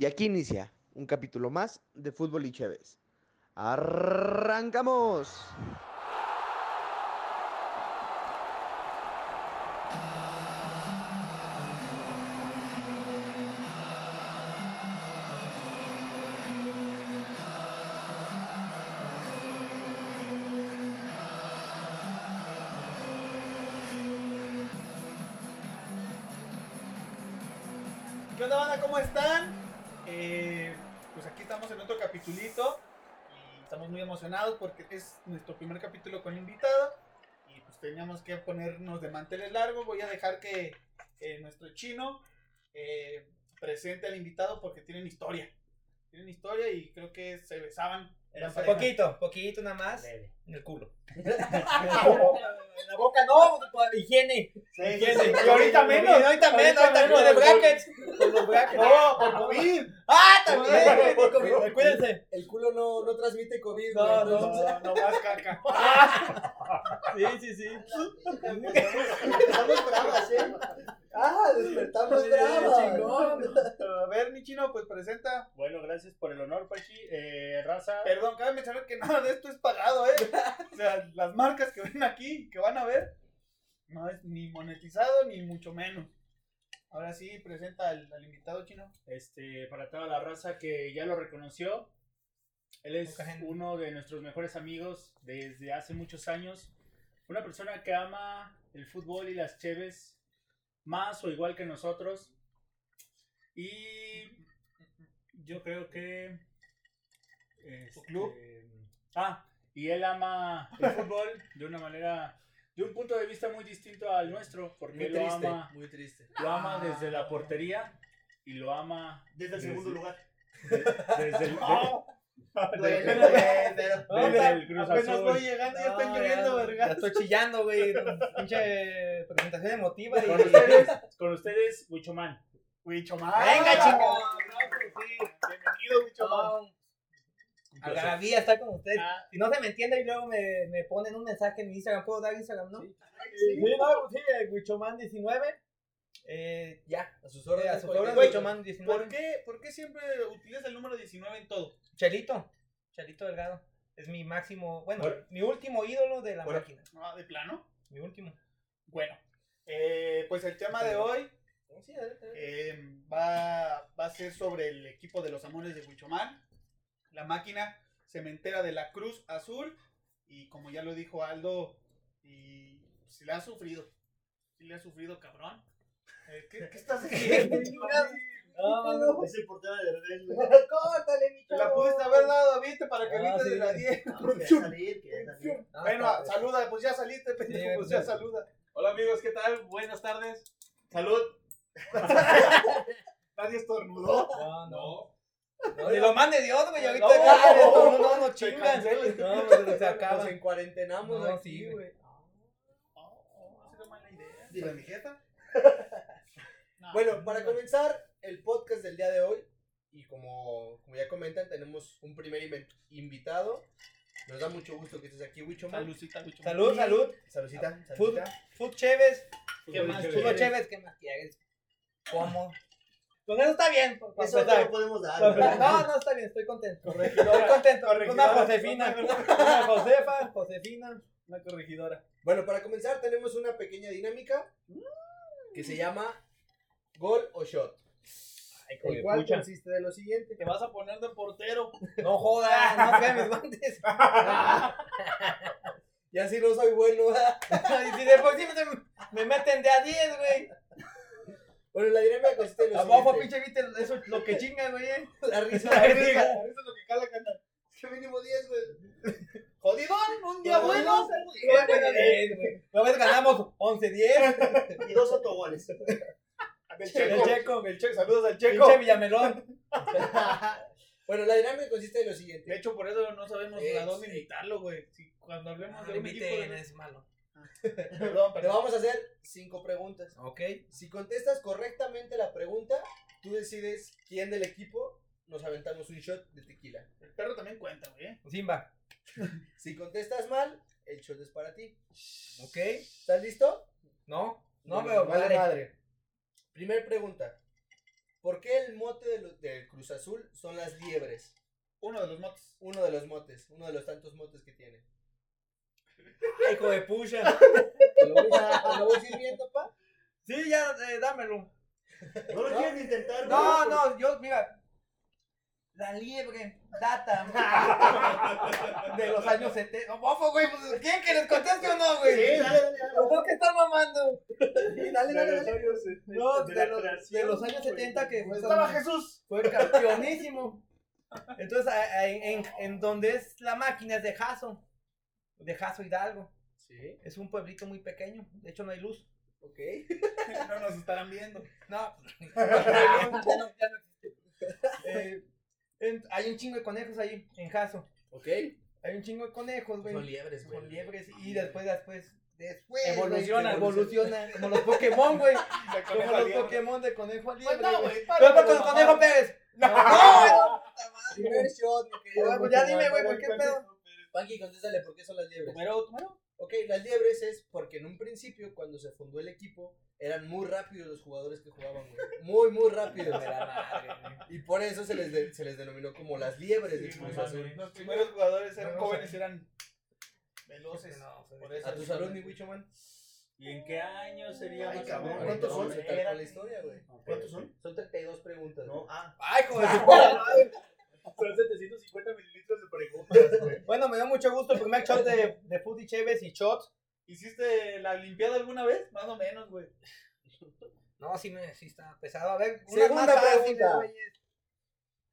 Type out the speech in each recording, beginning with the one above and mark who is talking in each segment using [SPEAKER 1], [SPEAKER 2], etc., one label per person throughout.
[SPEAKER 1] Y aquí inicia un capítulo más de Fútbol y Chévez. ¡Arrancamos!
[SPEAKER 2] ¿Qué onda, banda? ¿Cómo están? Eh, pues aquí estamos en otro capitulito y estamos muy emocionados porque es nuestro primer capítulo con invitado y pues teníamos que ponernos de manteles largos. Voy a dejar que eh, nuestro chino eh, presente al invitado porque tienen historia. Tienen historia y creo que se besaban.
[SPEAKER 3] Era
[SPEAKER 2] la pareja.
[SPEAKER 3] poquito, poquito nada más. En el culo.
[SPEAKER 4] En la boca no, por higiene.
[SPEAKER 2] Sí, sí,
[SPEAKER 3] Y
[SPEAKER 2] sí.
[SPEAKER 3] ahorita menos, ahorita menos, ahorita menos de brackets.
[SPEAKER 4] Con los brackets.
[SPEAKER 2] No, por COVID.
[SPEAKER 3] ¡Ah,
[SPEAKER 2] Bueno,
[SPEAKER 3] también!
[SPEAKER 2] por
[SPEAKER 3] Cuídense, Cuídense.
[SPEAKER 4] El culo no, no transmite COVID.
[SPEAKER 3] No,
[SPEAKER 4] güey,
[SPEAKER 3] no,
[SPEAKER 4] entonces-
[SPEAKER 2] No, no más caca.
[SPEAKER 3] Sí, sí, sí.
[SPEAKER 4] Despertamos bravas, ¿eh? Ah, despertamos bravas.
[SPEAKER 3] Chingón.
[SPEAKER 2] A ver, mi chino, pues presenta
[SPEAKER 5] Bueno, gracias por el honor, Pachi. Eh, raza,
[SPEAKER 2] Perdón, cabe mencionar que nada de esto es pagado, ¿eh? O sea, las marcas que ven aquí, que van a ver, no es ni monetizado ni mucho menos. Ahora sí, presenta al, al invitado chino.
[SPEAKER 5] este, para toda la raza que ya lo reconoció, él es
[SPEAKER 3] Poca gente.
[SPEAKER 5] uno de nuestros mejores amigos desde hace muchos años. Una persona que ama el fútbol y las cheves más o igual que nosotros. Y yo creo que...
[SPEAKER 2] ¿Su club?
[SPEAKER 5] este, Ah, y él ama el fútbol de una manera... De un punto de vista muy distinto al nuestro, porque
[SPEAKER 3] Muy
[SPEAKER 5] él lo
[SPEAKER 3] triste,
[SPEAKER 5] ama
[SPEAKER 3] muy triste.
[SPEAKER 5] Lo ama desde la portería y lo ama
[SPEAKER 2] Desde
[SPEAKER 5] el segundo
[SPEAKER 2] lugar.
[SPEAKER 5] desde el,
[SPEAKER 2] No,
[SPEAKER 5] desde-
[SPEAKER 2] desde,
[SPEAKER 5] desde el Cruz
[SPEAKER 2] apenas voy
[SPEAKER 5] Azul.
[SPEAKER 2] llegando y ya
[SPEAKER 3] No,
[SPEAKER 2] están lloviendo,
[SPEAKER 3] ya, ya
[SPEAKER 2] verga.
[SPEAKER 3] estoy chillando, güey. Pinche presentación emotiva. y-
[SPEAKER 5] Con ustedes, con ustedes, Huichomán.
[SPEAKER 2] Huichomán.
[SPEAKER 3] Venga, chingón.
[SPEAKER 2] Bienvenido, Huichomán.
[SPEAKER 3] Algarabía está con ustedes.
[SPEAKER 5] Ah,
[SPEAKER 3] Si no se me entiende y luego me, me ponen un mensaje en mi Instagram, ¿puedo dar Instagram, no? Sí, no, pues sí, Huichoman19. Eh, ya, a sus órdenes. A sus órdenes,
[SPEAKER 2] Güey,
[SPEAKER 3] Huichoman19.
[SPEAKER 2] ¿Por qué, ¿Por qué siempre utilizas el número 19 en todo?
[SPEAKER 3] Chelito, Chelito Delgado. Es mi máximo, bueno,
[SPEAKER 5] Por-
[SPEAKER 3] mi último ídolo de la
[SPEAKER 5] por-
[SPEAKER 3] máquina.
[SPEAKER 2] Ah, ¿De plano?
[SPEAKER 3] Mi último.
[SPEAKER 2] Bueno, eh, pues el tema de hoy eh, va, va a ser sobre el equipo de los amores de Huichomán, la máquina cementera de la Cruz Azul. Y como ya lo dijo Aldo, y si le ha sufrido, si le ha sufrido, cabrón. Eh, ¿Qué, qué estás haciendo?
[SPEAKER 5] es el portero de Verdes, güey.
[SPEAKER 3] Eh, Córtale, mi
[SPEAKER 2] Te la pudiste haber dado a Vite para que
[SPEAKER 3] Ah,
[SPEAKER 2] Vite
[SPEAKER 3] sí.
[SPEAKER 2] de la 10. Bueno, saluda, pues ya saliste, pendejo,
[SPEAKER 3] Ah, Sí,
[SPEAKER 2] pues ya
[SPEAKER 3] sí.
[SPEAKER 2] saluda. Hola amigos, ¿qué tal? Buenas tardes. Salud. Nadie estornudó.
[SPEAKER 3] No, no.
[SPEAKER 2] No.
[SPEAKER 3] no. Ni lo mande Dios, güey. Ahorita
[SPEAKER 2] No.
[SPEAKER 3] acá de esto, no, no, no
[SPEAKER 2] Te
[SPEAKER 3] chingas.
[SPEAKER 2] cancelas.
[SPEAKER 3] No, pues, se
[SPEAKER 4] Nos
[SPEAKER 3] acaban.
[SPEAKER 4] encuarentenamos
[SPEAKER 3] No,
[SPEAKER 4] aquí,
[SPEAKER 3] sí,
[SPEAKER 4] güey.
[SPEAKER 2] ¿Y la mijeta?
[SPEAKER 4] Bueno, para comenzar el podcast del día de hoy, y como, como ya comentan, tenemos un primer inven- invitado. Nos da mucho gusto que estés aquí, Wicho.
[SPEAKER 2] Salucita, Wicho.
[SPEAKER 3] Salud, salud.
[SPEAKER 4] Saludcita,
[SPEAKER 3] Fut,
[SPEAKER 4] saludcita.
[SPEAKER 3] fut Chévez.
[SPEAKER 2] ¿Qué más?
[SPEAKER 3] Tú lo Chévez, ¿qué más quieres? ¿Cómo? Pues eso está bien. pa- pa-
[SPEAKER 6] Eso
[SPEAKER 3] empezar.
[SPEAKER 6] no podemos dar.
[SPEAKER 3] No, no, está bien, estoy contento. Estoy contento. Una
[SPEAKER 2] Corregidora.
[SPEAKER 3] Josefina. Una Josefa, Josefina.
[SPEAKER 2] Una corregidora.
[SPEAKER 4] Bueno, para comenzar tenemos una pequeña dinámica que se llama gol o shot. El cual
[SPEAKER 5] pucha.
[SPEAKER 4] consiste de lo siguiente.
[SPEAKER 2] Te vas a poner de portero.
[SPEAKER 3] No jodas, no vean mis guantes.
[SPEAKER 4] Y así no soy bueno.
[SPEAKER 3] Y si de por sí me- me meten de a 10, güey.
[SPEAKER 4] Bueno, la dinámica consiste en lo
[SPEAKER 3] Abajo,
[SPEAKER 4] siguiente.
[SPEAKER 3] pinche viste, eso es lo que chinga, güey. eh.
[SPEAKER 4] La risa.
[SPEAKER 3] La
[SPEAKER 2] Eso
[SPEAKER 3] verga.
[SPEAKER 2] es lo que cala cantar.
[SPEAKER 4] Que mínimo 10, güey.
[SPEAKER 2] Jodidón, un día bueno.
[SPEAKER 3] No, bueno, eh, güey. Una vez ganamos 11-10.
[SPEAKER 6] Y dos autogoles.
[SPEAKER 2] Del
[SPEAKER 3] El
[SPEAKER 2] checo.
[SPEAKER 3] checo,
[SPEAKER 2] Del checo. Saludos al checo.
[SPEAKER 3] pinche Villamelón.
[SPEAKER 4] Bueno, la dinámica consiste en lo siguiente.
[SPEAKER 2] De hecho, por eso no sabemos
[SPEAKER 4] Eh,
[SPEAKER 2] a dónde
[SPEAKER 4] sí.
[SPEAKER 2] invitarlo, güey. Si cuando hablemos de
[SPEAKER 3] Le
[SPEAKER 2] un Ah, equipo.
[SPEAKER 3] meten,
[SPEAKER 2] de-
[SPEAKER 3] es malo.
[SPEAKER 2] Perdón,
[SPEAKER 4] Te
[SPEAKER 2] perdón.
[SPEAKER 4] vamos a hacer cinco preguntas.
[SPEAKER 3] Ok.
[SPEAKER 4] Si contestas correctamente la pregunta, tú decides quién del equipo nos aventamos un shot de tequila.
[SPEAKER 2] El perro también cuenta, güey. ¿eh?
[SPEAKER 3] Simba.
[SPEAKER 4] Si contestas mal, el shot es para ti.
[SPEAKER 3] Ok.
[SPEAKER 4] ¿Estás listo?
[SPEAKER 3] No, no
[SPEAKER 4] Bueno,
[SPEAKER 3] veo.
[SPEAKER 4] vale
[SPEAKER 3] madre.
[SPEAKER 4] madre. Primer pregunta. ¿Por qué el mote de lo- del Cruz Azul son las liebres?
[SPEAKER 2] Uno de los motos.
[SPEAKER 4] Uno de los motes, uno de los tantos motes que tiene.
[SPEAKER 3] Ay, hijo de pucha.
[SPEAKER 4] Te lo voy, te lo voy sirviendo, pa.
[SPEAKER 3] Sí, ya, eh, dámelo.
[SPEAKER 6] No lo quieren intentar,
[SPEAKER 3] No,
[SPEAKER 6] güey?
[SPEAKER 3] no, yo, mira. La liebre, data. De los años 70. No, bofo, güey, pues, ¿quién que les conteste o no, güey?
[SPEAKER 6] Sí, dale, dale, dale.
[SPEAKER 3] Lo tengo que estar mamando. Sí, dale, dale, dale. No, de,
[SPEAKER 5] eh, la
[SPEAKER 3] los, de
[SPEAKER 5] creación,
[SPEAKER 3] los años
[SPEAKER 5] güey.
[SPEAKER 3] 70 que fue,
[SPEAKER 2] Estaba Jesús.
[SPEAKER 3] fue campeonísimo. Entonces, a- a- en, en- en donde es la máquina es de Jaso. De Jaso Hidalgo.
[SPEAKER 4] Sí,
[SPEAKER 3] Es un pueblito muy pequeño. De hecho, no hay luz.
[SPEAKER 4] ok.
[SPEAKER 2] No nos estarán viendo.
[SPEAKER 3] No, ya no, ya no existe. Eh, en- hay un chingo de conejos ahí, en Jaso.
[SPEAKER 4] Ok.
[SPEAKER 3] Hay un chingo de conejos, güey.
[SPEAKER 4] Son liebres, güey. Ah,
[SPEAKER 3] Son liebres y después, después, después.
[SPEAKER 4] Evoluciona,
[SPEAKER 3] güey, evoluciona. Como los Pokémon, güey.
[SPEAKER 2] De
[SPEAKER 3] Como
[SPEAKER 2] conejo a
[SPEAKER 3] los
[SPEAKER 2] liebre.
[SPEAKER 3] Pokémon de conejo a liebre.
[SPEAKER 2] Pues no,
[SPEAKER 3] güey.
[SPEAKER 2] güey.
[SPEAKER 3] Pero
[SPEAKER 2] párale,
[SPEAKER 3] con el
[SPEAKER 2] mamá.
[SPEAKER 3] conejo Pérez. No, no,
[SPEAKER 4] Primer shot, mi querido.
[SPEAKER 3] no, pues ya dime, güey, ¿por qué pedo?
[SPEAKER 4] Panqui, contéstale por qué son las liebres.
[SPEAKER 3] Primero, primero.
[SPEAKER 4] Ok, las liebres es porque en un principio, cuando se fundó el equipo, eran muy rápidos los jugadores que jugaban, güey. Muy, muy rápidos. y por eso se les, de- se les denominó como las liebres del
[SPEAKER 5] Sí,
[SPEAKER 4] Cruz
[SPEAKER 5] no
[SPEAKER 4] Azul.
[SPEAKER 5] mames.
[SPEAKER 2] Los primeros jugadores eran
[SPEAKER 3] No, no,
[SPEAKER 2] jóvenes,
[SPEAKER 3] sí.
[SPEAKER 2] eran veloces. Por eso.
[SPEAKER 4] A tu salud, mi Wichoman.
[SPEAKER 5] ¿Y en qué año sería
[SPEAKER 6] Ay,
[SPEAKER 5] más
[SPEAKER 6] cabrón,
[SPEAKER 5] o menos?
[SPEAKER 4] ¿Cuántos son?
[SPEAKER 5] Eran-
[SPEAKER 4] Tal cual la historia, güey.
[SPEAKER 6] ¿Cuántos son?
[SPEAKER 4] Son 32 preguntas.
[SPEAKER 6] No,
[SPEAKER 4] güey.
[SPEAKER 6] ah.
[SPEAKER 3] Ay, joder.
[SPEAKER 6] Son 750 mililitros de preguntas, güey.
[SPEAKER 3] Bueno, me dio mucho gusto el primer shot de, de Footy Chévez y Shot.
[SPEAKER 2] ¿Hiciste la Olimpiada alguna vez? Más o menos, güey.
[SPEAKER 3] No, sí, me, sí está pesado. A ver, una
[SPEAKER 4] Segunda
[SPEAKER 3] más fácil,
[SPEAKER 4] pregunta.
[SPEAKER 3] güey.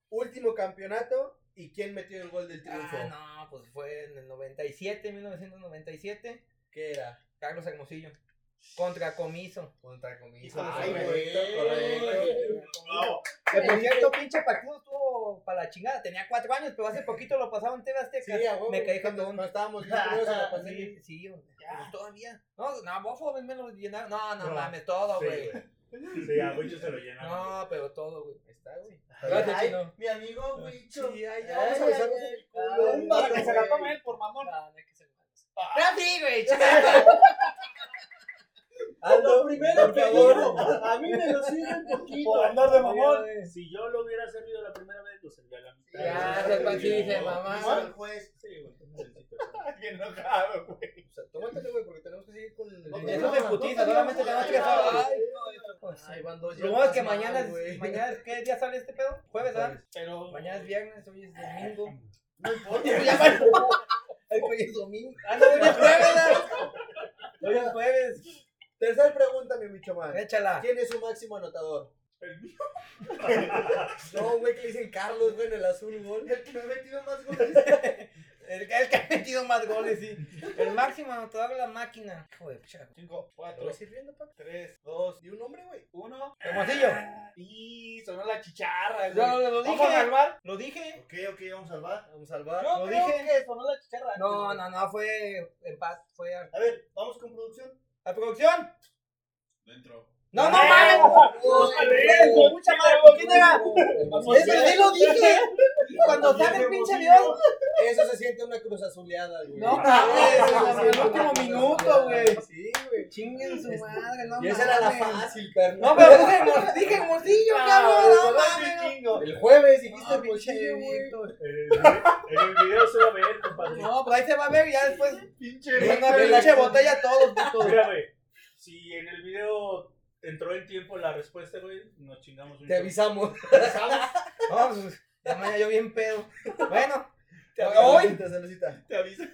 [SPEAKER 4] Último campeonato y quién metió el gol del triunfo.
[SPEAKER 3] Ah, no, pues fue en el 97, 1997,
[SPEAKER 4] ¿Qué era?
[SPEAKER 3] Carlos Hermosillo. Contra Comiso.
[SPEAKER 4] Contra Ah, comillas.
[SPEAKER 2] Híjole,
[SPEAKER 4] Ay,
[SPEAKER 6] correcto,
[SPEAKER 4] güey.
[SPEAKER 6] correcto. Wow.
[SPEAKER 3] Que por cierto, pinche partido estuvo para la chingada. Tenía cuatro años, pero hace poquito lo pasaron en TV
[SPEAKER 4] Sí,
[SPEAKER 3] Azteca.
[SPEAKER 4] a huevo.
[SPEAKER 3] Me caí Ah.
[SPEAKER 4] cuando
[SPEAKER 3] jodón.
[SPEAKER 4] cuando estábamos bien curiosos, la pasé bien.
[SPEAKER 3] sí, sí, güey. Pues todavía. No, no, bofo, ven, me lo llenaron. No, no, mames, todo,
[SPEAKER 6] Sí,
[SPEAKER 3] güey.
[SPEAKER 6] Sí, a Wicho se lo llenaron.
[SPEAKER 3] no, pero todo, güey.
[SPEAKER 4] Ahí está, güey.
[SPEAKER 3] Gracias,
[SPEAKER 6] Ay,
[SPEAKER 3] chino.
[SPEAKER 6] Mi amigo Wicho.
[SPEAKER 4] Sí, ay,
[SPEAKER 6] Ay,
[SPEAKER 4] vamos a
[SPEAKER 6] ay,
[SPEAKER 4] besarnos
[SPEAKER 6] ay.
[SPEAKER 4] en el
[SPEAKER 6] Ay,
[SPEAKER 4] culo.
[SPEAKER 6] un
[SPEAKER 2] Para que se la tome él por mamón.
[SPEAKER 3] No, no hay que ser malos. Ah, sí, güey, chingada.
[SPEAKER 4] Hazlo primero, por favor.
[SPEAKER 6] A mí me lo sirven poquito. eh.
[SPEAKER 2] Por andar de mamón.
[SPEAKER 5] Si yo lo hubiera servido la primera vez, lo servía la mitad.
[SPEAKER 3] Gracias, Panchi, dice
[SPEAKER 6] Dice
[SPEAKER 3] mamá.
[SPEAKER 6] el juez.
[SPEAKER 5] Sí, güey.
[SPEAKER 2] Bien Pues. enojado, güey.
[SPEAKER 4] O sea, tómatelo, güey, porque tenemos que seguir con el.
[SPEAKER 2] Ok,
[SPEAKER 4] video.
[SPEAKER 3] Eso se putiza, solamente tenemos que saber.
[SPEAKER 4] Ay,
[SPEAKER 3] Pues,
[SPEAKER 4] Ay, van dos
[SPEAKER 3] Lo bueno es que
[SPEAKER 4] llantas
[SPEAKER 3] mañana,
[SPEAKER 4] mal, güey.
[SPEAKER 3] es, mañana es- ¿qué día sale este pedo? Jueves, ¿verdad?
[SPEAKER 2] Pero.
[SPEAKER 3] Mañana es viernes, hoy es domingo.
[SPEAKER 2] No importa.
[SPEAKER 3] Ya vale. Ay, Hoy es domingo. Ah, no, hoy es jueves, ¿verdad? Hoy es jueves.
[SPEAKER 4] Tercer pregunta, mi bicho man.
[SPEAKER 3] Échala.
[SPEAKER 4] ¿Quién es su máximo anotador?
[SPEAKER 5] El mío.
[SPEAKER 4] No, güey, que le dicen Carlos, güey, en el azul gol.
[SPEAKER 6] El que me ha metido más goles.
[SPEAKER 3] El, el que ha metido más goles, sí. El máximo anotador de la máquina. Hijo de pucha.
[SPEAKER 2] 5,
[SPEAKER 4] ¿Te
[SPEAKER 2] 4,
[SPEAKER 4] vas sirviendo, pa?
[SPEAKER 2] 3, 2,
[SPEAKER 4] Di un nombre, güey.
[SPEAKER 2] 1.
[SPEAKER 3] Hermosillo.
[SPEAKER 2] Y sonó la chicharra,
[SPEAKER 3] Yo
[SPEAKER 2] güey.
[SPEAKER 3] lo, lo
[SPEAKER 2] Vamos a
[SPEAKER 3] dije.
[SPEAKER 2] salvar.
[SPEAKER 3] Lo dije.
[SPEAKER 6] Ok, ok, vamos al bar.
[SPEAKER 4] Vamos al bar.
[SPEAKER 2] Yo
[SPEAKER 3] Lo
[SPEAKER 2] creo
[SPEAKER 3] dije.
[SPEAKER 2] que sonó la chicharra.
[SPEAKER 3] No, no, no, fue empate. Fue a...
[SPEAKER 6] A ver, vamos con producción.
[SPEAKER 3] ¿A producción?
[SPEAKER 7] Dentro.
[SPEAKER 3] No, Ah, no, mames.
[SPEAKER 5] eso,
[SPEAKER 3] Mucha madre, ¿por qué no era?
[SPEAKER 2] Vamos,
[SPEAKER 3] Es verdad, lo dije. Cuando sale el pinche video.
[SPEAKER 4] Eso se siente una cruz azuleada, güey.
[SPEAKER 3] No mames, hasta el último
[SPEAKER 4] Cruz
[SPEAKER 3] minuto,
[SPEAKER 4] azuleada.
[SPEAKER 3] güey.
[SPEAKER 4] Sí, güey.
[SPEAKER 3] Chinguen su madre, no
[SPEAKER 4] Y esa era la
[SPEAKER 3] mames.
[SPEAKER 4] fácil, carnal.
[SPEAKER 3] No, pero dije, mor- dije morcillo, cabrón, no mames.
[SPEAKER 2] chingo.
[SPEAKER 4] El jueves dijiste
[SPEAKER 3] No,
[SPEAKER 4] el bolsillo, güey.
[SPEAKER 5] Eh, En el video se va a ver, compadre.
[SPEAKER 3] No, pues ahí se va a ver ya después.
[SPEAKER 2] Pinche.
[SPEAKER 3] Una pinche botella a todos, puto.
[SPEAKER 5] Mira, güey. Si en el video entró en tiempo la respuesta, güey, nos chingamos un
[SPEAKER 4] Te
[SPEAKER 5] shot.
[SPEAKER 4] avisamos.
[SPEAKER 3] No, pues, ya mañana yo bien pedo. Bueno, hoy,
[SPEAKER 4] Salucita, salucita.
[SPEAKER 2] Te avisa.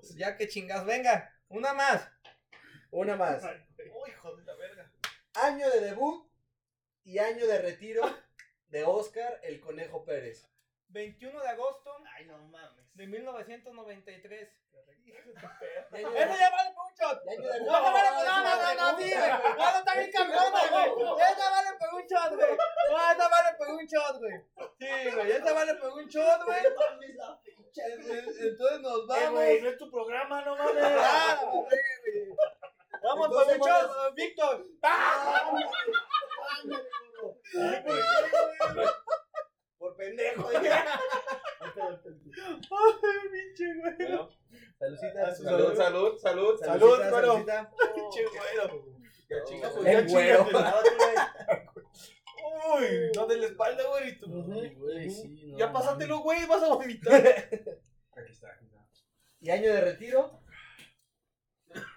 [SPEAKER 3] pues ya que chingas, venga, una más.
[SPEAKER 4] Una más.
[SPEAKER 5] Ay, güey.
[SPEAKER 2] Uy, hijo de la verga.
[SPEAKER 4] Año de debut y año de retiro de Oscar el Conejo Pérez.
[SPEAKER 3] 21 de agosto
[SPEAKER 2] Ay, no mames.
[SPEAKER 3] de 1993.
[SPEAKER 4] Y año de-
[SPEAKER 3] Eso ya vale por un shot.
[SPEAKER 4] y año de-
[SPEAKER 3] No, no vale por no, no, no, no, sí, güey. No, no, está bien cabrona, güey. Esta vale por un shot, güey. No, esta vale por un shot, güey. Sí, güey, esta vale por un shot, güey. Entonces nos
[SPEAKER 5] Eh,
[SPEAKER 3] vamos.
[SPEAKER 5] güey, no es tu programa, no mames.
[SPEAKER 3] Ah, la verga, güey. Vamos por
[SPEAKER 4] Entonces,
[SPEAKER 3] un shot, Víctor. ¡Ah!
[SPEAKER 5] Ay, güey.
[SPEAKER 4] Por pendejo, dije.
[SPEAKER 2] Bueno,
[SPEAKER 4] Salucita,
[SPEAKER 2] salud, salud, salud, salud,
[SPEAKER 4] Salucita,
[SPEAKER 2] bueno.
[SPEAKER 4] salucita.
[SPEAKER 2] Pinche güero. Ya chinga, pues
[SPEAKER 4] El
[SPEAKER 2] ya
[SPEAKER 4] güero.
[SPEAKER 2] chinga.
[SPEAKER 4] Ah, tú, güey.
[SPEAKER 2] Uy, güerito.
[SPEAKER 6] Güey, sí, no,
[SPEAKER 2] ya
[SPEAKER 6] mames.
[SPEAKER 2] pásatelo, güey, vas a vomitar.
[SPEAKER 6] Aquí está, aquí está.
[SPEAKER 4] Y año de retiro.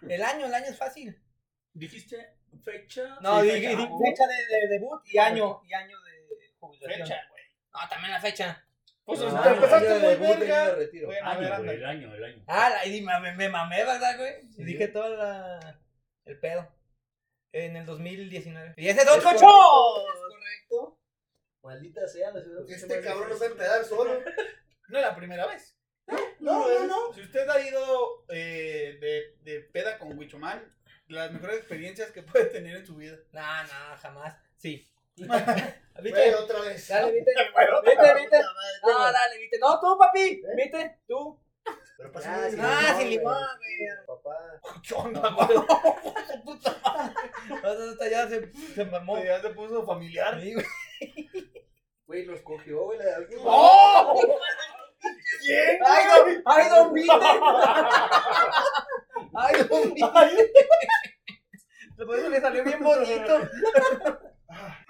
[SPEAKER 3] El año, el año es fácil.
[SPEAKER 5] Dijiste fecha.
[SPEAKER 3] No,
[SPEAKER 5] Sí,
[SPEAKER 3] dije
[SPEAKER 5] fecha.
[SPEAKER 3] di- fecha de, de debut y año. Y año de jubilación.
[SPEAKER 2] Fecha, güey.
[SPEAKER 3] No, también la fecha.
[SPEAKER 2] Pues
[SPEAKER 5] No,
[SPEAKER 2] o sea,
[SPEAKER 5] no,
[SPEAKER 2] te
[SPEAKER 4] Ah, año
[SPEAKER 2] empezaste
[SPEAKER 4] de
[SPEAKER 2] muy
[SPEAKER 4] debut, año de
[SPEAKER 2] verga.
[SPEAKER 4] retiro.
[SPEAKER 2] Bueno, a
[SPEAKER 5] Año,
[SPEAKER 2] ver,
[SPEAKER 5] güey,
[SPEAKER 2] anda.
[SPEAKER 5] el año, el año.
[SPEAKER 3] Ah, la, y me, me mamé, ¿verdad, güey?
[SPEAKER 4] Sí.
[SPEAKER 3] Dije todo el pedo. En el 2019. ¡Y ese es otro
[SPEAKER 4] Es
[SPEAKER 3] show!
[SPEAKER 4] Correcto. Maldita sea la ciudad.
[SPEAKER 6] Este cabrón no sabe pedar solo.
[SPEAKER 2] No es la primera vez.
[SPEAKER 4] No, no, no.
[SPEAKER 2] Si usted ha ido eh, de, de peda con Huichomán, las mejores experiencias que puede tener en su vida.
[SPEAKER 3] No, no, jamás. Sí.
[SPEAKER 6] Güey,
[SPEAKER 3] ¿Viste?
[SPEAKER 6] otra vez.
[SPEAKER 3] Dale, viste. Viste, viste. No, dale, viste. No, tú, papi. Viste, tú.
[SPEAKER 6] Pero
[SPEAKER 4] Ah,
[SPEAKER 6] pasa
[SPEAKER 4] sí,
[SPEAKER 3] Ah,
[SPEAKER 4] no,
[SPEAKER 3] sin
[SPEAKER 4] güey.
[SPEAKER 3] limón, güey.
[SPEAKER 4] Papá.
[SPEAKER 2] ¿Qué onda, güey?
[SPEAKER 3] O sea, hasta ya se, se mamó.
[SPEAKER 2] Ya se puso familiar.
[SPEAKER 3] Sí, güey.
[SPEAKER 4] Güey, los cogió, güey. la-
[SPEAKER 2] ¡Oh! ¿Quién?
[SPEAKER 3] ¡Ay, don, ay, don Vite! ¡Ay, don Vite! Por eso le salió bien bonito.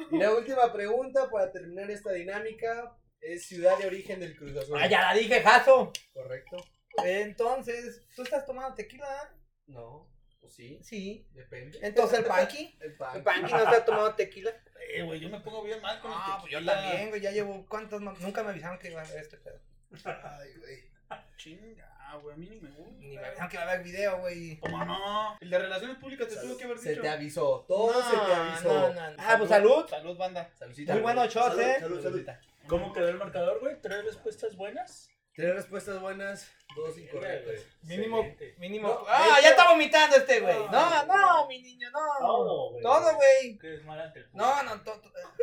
[SPEAKER 4] Y la última pregunta para terminar esta dinámica es ciudad de origen del Cruz Azul.
[SPEAKER 3] Ah, ya la dije, Jaso.
[SPEAKER 4] Correcto.
[SPEAKER 3] Entonces, ¿tú estás tomando tequila?
[SPEAKER 4] No. Pues sí.
[SPEAKER 3] Sí.
[SPEAKER 4] Depende.
[SPEAKER 3] Entonces, ¿el Panqui?
[SPEAKER 4] El pan.
[SPEAKER 3] ¿El Panqui no está tomando tequila?
[SPEAKER 2] Eh, güey, yo me pongo bien mal con el
[SPEAKER 3] Ah, pues yo
[SPEAKER 2] tequila.
[SPEAKER 3] también, güey. Ya llevo cuántas... mam- Nunca me avisaron que iba a haber este pedo.
[SPEAKER 6] Ay, güey.
[SPEAKER 2] Chinga, güey, a mí ni me gusta.
[SPEAKER 3] Ni me avisaron que iba a haber video, güey.
[SPEAKER 2] ¿Cómo no? El de relaciones públicas te tuvo que haber
[SPEAKER 4] Se
[SPEAKER 2] dicho.
[SPEAKER 4] te avisó. Todo se te avisó.
[SPEAKER 3] No, no, no. Ah, pues salud.
[SPEAKER 2] Salud, banda.
[SPEAKER 4] Saludcita.
[SPEAKER 3] Muy buenos shots,
[SPEAKER 6] Salud,
[SPEAKER 3] eh.
[SPEAKER 6] salud, salud.
[SPEAKER 5] ¿Cómo quedó el marcador, güey? ¿Tres respuestas buenas?
[SPEAKER 4] Tres respuestas buenas, dos incorrectas.
[SPEAKER 3] Mínimo,
[SPEAKER 5] Excelente.
[SPEAKER 3] mínimo.
[SPEAKER 4] No,
[SPEAKER 3] ah,
[SPEAKER 4] de
[SPEAKER 3] ya
[SPEAKER 4] hecho-
[SPEAKER 3] está vomitando este güey. No,
[SPEAKER 5] No,
[SPEAKER 3] no, mi niño, no.
[SPEAKER 5] Todo, güey.
[SPEAKER 3] Todo, güey.
[SPEAKER 5] Que es mal ante el público.
[SPEAKER 3] No, eh. no, todo.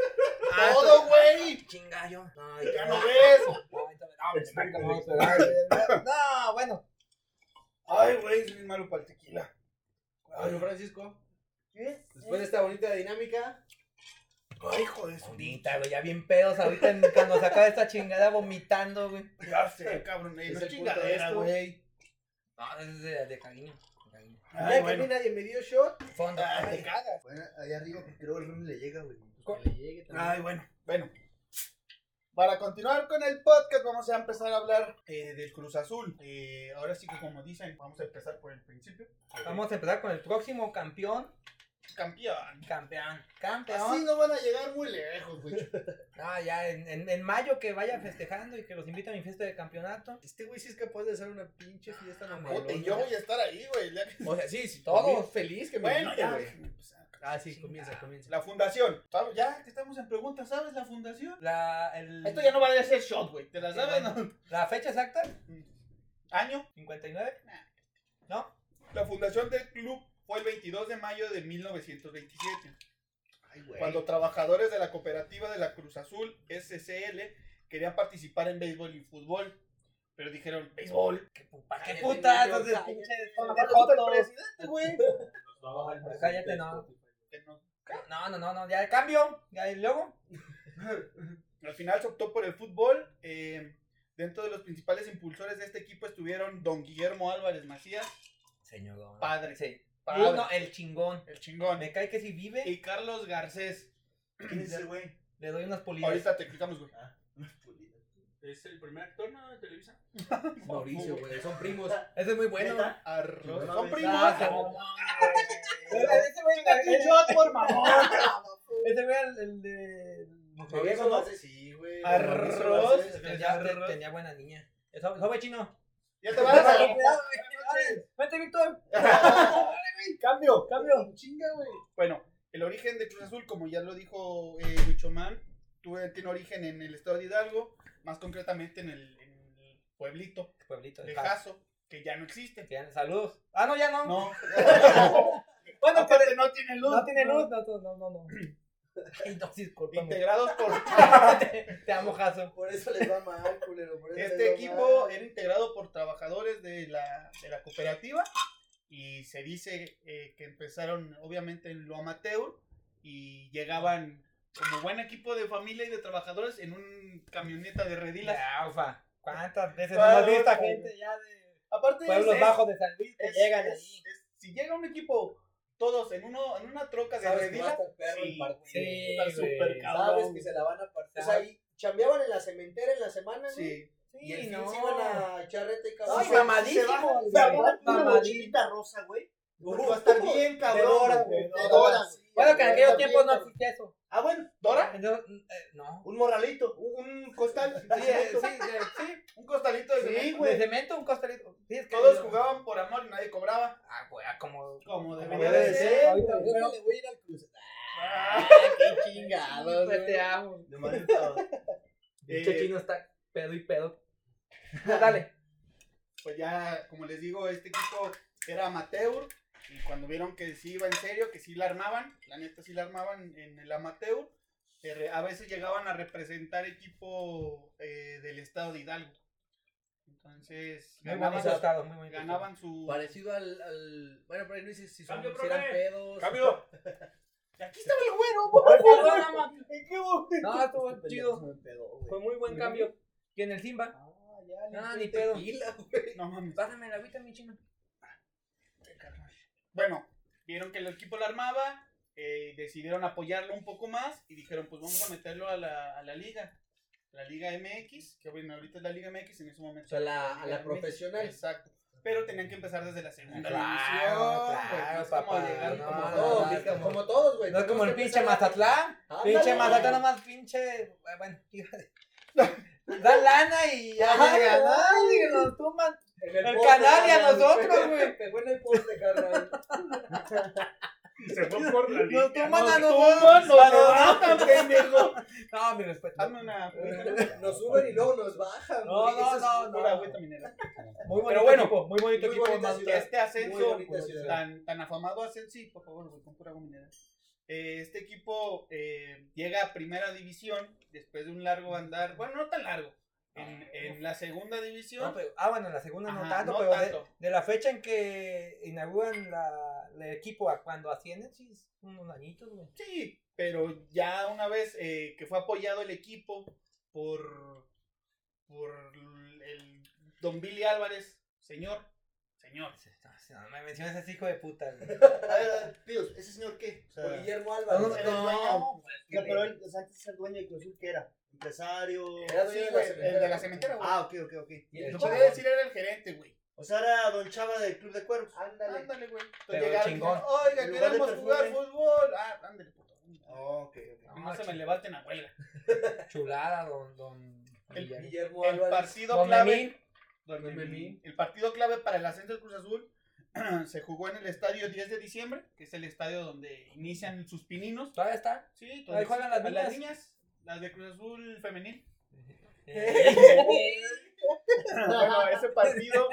[SPEAKER 2] Todo, güey.
[SPEAKER 3] Ah, Chinga yo. No,
[SPEAKER 2] Ya no ves.
[SPEAKER 3] pues, No, bueno.
[SPEAKER 2] Ay, güey, soy bien malo para el tequila.
[SPEAKER 4] Ay, don Francisco. Después de esta bonita dinámica,
[SPEAKER 2] Ay, hijo de su
[SPEAKER 3] Ahorita, güey, ya bien pedos. Ahorita en- cuando se acaba esta chingada vomitando, güey.
[SPEAKER 2] Ya sé, cabrón. eh,
[SPEAKER 4] es
[SPEAKER 2] No es
[SPEAKER 4] el punto de
[SPEAKER 2] chingadera,
[SPEAKER 4] esto.
[SPEAKER 2] güey.
[SPEAKER 3] No, es de, de cariño. de cariño.
[SPEAKER 2] Ay,
[SPEAKER 4] ya
[SPEAKER 2] bueno.
[SPEAKER 4] que a mí nadie me dio shot.
[SPEAKER 3] Fondo.
[SPEAKER 2] Ah, te cagas.
[SPEAKER 6] Bueno, allá arriba, porque creo que el ron le llega, güey.
[SPEAKER 4] Que le llegue
[SPEAKER 3] Ah.
[SPEAKER 4] también.
[SPEAKER 2] Ay, bueno. Bueno. Para continuar con el podcast, vamos a empezar a hablar eh, del Cruz Azul. Eh, ahora sí que, como dicen, vamos a empezar por el principio.
[SPEAKER 3] Vamos a empezar con el próximo campeón.
[SPEAKER 2] Campeón.
[SPEAKER 3] Campeón.
[SPEAKER 6] Así
[SPEAKER 2] Ah,
[SPEAKER 3] Campeón.
[SPEAKER 6] no van a llegar muy lejos, güey.
[SPEAKER 3] Ah, ya en, en- en mayo que vaya festejando y que los invite a mi fiesta de campeonato.
[SPEAKER 4] Este güey sí es capaz de hacer una pinche fiesta nomás.
[SPEAKER 2] Puta, y yo voy a estar ahí, güey. el día que-
[SPEAKER 4] O sea, sí, sí,
[SPEAKER 3] Todos.
[SPEAKER 4] conmigo feliz que me
[SPEAKER 2] Bueno,
[SPEAKER 4] invite,
[SPEAKER 2] ya.
[SPEAKER 4] güey.
[SPEAKER 2] déjame empezar.
[SPEAKER 4] Ah, sí, comienza, comienza.
[SPEAKER 2] La fundación. Vamos, ya que estamos en preguntas, ¿sabes la fundación?
[SPEAKER 3] La, el-
[SPEAKER 2] Esto ya no va a ser shot, güey. ¿Te la
[SPEAKER 3] Sí,
[SPEAKER 2] sabes?
[SPEAKER 3] bueno.
[SPEAKER 2] no?
[SPEAKER 3] ¿La fecha exacta?
[SPEAKER 2] Año.
[SPEAKER 3] 59.
[SPEAKER 2] La fundación del club fue el 22 de mayo de 1927.
[SPEAKER 6] Ay, güey.
[SPEAKER 2] cuando trabajadores de la cooperativa de la Cruz Azul, SCL, querían participar en béisbol y fútbol. Pero dijeron, béisbol.
[SPEAKER 3] ¿Qué puta? pues, ¿Qué
[SPEAKER 4] Cállate,
[SPEAKER 3] puta?
[SPEAKER 4] niño,
[SPEAKER 3] Entonces,
[SPEAKER 4] cállate.
[SPEAKER 3] pinches
[SPEAKER 2] el
[SPEAKER 3] jotos.
[SPEAKER 2] presidente, güey.
[SPEAKER 3] Cállate, no.
[SPEAKER 2] Que no.
[SPEAKER 3] No, no, no, no, ya cambio. Ya, y luego.
[SPEAKER 2] Al final se optó por el fútbol. eh, dentro de los principales impulsores de este equipo estuvieron don Guillermo Álvarez Macías,
[SPEAKER 3] Señor.
[SPEAKER 2] Padre.
[SPEAKER 3] Sí.
[SPEAKER 2] Padre.
[SPEAKER 3] Uno, el chingón.
[SPEAKER 2] el chingón.
[SPEAKER 3] Me cae que si vive,
[SPEAKER 2] Y Carlos Garcés.
[SPEAKER 6] ¿Quién es ese güey?
[SPEAKER 3] le doy unas pulidas.
[SPEAKER 2] Ahorita te explicamos, güey.
[SPEAKER 5] ¿Es el primer actor no, de Televisa?
[SPEAKER 4] Mauricio, güey, son primos.
[SPEAKER 3] Ese es muy bueno.
[SPEAKER 6] ¿Neta?
[SPEAKER 2] Arroz.
[SPEAKER 6] No,
[SPEAKER 2] Son
[SPEAKER 6] no,
[SPEAKER 2] primos.
[SPEAKER 3] Ah, se- Ese güey, ese-
[SPEAKER 2] por favor.
[SPEAKER 3] ese güey, el, el de.
[SPEAKER 4] Mauricio lo hace, sí, güey. Mauricio lo
[SPEAKER 2] Arroz.
[SPEAKER 4] hace.
[SPEAKER 3] Tenía, te- tenía buena niña. Eso, eso fue chino.
[SPEAKER 2] Ya te vas a.
[SPEAKER 3] Cuidado, güey. Vete, Víctor.
[SPEAKER 2] Cambio.
[SPEAKER 3] Cambio.
[SPEAKER 6] Chinga, güey.
[SPEAKER 2] Bueno, el origen de Cruz Azul, como ya lo dijo eh, Huichomán, tuve- tiene origen en el estado de Hidalgo, más concretamente en el, en el pueblito
[SPEAKER 3] Pueblito
[SPEAKER 2] de
[SPEAKER 3] de Paz.
[SPEAKER 2] Jaso, que ya no existe.
[SPEAKER 3] Que ya- Saludos. Ah, no, ya no.
[SPEAKER 2] No,
[SPEAKER 3] Bueno, pero-
[SPEAKER 2] aparte no tiene luz.
[SPEAKER 3] No tiene luz, no, no, no, no. Ay, no, discúlpame.
[SPEAKER 2] Integrados por...
[SPEAKER 3] Te, te amo, Jaso.
[SPEAKER 4] Por eso les va mal, culero. por eso les
[SPEAKER 2] Este
[SPEAKER 4] va
[SPEAKER 2] equipo
[SPEAKER 4] mal.
[SPEAKER 2] era integrado por trabajadores de la, de la cooperativa y se dice eh, que empezaron obviamente en lo amateur y llegaban como buen equipo de familia y de trabajadores en un camioneta de redilas.
[SPEAKER 3] Ya, ufa. ¿Cuántas veces no
[SPEAKER 2] Ah,
[SPEAKER 3] hemos visto a
[SPEAKER 2] bueno.
[SPEAKER 3] gente ya de
[SPEAKER 2] Aparte
[SPEAKER 3] pueblos
[SPEAKER 2] es-
[SPEAKER 3] bajos de San Luis que
[SPEAKER 2] es-
[SPEAKER 3] llegan
[SPEAKER 2] es-
[SPEAKER 3] allí?
[SPEAKER 2] es- si llega un equipo todos en uno, en una troca de
[SPEAKER 4] Sabes que va
[SPEAKER 2] redila.
[SPEAKER 4] a estar perro el
[SPEAKER 5] Sí,
[SPEAKER 4] partido.
[SPEAKER 3] sí.
[SPEAKER 5] Está
[SPEAKER 3] güey.
[SPEAKER 5] súper
[SPEAKER 4] Sabes
[SPEAKER 5] cabrón.
[SPEAKER 4] que se la van a partir. O sea, y chambeaban en la cementera en la semana, güey.
[SPEAKER 2] Sí.
[SPEAKER 4] Y el fin se iban a echar reta y cabrón.
[SPEAKER 3] Ay,
[SPEAKER 4] Sí,
[SPEAKER 3] mamadísimo,
[SPEAKER 4] se bajan,
[SPEAKER 3] güey.
[SPEAKER 4] se bajan
[SPEAKER 2] Una
[SPEAKER 3] Mamadísimo.
[SPEAKER 2] mochilita rosa, güey. Porque
[SPEAKER 4] Uf,
[SPEAKER 2] va a estar bien
[SPEAKER 4] de Dora,
[SPEAKER 2] cabrón.
[SPEAKER 4] güey,
[SPEAKER 2] güey. Dora.
[SPEAKER 4] de Dora, sí.
[SPEAKER 3] Bueno, que en aquellos tiempos no existía eso.
[SPEAKER 2] Ah, bueno, Dora.
[SPEAKER 3] Entonces, eh, no.
[SPEAKER 2] Un morralito, un un costal.
[SPEAKER 3] Sí, eh, sí, eh, sí.
[SPEAKER 2] Un costalito de
[SPEAKER 3] Sí,
[SPEAKER 2] cemento.
[SPEAKER 3] güey. De cemento, un costalito. Sí, es que-
[SPEAKER 2] Todos jugaban por amor y nadie cobraba.
[SPEAKER 3] Ah, güey, ah, como.
[SPEAKER 2] Como debería
[SPEAKER 1] debe
[SPEAKER 2] de
[SPEAKER 1] de
[SPEAKER 2] ser.
[SPEAKER 3] Ahorita,
[SPEAKER 4] Yo
[SPEAKER 3] pero-
[SPEAKER 4] que le voy a ir al cruce.
[SPEAKER 3] Ah, qué chingados. Pues te amo.
[SPEAKER 4] De maldito.
[SPEAKER 3] Pinche
[SPEAKER 2] Eh,
[SPEAKER 3] chino está pedo y pedo. Ah, Dale.
[SPEAKER 2] pues ya, como les digo, este equipo era amateur. Y cuando vieron que sí iba en serio, que sí la armaban, la neta sí la armaban en el amateur, eh, re- a veces llegaban a representar equipo eh, del estado de Hidalgo. Entonces,
[SPEAKER 3] Muy
[SPEAKER 2] ganaban,
[SPEAKER 3] bonito estado, muy bonito.
[SPEAKER 2] ganaban su.
[SPEAKER 4] Parecido al, al. Bueno, pero ahí no dice si son
[SPEAKER 6] Cambio,
[SPEAKER 4] si eran
[SPEAKER 6] profe.
[SPEAKER 4] pedos.
[SPEAKER 6] Cambio.
[SPEAKER 2] Aquí estaba el güero,
[SPEAKER 3] No, estuvo chido.
[SPEAKER 4] Me pedó, güey.
[SPEAKER 3] Fue muy buen cambio. Y en el Simba.
[SPEAKER 4] Ah, ya, le
[SPEAKER 3] Ah,
[SPEAKER 4] puse
[SPEAKER 3] ni pedo.
[SPEAKER 4] tequila, güey.
[SPEAKER 2] No mames.
[SPEAKER 3] Pásame la agüita, mi chino.
[SPEAKER 2] carnal. Bueno, vieron que el equipo la armaba, eh, decidieron apoyarlo un poco más y dijeron, pues vamos a meterlo a la, a la liga, la liga MX, que bueno, ahorita es la liga MX en ese momento.
[SPEAKER 4] O sea, la- a la
[SPEAKER 2] Liga MX.
[SPEAKER 4] profesional.
[SPEAKER 2] Exacto. Pero tenían que empezar desde la segunda
[SPEAKER 4] Claro,
[SPEAKER 2] división, güey, no
[SPEAKER 4] claro,
[SPEAKER 2] es como
[SPEAKER 4] papá.
[SPEAKER 2] llegar
[SPEAKER 4] No,
[SPEAKER 2] como
[SPEAKER 4] no,
[SPEAKER 2] todo,
[SPEAKER 4] no,
[SPEAKER 2] güey,
[SPEAKER 4] como,
[SPEAKER 2] como-
[SPEAKER 4] todos, güey.
[SPEAKER 3] No es como el
[SPEAKER 4] Tenemos
[SPEAKER 3] pinche
[SPEAKER 4] que empezar-
[SPEAKER 3] Mazatlán.
[SPEAKER 4] Ándale,
[SPEAKER 3] Pinche
[SPEAKER 4] güey.
[SPEAKER 3] Mazatlán nomás pinche. eh, Bueno, hija de- Da lana y ya
[SPEAKER 4] Ajá,
[SPEAKER 3] llega.
[SPEAKER 4] güey.
[SPEAKER 3] Ay, que nos toman
[SPEAKER 4] En
[SPEAKER 3] el
[SPEAKER 4] poste,
[SPEAKER 3] canal y a
[SPEAKER 4] carnal,
[SPEAKER 3] nosotros, güey.
[SPEAKER 4] Pegó en el poste, carnal.
[SPEAKER 6] Y se fue por la
[SPEAKER 3] Nos
[SPEAKER 6] línea.
[SPEAKER 3] toman a
[SPEAKER 2] tumban,
[SPEAKER 3] nosotros.
[SPEAKER 2] nos
[SPEAKER 3] a nosotros.
[SPEAKER 2] matan, pendejo.
[SPEAKER 3] No, mi respeto.
[SPEAKER 2] Hazme una
[SPEAKER 4] Nos suben y luego nos bajan.
[SPEAKER 3] No,
[SPEAKER 4] güey.
[SPEAKER 3] no,
[SPEAKER 4] Eso es
[SPEAKER 3] no,
[SPEAKER 4] pura
[SPEAKER 3] no.
[SPEAKER 2] pura agüita minera.
[SPEAKER 3] Muy bonito
[SPEAKER 2] Pero bueno,
[SPEAKER 3] equipo, muy bonito
[SPEAKER 4] muy
[SPEAKER 3] equipo.
[SPEAKER 4] bonita
[SPEAKER 3] más-
[SPEAKER 4] ciudad.
[SPEAKER 2] este
[SPEAKER 4] Muy
[SPEAKER 2] ascenso
[SPEAKER 4] bonita ciudad.
[SPEAKER 2] tan, tan afamado ascenso, sí, por favor, güey, con pura gominera. Eh, este equipo eh, llega a primera división después de un largo andar, bueno, no tan largo, en, en la segunda
[SPEAKER 3] No,
[SPEAKER 2] división.
[SPEAKER 3] pero- ah, bueno, en la segunda no
[SPEAKER 2] Ajá,
[SPEAKER 3] tanto,
[SPEAKER 2] no
[SPEAKER 3] pero de-
[SPEAKER 2] tanto.
[SPEAKER 3] De, la fecha en que inauguran la, el equipo a cuando ascienden, sí, es unos añitos, güey.
[SPEAKER 2] Sí, pero ya una vez eh, que fue apoyado el equipo por, por el don Billy Álvarez, señor, señor.
[SPEAKER 3] No, no me mencionas a ese hijo de puta, güey.
[SPEAKER 2] A ver, a ver, Dios, ¿ese señor qué? O sea,
[SPEAKER 4] Con Guillermo
[SPEAKER 3] No,
[SPEAKER 4] Álvarez.
[SPEAKER 3] no,
[SPEAKER 4] Era el dueño.
[SPEAKER 3] no, pues,
[SPEAKER 7] No, pero
[SPEAKER 3] güey.
[SPEAKER 7] él, o sea, antes era dueño de Cruz Azul, ¿qué era? Empresario.
[SPEAKER 4] Era dueño
[SPEAKER 2] sí,
[SPEAKER 4] de la
[SPEAKER 2] güey,
[SPEAKER 4] cementera.
[SPEAKER 2] el de la cementera, güey.
[SPEAKER 7] Ah, ok, ok, ok.
[SPEAKER 4] Y el
[SPEAKER 2] Lo
[SPEAKER 4] chavo.
[SPEAKER 2] podría
[SPEAKER 3] pues,
[SPEAKER 2] decir era el gerente, güey.
[SPEAKER 7] O sea, era Don Chava del Club de Cuervos.
[SPEAKER 4] Ándale.
[SPEAKER 2] Ándale, güey.
[SPEAKER 3] Pero
[SPEAKER 2] Entonces llegaron y
[SPEAKER 3] chingón.
[SPEAKER 2] dijeron, Oiga,
[SPEAKER 7] En lugar de
[SPEAKER 2] queremos jugar
[SPEAKER 7] perfume.
[SPEAKER 2] fútbol. Ah, ándale, puto.
[SPEAKER 7] Oh, ok, ok.
[SPEAKER 2] No, se me levanten a huelga.
[SPEAKER 3] Chulada, don, don
[SPEAKER 2] El
[SPEAKER 3] Guillermo.
[SPEAKER 4] Guillermo
[SPEAKER 2] El
[SPEAKER 4] Álvarez.
[SPEAKER 2] partido
[SPEAKER 3] Don
[SPEAKER 2] clave.
[SPEAKER 3] Memín,
[SPEAKER 2] Don
[SPEAKER 4] Don
[SPEAKER 2] Memín.
[SPEAKER 4] Memín.
[SPEAKER 2] El partido clave para el ascenso del Cruz Azul se jugó en el estadio 10 de diciembre, que es el estadio donde inician sus pininos.
[SPEAKER 3] todavía está.
[SPEAKER 2] Sí,
[SPEAKER 3] Ahí juegan las
[SPEAKER 2] a
[SPEAKER 3] niñas.
[SPEAKER 2] las niñas, las de Cruz Azul femenil.
[SPEAKER 3] Eh,
[SPEAKER 2] bueno, ese partido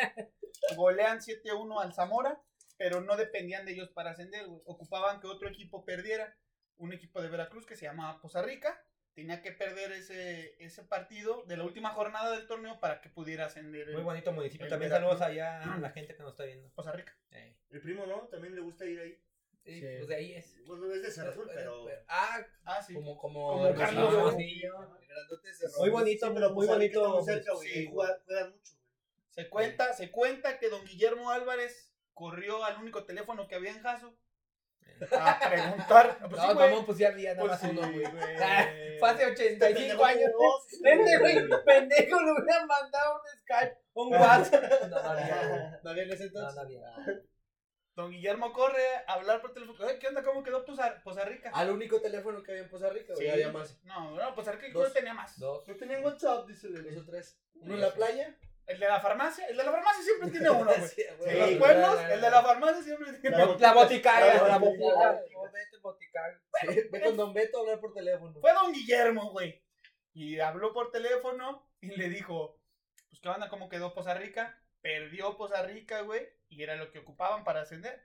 [SPEAKER 2] golean 7-1 al Zamora, pero no dependían de ellos para ascender, güey. Ocupaban que otro equipo perdiera. Un equipo de Veracruz que se llamaba Poza Rica tenía que perder ese, ese partido de la última jornada del torneo para que pudiera ascender
[SPEAKER 3] Muy
[SPEAKER 2] el
[SPEAKER 3] bonito municipio.
[SPEAKER 2] El
[SPEAKER 3] También
[SPEAKER 2] Veracruz.
[SPEAKER 3] saludos allá a la gente que nos está viendo.
[SPEAKER 2] Poza Rica.
[SPEAKER 3] Eh,
[SPEAKER 7] El primo, ¿no? También le gusta ir ahí.
[SPEAKER 3] Sí,
[SPEAKER 4] Sí.
[SPEAKER 3] pues de ahí es.
[SPEAKER 7] Bueno, es de Cerro Azul, pero.
[SPEAKER 3] Ah,
[SPEAKER 2] Ah, sí.
[SPEAKER 4] Como, como,
[SPEAKER 2] Como
[SPEAKER 4] el
[SPEAKER 2] Carlos
[SPEAKER 4] señor,
[SPEAKER 3] Hermosillo.
[SPEAKER 4] el grandote de Cerro.
[SPEAKER 3] muy bonito, pero muy bonito.
[SPEAKER 7] Muy pues, cerca, güey.
[SPEAKER 2] Sí,
[SPEAKER 7] y juega- juegan mucho, güey.
[SPEAKER 2] Se cuenta, se cuenta que don Guillermo Álvarez corrió al único teléfono que había en Jaso a preguntar. Pues sí,
[SPEAKER 3] Eh. no,
[SPEAKER 2] güey.
[SPEAKER 3] mamón, pues ya había nada
[SPEAKER 2] Pues
[SPEAKER 3] más
[SPEAKER 2] sí, Este
[SPEAKER 3] uno, güey.
[SPEAKER 2] güey.
[SPEAKER 3] Ah, Fue hace 85 años.
[SPEAKER 7] No, sí, sí,
[SPEAKER 3] Este güey, pendejo, le hubieran mandado un Skype, un WhatsApp. No, no había.
[SPEAKER 4] ¿No había en
[SPEAKER 3] No,
[SPEAKER 4] ese entonces?
[SPEAKER 3] no había.
[SPEAKER 2] Don Guillermo corre a hablar por teléfono. "Ay, ¿Qué onda? ¿Cómo quedó Poza, Poza Rica?
[SPEAKER 4] Al único teléfono que había en Poza Rica, güey.
[SPEAKER 2] Sí.
[SPEAKER 4] Había más.
[SPEAKER 2] No, no, Poza Rica creo
[SPEAKER 4] Dos.
[SPEAKER 2] que tenía más.
[SPEAKER 3] Dos.
[SPEAKER 7] No tenían WhatsApp, dice
[SPEAKER 4] Dos o tres.
[SPEAKER 3] Sí,
[SPEAKER 4] Uno en la
[SPEAKER 3] sí.
[SPEAKER 4] playa.
[SPEAKER 2] El de la farmacia, el de la farmacia siempre tiene uno, güey.
[SPEAKER 4] Sí, güey.
[SPEAKER 2] En los
[SPEAKER 3] Sí,
[SPEAKER 2] pueblos,
[SPEAKER 3] la, la, la.
[SPEAKER 2] el de la farmacia siempre tiene uno.
[SPEAKER 3] Bo- La boticaria,
[SPEAKER 7] La
[SPEAKER 3] la
[SPEAKER 7] boticaria.
[SPEAKER 3] boticaria. No, vete, boticaria.
[SPEAKER 4] Sí, Ve con Don Beto a hablar por teléfono.
[SPEAKER 2] Fue don Guillermo, güey. Y habló por teléfono y le dijo, pues qué onda, cómo quedó Poza Rica. Perdió Poza Rica, güey. Y era lo que ocupaban para ascender.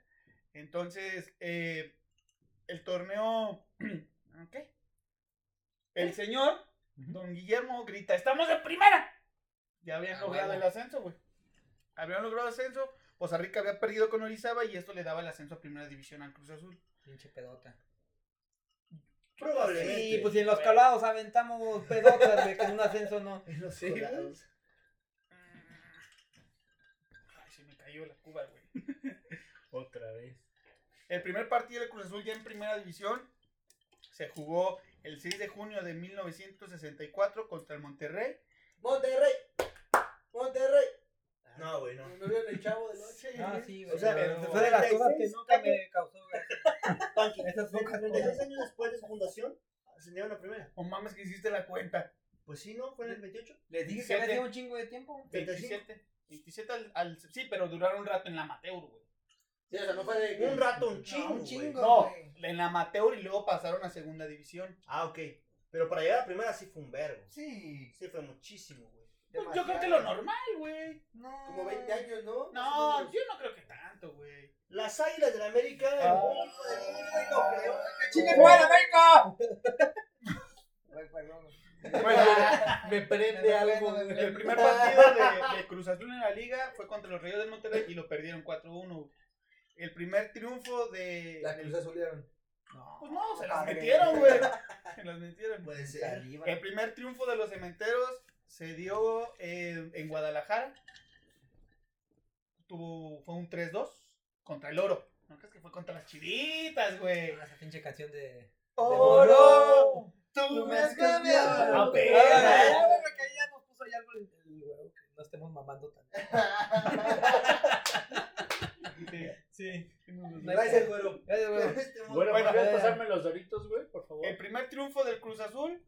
[SPEAKER 2] Entonces, eh, el torneo... ¿ok? El señor, don Guillermo, grita, estamos en primera. Ya habían
[SPEAKER 3] Ah,
[SPEAKER 2] logrado
[SPEAKER 3] bueno.
[SPEAKER 2] el ascenso, güey. Habían logrado ascenso. Poza Rica había perdido con Orizaba y esto le daba el ascenso a primera división al Cruz Azul.
[SPEAKER 3] Pinche pedota.
[SPEAKER 7] Probablemente.
[SPEAKER 3] Sí, pues y en los calados aventamos pedotas, güey, que en un ascenso no.
[SPEAKER 4] Sí, güey.
[SPEAKER 2] Mm. Ay, se me cayó la cuba, güey.
[SPEAKER 6] Otra vez.
[SPEAKER 2] El primer partido del Cruz Azul ya en primera división se jugó el 6 de junio de 1964 contra el Monterrey.
[SPEAKER 4] Monterrey. Monterrey.
[SPEAKER 7] No, güey, no.
[SPEAKER 4] ¿No vieron el chavo de noche?
[SPEAKER 3] Ah, sí, güey.
[SPEAKER 7] O sea,
[SPEAKER 3] pero-
[SPEAKER 7] fue de las cosas que
[SPEAKER 3] nunca me causó gracia.
[SPEAKER 7] Panky,
[SPEAKER 3] Esas pocas
[SPEAKER 7] 36 años después de su fundación, ascendieron a primera.
[SPEAKER 2] O mames que hiciste la cuenta.
[SPEAKER 7] Pues sí, ¿no? Fue en el 28.
[SPEAKER 3] Les dije que
[SPEAKER 2] Siete.
[SPEAKER 3] me dio un chingo de tiempo.
[SPEAKER 2] 27. 27 al, al- Sí, pero duraron un rato en la amateur, güey.
[SPEAKER 4] Sí, o sea, no fue de que-
[SPEAKER 7] Un rato, un
[SPEAKER 3] Ah,
[SPEAKER 7] chingo.
[SPEAKER 3] un
[SPEAKER 7] güey.
[SPEAKER 3] chingo.
[SPEAKER 2] No,
[SPEAKER 3] güey.
[SPEAKER 2] en la amateur y luego pasaron a segunda división.
[SPEAKER 7] Ah, ok. Pero para llegar a primera sí fue un vergo.
[SPEAKER 2] Sí.
[SPEAKER 7] Sí fue muchísimo, güey.
[SPEAKER 2] yo creo que lo normal, güey.
[SPEAKER 3] No.
[SPEAKER 4] Como 20 años, ¿no?
[SPEAKER 2] No, yo no creo que tanto, güey.
[SPEAKER 7] Las Águilas del América, el
[SPEAKER 2] Ah.
[SPEAKER 7] mejor equipo del mundo, no creo.
[SPEAKER 3] ¡Chingue tu madre, América! Güey, perdón.
[SPEAKER 4] me prende
[SPEAKER 3] Me
[SPEAKER 4] algo.
[SPEAKER 3] prende, me
[SPEAKER 4] güey.
[SPEAKER 2] El primer partido de, de Cruz Azul en la liga fue contra los Reyes del Monterrey y lo perdieron 4-1. güey. El primer triunfo de.
[SPEAKER 4] La cruz azulearon.
[SPEAKER 2] Pues no, se las
[SPEAKER 3] Madre.
[SPEAKER 2] metieron, güey. Se las metieron.
[SPEAKER 7] Puede ser.
[SPEAKER 3] Arriba.
[SPEAKER 2] El primer triunfo de los cementeros se dio eh, en Guadalajara. Tuvo, fue un 3-2 contra el oro. No crees que fue contra las chivitas, güey.
[SPEAKER 3] Esa pinche canción de.
[SPEAKER 2] ¡Oro!
[SPEAKER 3] Tú
[SPEAKER 2] ¡Tú
[SPEAKER 3] me has cambiado.
[SPEAKER 2] Ah,
[SPEAKER 3] güey,
[SPEAKER 2] perra.
[SPEAKER 3] que ahí ya nos puso ya algo en el huevo que no estemos mamando tanto. Sí.
[SPEAKER 4] Gracias, güero.
[SPEAKER 3] Gracias, güey.
[SPEAKER 2] Bueno,
[SPEAKER 5] Bueno, ¿podrías
[SPEAKER 3] ya, ya.
[SPEAKER 5] pasarme los doritos, güey, por favor?
[SPEAKER 2] El primer triunfo del Cruz Azul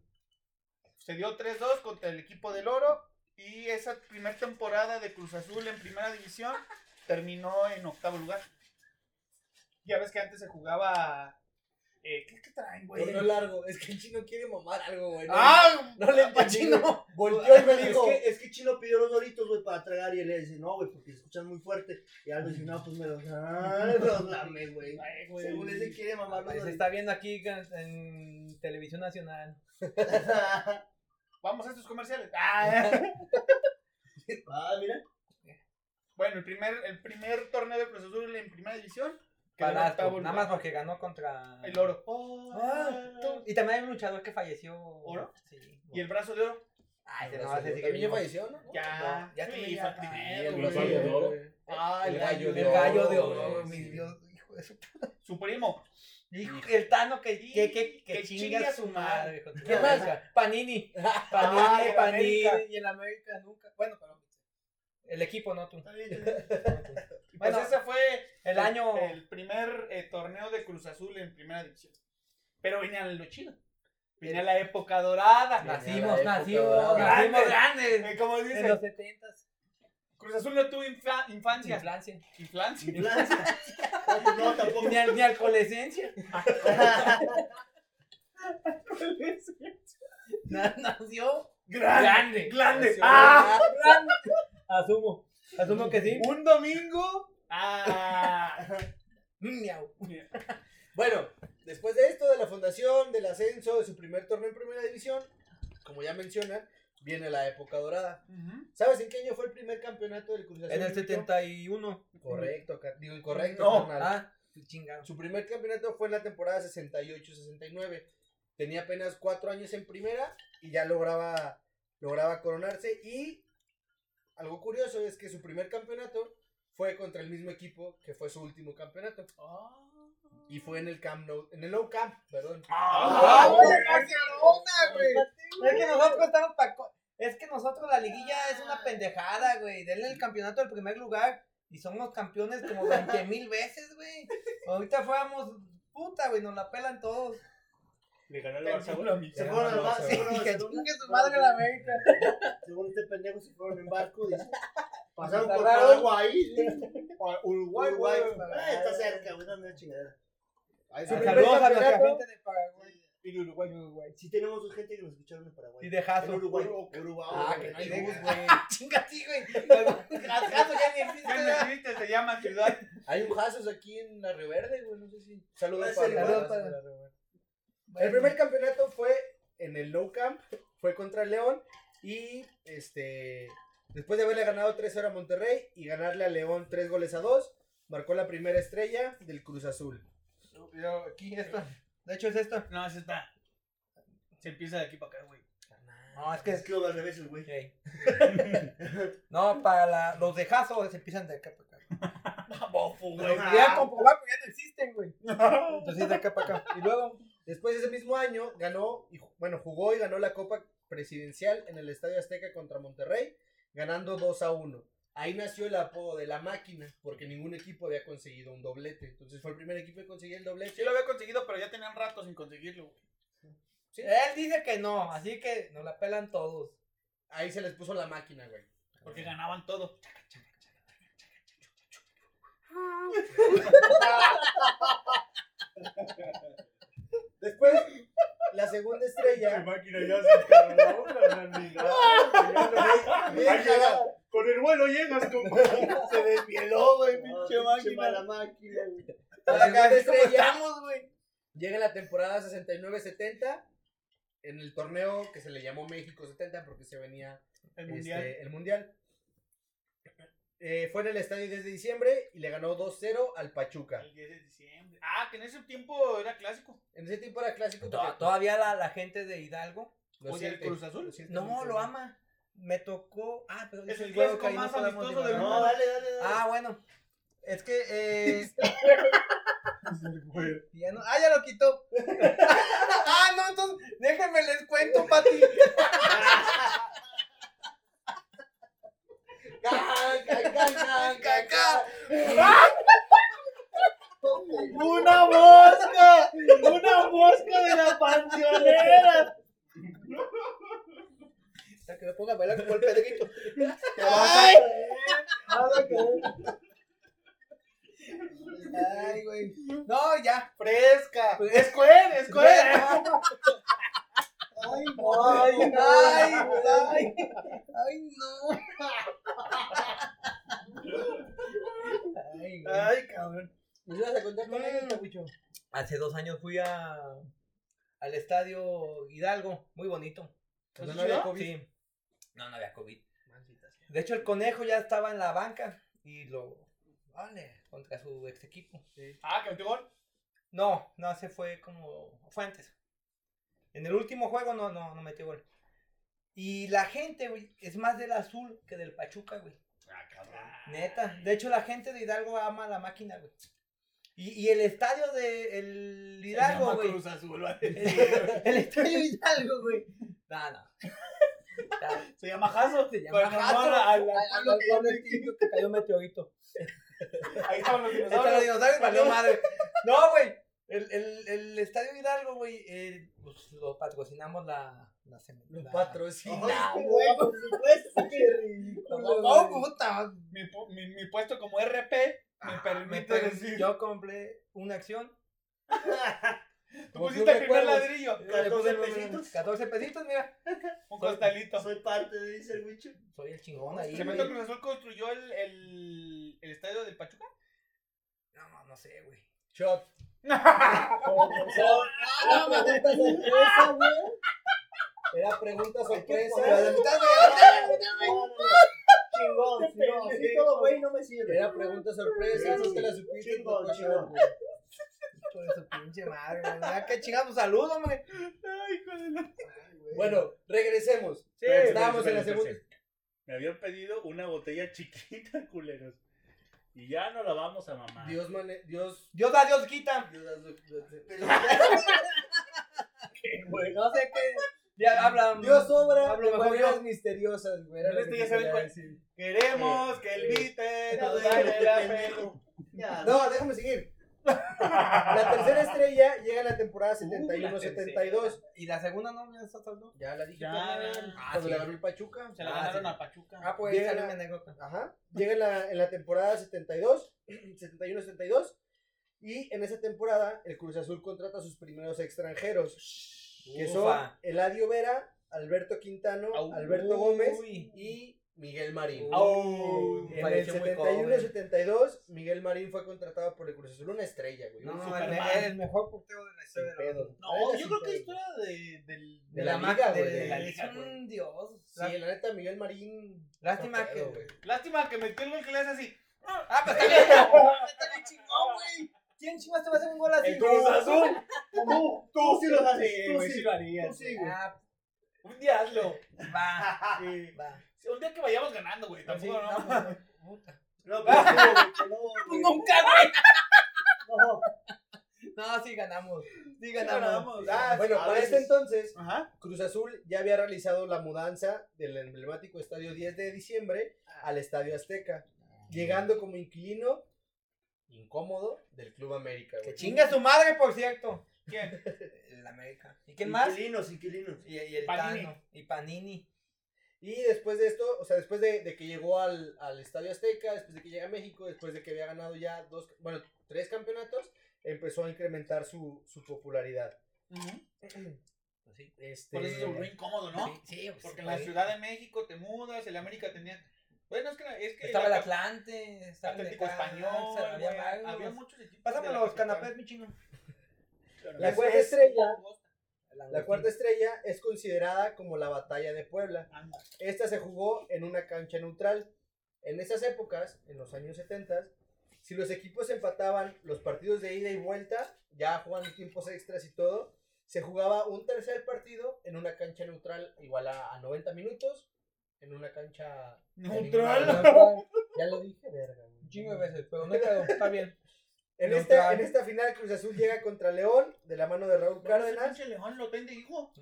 [SPEAKER 2] se dio 3-2 contra el equipo del Oro. Y esa primera temporada de Cruz Azul en primera división terminó en octavo lugar. Ya ves que antes se jugaba. eh, ¿qué, qué traen, güey?
[SPEAKER 4] Torneo largo. Es que el chino quiere mamar algo, güey. No,
[SPEAKER 2] ¡Ah!
[SPEAKER 4] no le entendí.
[SPEAKER 2] Pachino.
[SPEAKER 4] güey. Volteó y me
[SPEAKER 7] Es
[SPEAKER 4] dijo.
[SPEAKER 7] que, es que Chino pidió los doritos, güey, para tragar y él le dice, no, güey, porque escuchan muy fuerte. Y al dice, no, pues me los dan, me los lames, güey.
[SPEAKER 2] Ay, güey.
[SPEAKER 7] Según ese quiere mamar los
[SPEAKER 3] Ah, Se
[SPEAKER 7] doritos.
[SPEAKER 3] está viendo aquí en, en Televisión Nacional.
[SPEAKER 2] Vamos a estos comerciales. Ah.
[SPEAKER 7] Ah, mira.
[SPEAKER 2] bueno, el primer, el primer torneo de Cruz Azul en primera división. quedó en
[SPEAKER 3] Para
[SPEAKER 2] octavo
[SPEAKER 3] nada
[SPEAKER 2] lugar.
[SPEAKER 3] más porque ganó contra
[SPEAKER 2] El Oro.
[SPEAKER 3] Ah, tú. Y también hay un luchador que falleció.
[SPEAKER 2] ¿Oro?
[SPEAKER 3] Sí.
[SPEAKER 2] Y el brazo de oro.
[SPEAKER 3] Ay, se
[SPEAKER 4] Pero
[SPEAKER 3] no va a decir que
[SPEAKER 4] también ya
[SPEAKER 3] no.
[SPEAKER 4] falleció, ¿no?
[SPEAKER 2] Ya,
[SPEAKER 3] No, ya
[SPEAKER 2] sí,
[SPEAKER 3] tenía-
[SPEAKER 2] fue
[SPEAKER 3] ah,
[SPEAKER 2] primero,
[SPEAKER 3] el
[SPEAKER 2] güey.
[SPEAKER 3] Gonzalo de
[SPEAKER 5] Oro.
[SPEAKER 3] Ah,
[SPEAKER 4] El gallo de
[SPEAKER 3] el gallo
[SPEAKER 4] oro,
[SPEAKER 3] de oro,
[SPEAKER 4] güey,
[SPEAKER 3] mi
[SPEAKER 4] sí.
[SPEAKER 3] Dios, hijo de su
[SPEAKER 2] Su primo.
[SPEAKER 3] Dijo que el Tano que, que, que,
[SPEAKER 2] Que
[SPEAKER 3] que
[SPEAKER 2] chingue
[SPEAKER 3] chinga
[SPEAKER 2] a
[SPEAKER 3] a
[SPEAKER 2] su
[SPEAKER 3] su
[SPEAKER 2] madre.
[SPEAKER 3] madre. hijo de su
[SPEAKER 4] ¿Qué
[SPEAKER 3] madre. Panini. Panini,
[SPEAKER 2] en
[SPEAKER 3] Panini.
[SPEAKER 2] América.
[SPEAKER 3] Y en América nunca. Bueno, pero el equipo no tú.
[SPEAKER 2] Y pues
[SPEAKER 3] Bueno,
[SPEAKER 2] ese fue
[SPEAKER 3] El año.
[SPEAKER 2] el primer eh, torneo de Cruz Azul en primera división. Pero venía lo chido. Venía
[SPEAKER 3] Eh.
[SPEAKER 2] la época dorada.
[SPEAKER 4] la
[SPEAKER 3] Nacimos,
[SPEAKER 4] época
[SPEAKER 3] nacimos,
[SPEAKER 4] dorada.
[SPEAKER 3] nacimos ah,
[SPEAKER 2] Eh,
[SPEAKER 3] grandes.
[SPEAKER 2] Como
[SPEAKER 3] En
[SPEAKER 2] dicen,
[SPEAKER 3] los 70s.
[SPEAKER 2] Cruz Azul no tuvo infa- infancia.
[SPEAKER 3] Inflancia.
[SPEAKER 2] Infancia.
[SPEAKER 7] No, tampoco.
[SPEAKER 3] Ni, al- ni alcoholescencia. Na- Nació
[SPEAKER 2] Grande.
[SPEAKER 3] Grande.
[SPEAKER 2] Grande. Ah,
[SPEAKER 3] Ah, Asumo. Asumo que sí.
[SPEAKER 2] un domingo. Ah.
[SPEAKER 3] Miau.
[SPEAKER 4] Bueno, después de esto, de la fundación, del ascenso, de su primer torneo en primera división, como ya mencionan, viene la época dorada.
[SPEAKER 2] Ujú.
[SPEAKER 4] ¿Sabes en qué año fue el primer campeonato del Cruz Azul?
[SPEAKER 3] En el
[SPEAKER 4] Nico?
[SPEAKER 3] 71.
[SPEAKER 4] Correcto, car- digo incorrecto.
[SPEAKER 2] No.
[SPEAKER 4] carnal.
[SPEAKER 3] Ah, chingado.
[SPEAKER 4] Su primer campeonato fue en la temporada 68-69. Tenía apenas cuatro años en primera y ya lograba, lograba coronarse. Y algo curioso es que su primer campeonato fue contra el mismo equipo que fue su último campeonato. Y fue en el Camp Nou, en el No Camp, perdón.
[SPEAKER 2] Ah, güey.
[SPEAKER 3] Es que nosotros estamos pa' co- Es que nosotros la liguilla es una pendejada, güey. Denle el campeonato al primer lugar y somos campeones como 20 mil veces, güey. Ahorita fuéramos puta, güey, nos la pelan todos.
[SPEAKER 7] Le ganó el Barça,
[SPEAKER 2] Pensándolo a mí.
[SPEAKER 7] Se fueron al
[SPEAKER 4] no,
[SPEAKER 7] Barça,
[SPEAKER 4] se
[SPEAKER 7] se
[SPEAKER 3] Y
[SPEAKER 7] fueron al
[SPEAKER 3] que
[SPEAKER 7] Barcelona.
[SPEAKER 3] chingue su madre la América.
[SPEAKER 7] Según este pendejo se fueron en barco, dice. Pasaron por
[SPEAKER 3] Tardaron.
[SPEAKER 7] Paraguay.
[SPEAKER 2] Uruguay,
[SPEAKER 7] Uruguay.
[SPEAKER 2] güey.
[SPEAKER 7] Ah, está cerca, güey, no me da chingadera.
[SPEAKER 4] Ahí su primer
[SPEAKER 3] Saludos a nuestra
[SPEAKER 4] campeonato.
[SPEAKER 3] gente de Paraguay.
[SPEAKER 2] Y Uruguay, Uruguay.
[SPEAKER 7] Sí tenemos gente que nos escucharon en Paraguay.
[SPEAKER 3] Y de Jaso.
[SPEAKER 7] En Uruguay. Uruguay.
[SPEAKER 4] Ah, que
[SPEAKER 7] güey,
[SPEAKER 4] no hay
[SPEAKER 7] chinga.
[SPEAKER 4] luz, güey.
[SPEAKER 3] Chinga a ti, güey. Jaso ya ni
[SPEAKER 2] Ya
[SPEAKER 3] existe.
[SPEAKER 2] no existe, se llama Ciudad.
[SPEAKER 4] Hay un Jasos aquí en la Reverde, güey, no sé si.
[SPEAKER 7] Ah,
[SPEAKER 4] Saludos
[SPEAKER 7] sí,
[SPEAKER 4] para
[SPEAKER 3] saludos
[SPEAKER 4] Saludos
[SPEAKER 3] para-
[SPEAKER 4] El primer campeonato fue en el No Camp, fue contra el León y este después de haberle ganado 3-0 a Monterrey y ganarle a León 3 goles a 2, marcó la primera estrella del Cruz Azul.
[SPEAKER 3] Yo, aquí esta. De hecho es esta.
[SPEAKER 2] No, así está. Se empieza de aquí para acá, güey.
[SPEAKER 3] No, es que
[SPEAKER 7] Es
[SPEAKER 3] es
[SPEAKER 7] que lo al revés el güey.
[SPEAKER 3] Ok. No, para la- los de Jaso se empiezan de acá para acá.
[SPEAKER 6] tiempo, güey.
[SPEAKER 4] Pues,
[SPEAKER 3] Voy a comprobar, pero ya no existen, güey. Entonces de acá para acá. Y luego,
[SPEAKER 4] Después ese mismo año ganó, y ju- bueno, jugó y ganó la Copa Presidencial en el Estadio Azteca contra Monterrey, ganando 2 a 1. Ahí nació el apodo de la máquina, porque ningún equipo había conseguido un doblete. Entonces fue el primer equipo que conseguía el doblete.
[SPEAKER 2] Sí lo había conseguido, pero ya tenían rato sin conseguirlo, güey.
[SPEAKER 3] él dice que no, así que nos la pelan todos.
[SPEAKER 4] Ahí se les puso la máquina, güey.
[SPEAKER 2] Porque ganaban todo.
[SPEAKER 4] Después, la segunda estrella.
[SPEAKER 6] máquina ya se cargó la realidad, güey, ya no-
[SPEAKER 4] Bien
[SPEAKER 6] Ahí llega-
[SPEAKER 4] jalada.
[SPEAKER 6] Con el vuelo llegas, compadre.
[SPEAKER 7] Se desvieló,
[SPEAKER 5] Ah,
[SPEAKER 7] güey, pinche
[SPEAKER 2] máquina.
[SPEAKER 7] mala máquina, güey.
[SPEAKER 4] La segunda estrella
[SPEAKER 3] estamos, güey?
[SPEAKER 4] llega la temporada 69-70 en el torneo que se le llamó México 70 porque se venía
[SPEAKER 2] El
[SPEAKER 4] este,
[SPEAKER 2] mundial.
[SPEAKER 4] el mundial. Eh, fue en el estadio desde diciembre y le ganó 2-0 al Pachuca.
[SPEAKER 2] El 10 de diciembre. Ah, que en ese tiempo era clásico.
[SPEAKER 4] En ese tiempo era clásico. porque- pues,
[SPEAKER 3] Todavía la, la gente de Hidalgo.
[SPEAKER 4] Lo
[SPEAKER 2] Oye, ¿el
[SPEAKER 4] siente,
[SPEAKER 2] Cruz Azul?
[SPEAKER 4] lo siente
[SPEAKER 3] No,
[SPEAKER 4] mucho,
[SPEAKER 3] lo ama. Me tocó. Ah, pero
[SPEAKER 2] Es
[SPEAKER 3] dice
[SPEAKER 2] el
[SPEAKER 3] Diego que
[SPEAKER 2] clásico
[SPEAKER 3] ahí no
[SPEAKER 2] más
[SPEAKER 3] podemos
[SPEAKER 2] amistoso del
[SPEAKER 3] divagar.
[SPEAKER 7] No, dale, dale, dale.
[SPEAKER 3] Ah, bueno. Es que. Eh... ya no- Ah, ya lo quitó. ah, no, entonces. Déjenme les cuento, Pati.
[SPEAKER 7] Can, can, can, can, can, can.
[SPEAKER 6] ¡Una mosca! ¡Una mosca de la panteonera!
[SPEAKER 3] Hasta que me ponga a bailar como el Pedrito.
[SPEAKER 7] Ay,
[SPEAKER 3] Ay, güey. No, ya.
[SPEAKER 2] ¡Fresca! ¡Escuela! ¡Escuela!
[SPEAKER 7] ay,
[SPEAKER 3] Ay, ay. Ay, no. Ay, güey.
[SPEAKER 2] Ay, cabrón.
[SPEAKER 7] ¿Nos ibas a contar con
[SPEAKER 3] Mm.
[SPEAKER 7] ella, Tabucho?
[SPEAKER 3] Hace dos años fui a al estadio Hidalgo, muy bonito.
[SPEAKER 4] Cuando no había
[SPEAKER 2] ¿Sí?
[SPEAKER 4] COVID.
[SPEAKER 3] Sí. No, no había COVID. De hecho, el conejo ya estaba en la banca y lo. Vale, contra su ex equipo.
[SPEAKER 2] Ah, que metió gol.
[SPEAKER 3] No, no, se fue como. Fue antes. En el último juego no, no, no metió gol. Y la gente, güey, es más del azul que del Pachuca, güey.
[SPEAKER 6] Ah, cabrón.
[SPEAKER 3] Neta. De hecho, la gente de Hidalgo ama la máquina, güey. Y, y el estadio de el Hidalgo,
[SPEAKER 2] llama
[SPEAKER 3] güey.
[SPEAKER 2] Cruz Azul, va.
[SPEAKER 3] El, el estadio Hidalgo, güey. No, no. No,
[SPEAKER 2] Se llama Jaso.
[SPEAKER 3] Se llama
[SPEAKER 2] Con honor
[SPEAKER 3] Jaso.
[SPEAKER 2] a la-
[SPEAKER 3] al- al- al pueblecito que cayó un meteorito.
[SPEAKER 2] Ahí estaban los
[SPEAKER 3] Este los
[SPEAKER 2] dinosaurios.
[SPEAKER 3] dinosaurios valió madre. No, güey. El, el, el estadio Hidalgo, güey, eh, pues lo patrocinamos la. la sem-
[SPEAKER 4] Lo
[SPEAKER 3] la- Ah,
[SPEAKER 4] patrocina.
[SPEAKER 7] Güey, por
[SPEAKER 2] Pues,
[SPEAKER 7] supuesto, qué
[SPEAKER 3] No,
[SPEAKER 7] ridículo,
[SPEAKER 3] no, Pues,
[SPEAKER 7] güey.
[SPEAKER 3] oh, puta.
[SPEAKER 2] Mi, pu- mi, mi puesto como RP me
[SPEAKER 3] Ah, Me
[SPEAKER 2] permite
[SPEAKER 3] per-
[SPEAKER 2] decir.
[SPEAKER 3] Yo compré una acción
[SPEAKER 2] Tú
[SPEAKER 3] como
[SPEAKER 2] pusiste el
[SPEAKER 3] club de
[SPEAKER 2] primer
[SPEAKER 3] cuervos.
[SPEAKER 2] ladrillo.
[SPEAKER 3] Le puse
[SPEAKER 2] 14
[SPEAKER 3] el primer-
[SPEAKER 2] pesitos.
[SPEAKER 3] 14 pesitos, mira.
[SPEAKER 2] Un costalito.
[SPEAKER 7] Soy parte de ese, bicho.
[SPEAKER 3] Soy el chingón ahí. güey.
[SPEAKER 2] ¿Cemento Cruz Azul construyó el, el, el estadio del Pachuca?
[SPEAKER 3] No, no sé, güey.
[SPEAKER 4] Shot.
[SPEAKER 7] Ah, no, me gusta sorpresa, güey.
[SPEAKER 4] Era pregunta
[SPEAKER 7] poner la
[SPEAKER 4] sorpresa.
[SPEAKER 7] mitad de- Chingón, chingón. Sí, todo, güey, no me sirve.
[SPEAKER 4] Era pregunta sorpresa. No te la supiste.
[SPEAKER 7] Chingón,
[SPEAKER 4] no fue
[SPEAKER 7] chingón.
[SPEAKER 4] shot, güey.
[SPEAKER 3] Hijo de su pinche madre, güey. Ya que chingamos salud, hombre.
[SPEAKER 4] Bueno, regresemos.
[SPEAKER 3] Sí,
[SPEAKER 4] Estábamos en la
[SPEAKER 5] espérense,
[SPEAKER 4] segunda.
[SPEAKER 5] espérense. Me habían pedido una botella chiquita, culeros. Y ya no la vamos a mamar.
[SPEAKER 4] Dios, mane- Dios.
[SPEAKER 3] Dios da, Dios quita. No sé qué. Ya hablan.
[SPEAKER 7] Dios obra
[SPEAKER 3] Hablo
[SPEAKER 7] de
[SPEAKER 3] mejor
[SPEAKER 7] maneras
[SPEAKER 3] yo.
[SPEAKER 7] misteriosas, güey.
[SPEAKER 2] En este ya saben cuál. Queremos que el Vite
[SPEAKER 7] No,
[SPEAKER 2] nos dé la pelu. Ah.
[SPEAKER 7] no,
[SPEAKER 4] No, déjame seguir. La tercera estrella llega en la
[SPEAKER 2] Uh,
[SPEAKER 4] temporada
[SPEAKER 5] la tercera.
[SPEAKER 4] 71-72.
[SPEAKER 3] Y la segunda no me está tardando.
[SPEAKER 4] Ya la dije.
[SPEAKER 2] Ya,
[SPEAKER 4] carnal.
[SPEAKER 2] ya.
[SPEAKER 4] Cuando le ganó el Pachuca.
[SPEAKER 2] Se la
[SPEAKER 3] Ah,
[SPEAKER 2] ganaron
[SPEAKER 3] sí.
[SPEAKER 2] a Pachuca.
[SPEAKER 4] Ah, pues.
[SPEAKER 3] Llega
[SPEAKER 4] ya la-
[SPEAKER 3] mi anécdota.
[SPEAKER 4] Ajá. Llega en la, en la temporada 72, 71-72. Y en esa temporada, el Cruz Azul contrata a sus primeros extranjeros. Que son
[SPEAKER 3] Ufa.
[SPEAKER 4] Eladio Vera, Alberto Quintano,
[SPEAKER 2] Au.
[SPEAKER 4] Alberto Gómez
[SPEAKER 3] Uy.
[SPEAKER 4] y Miguel Marín.
[SPEAKER 3] Uy.
[SPEAKER 2] Au.
[SPEAKER 4] En el
[SPEAKER 3] Falleció muy joven.
[SPEAKER 4] 71-72, Miguel Marín fue contratado por el Cruz Azul, una estrella, güey.
[SPEAKER 3] No,
[SPEAKER 4] Un
[SPEAKER 3] no, el,
[SPEAKER 2] Superman.
[SPEAKER 3] me- el mejor portero de la
[SPEAKER 4] sin
[SPEAKER 3] historia. de la-
[SPEAKER 4] pedo.
[SPEAKER 2] No,
[SPEAKER 4] Era
[SPEAKER 2] yo
[SPEAKER 4] sin
[SPEAKER 2] creo que
[SPEAKER 4] pedo.
[SPEAKER 2] es historia de, del,
[SPEAKER 4] De
[SPEAKER 3] De
[SPEAKER 4] la
[SPEAKER 3] la
[SPEAKER 4] liga,
[SPEAKER 3] marca de,
[SPEAKER 4] güey.
[SPEAKER 3] de la liga.
[SPEAKER 2] Es un
[SPEAKER 3] güey. Dios.
[SPEAKER 4] Sí, la neta, Miguel Marín.
[SPEAKER 3] Lástima
[SPEAKER 4] portero,
[SPEAKER 3] que-
[SPEAKER 4] güey.
[SPEAKER 2] Lástima que metió el gol que le hace así.
[SPEAKER 3] Ah, pues está bien. Está bien chingón, güey. ¿Quién chingas te va a hacer un gol así?
[SPEAKER 2] El Cruz Azul.
[SPEAKER 7] tú, tú sí lo haces.
[SPEAKER 2] Sí,
[SPEAKER 7] Tú
[SPEAKER 2] güey, sí
[SPEAKER 7] sí.
[SPEAKER 2] lo harías.
[SPEAKER 7] Tú sí, güey.
[SPEAKER 3] Ah,
[SPEAKER 2] Un día hazlo.
[SPEAKER 3] va.
[SPEAKER 2] Sí.
[SPEAKER 3] Va.
[SPEAKER 2] Un día que vayamos ganando, güey. Tampoco,
[SPEAKER 3] Sí,
[SPEAKER 2] ¿no?
[SPEAKER 3] no, pues, puta.
[SPEAKER 7] No, pues, no, güey, que no, güey.
[SPEAKER 3] Pues Nunca, güey. No,
[SPEAKER 7] No,
[SPEAKER 3] sí ganamos. Sí ganamos.
[SPEAKER 2] ganamos.
[SPEAKER 4] Ah, bueno,
[SPEAKER 7] a
[SPEAKER 4] para este
[SPEAKER 7] veces.
[SPEAKER 4] entonces,
[SPEAKER 2] Ajá.
[SPEAKER 4] Cruz Azul ya había realizado la mudanza del emblemático estadio 10 de diciembre al estadio Azteca, llegando como inquilino incómodo del Club América. güey.
[SPEAKER 3] Que chinga su madre, por cierto.
[SPEAKER 2] ¿Quién?
[SPEAKER 3] El América. ¿Y quién más?
[SPEAKER 7] Inquilinos, inquilinos.
[SPEAKER 3] Y, y el
[SPEAKER 5] Panini.
[SPEAKER 3] Tano. Y Panini.
[SPEAKER 4] Y después de esto, o sea, después de, de que llegó al, al Estadio Azteca, después de que llega a México, después de que había ganado ya dos, bueno, tres campeonatos, empezó a incrementar su, su popularidad. Este,
[SPEAKER 2] Por eso se volvió incómodo, ¿no?
[SPEAKER 3] Sí, sí, pues,
[SPEAKER 2] Porque en la
[SPEAKER 3] ahí.
[SPEAKER 2] Ciudad de México te mudas, el América tenía. Bueno, es que. la- Es que
[SPEAKER 3] Estaba el
[SPEAKER 2] la-
[SPEAKER 3] Atlante, estaba el
[SPEAKER 2] Atlético
[SPEAKER 3] Necaxa,
[SPEAKER 2] Español.
[SPEAKER 3] había
[SPEAKER 2] güey,
[SPEAKER 3] varios.
[SPEAKER 2] Había muchos equipos.
[SPEAKER 3] Pásame
[SPEAKER 2] de la
[SPEAKER 3] los
[SPEAKER 2] capital.
[SPEAKER 3] canapés, mi chino.
[SPEAKER 4] La cuarta estrella, la cuarta estrella es considerada como la batalla de Puebla.
[SPEAKER 2] Anda.
[SPEAKER 4] Esta se jugó en una cancha neutral. En esas épocas, en los años 70, si los equipos empataban los partidos de ida y vuelta, ya jugando tiempos extras y todo, se jugaba un tercer partido en una cancha neutral igual a, a 90 minutos, en una cancha...
[SPEAKER 2] Neutral.
[SPEAKER 4] Ya lo dije, verga.
[SPEAKER 3] Un chingo de veces, pero no quedó. Está bien.
[SPEAKER 4] En
[SPEAKER 3] Neutral.
[SPEAKER 4] esta, en esta final Cruz Azul llega contra León de la mano de Raúl Cárdenas
[SPEAKER 2] Pinche León lo ten de hijo.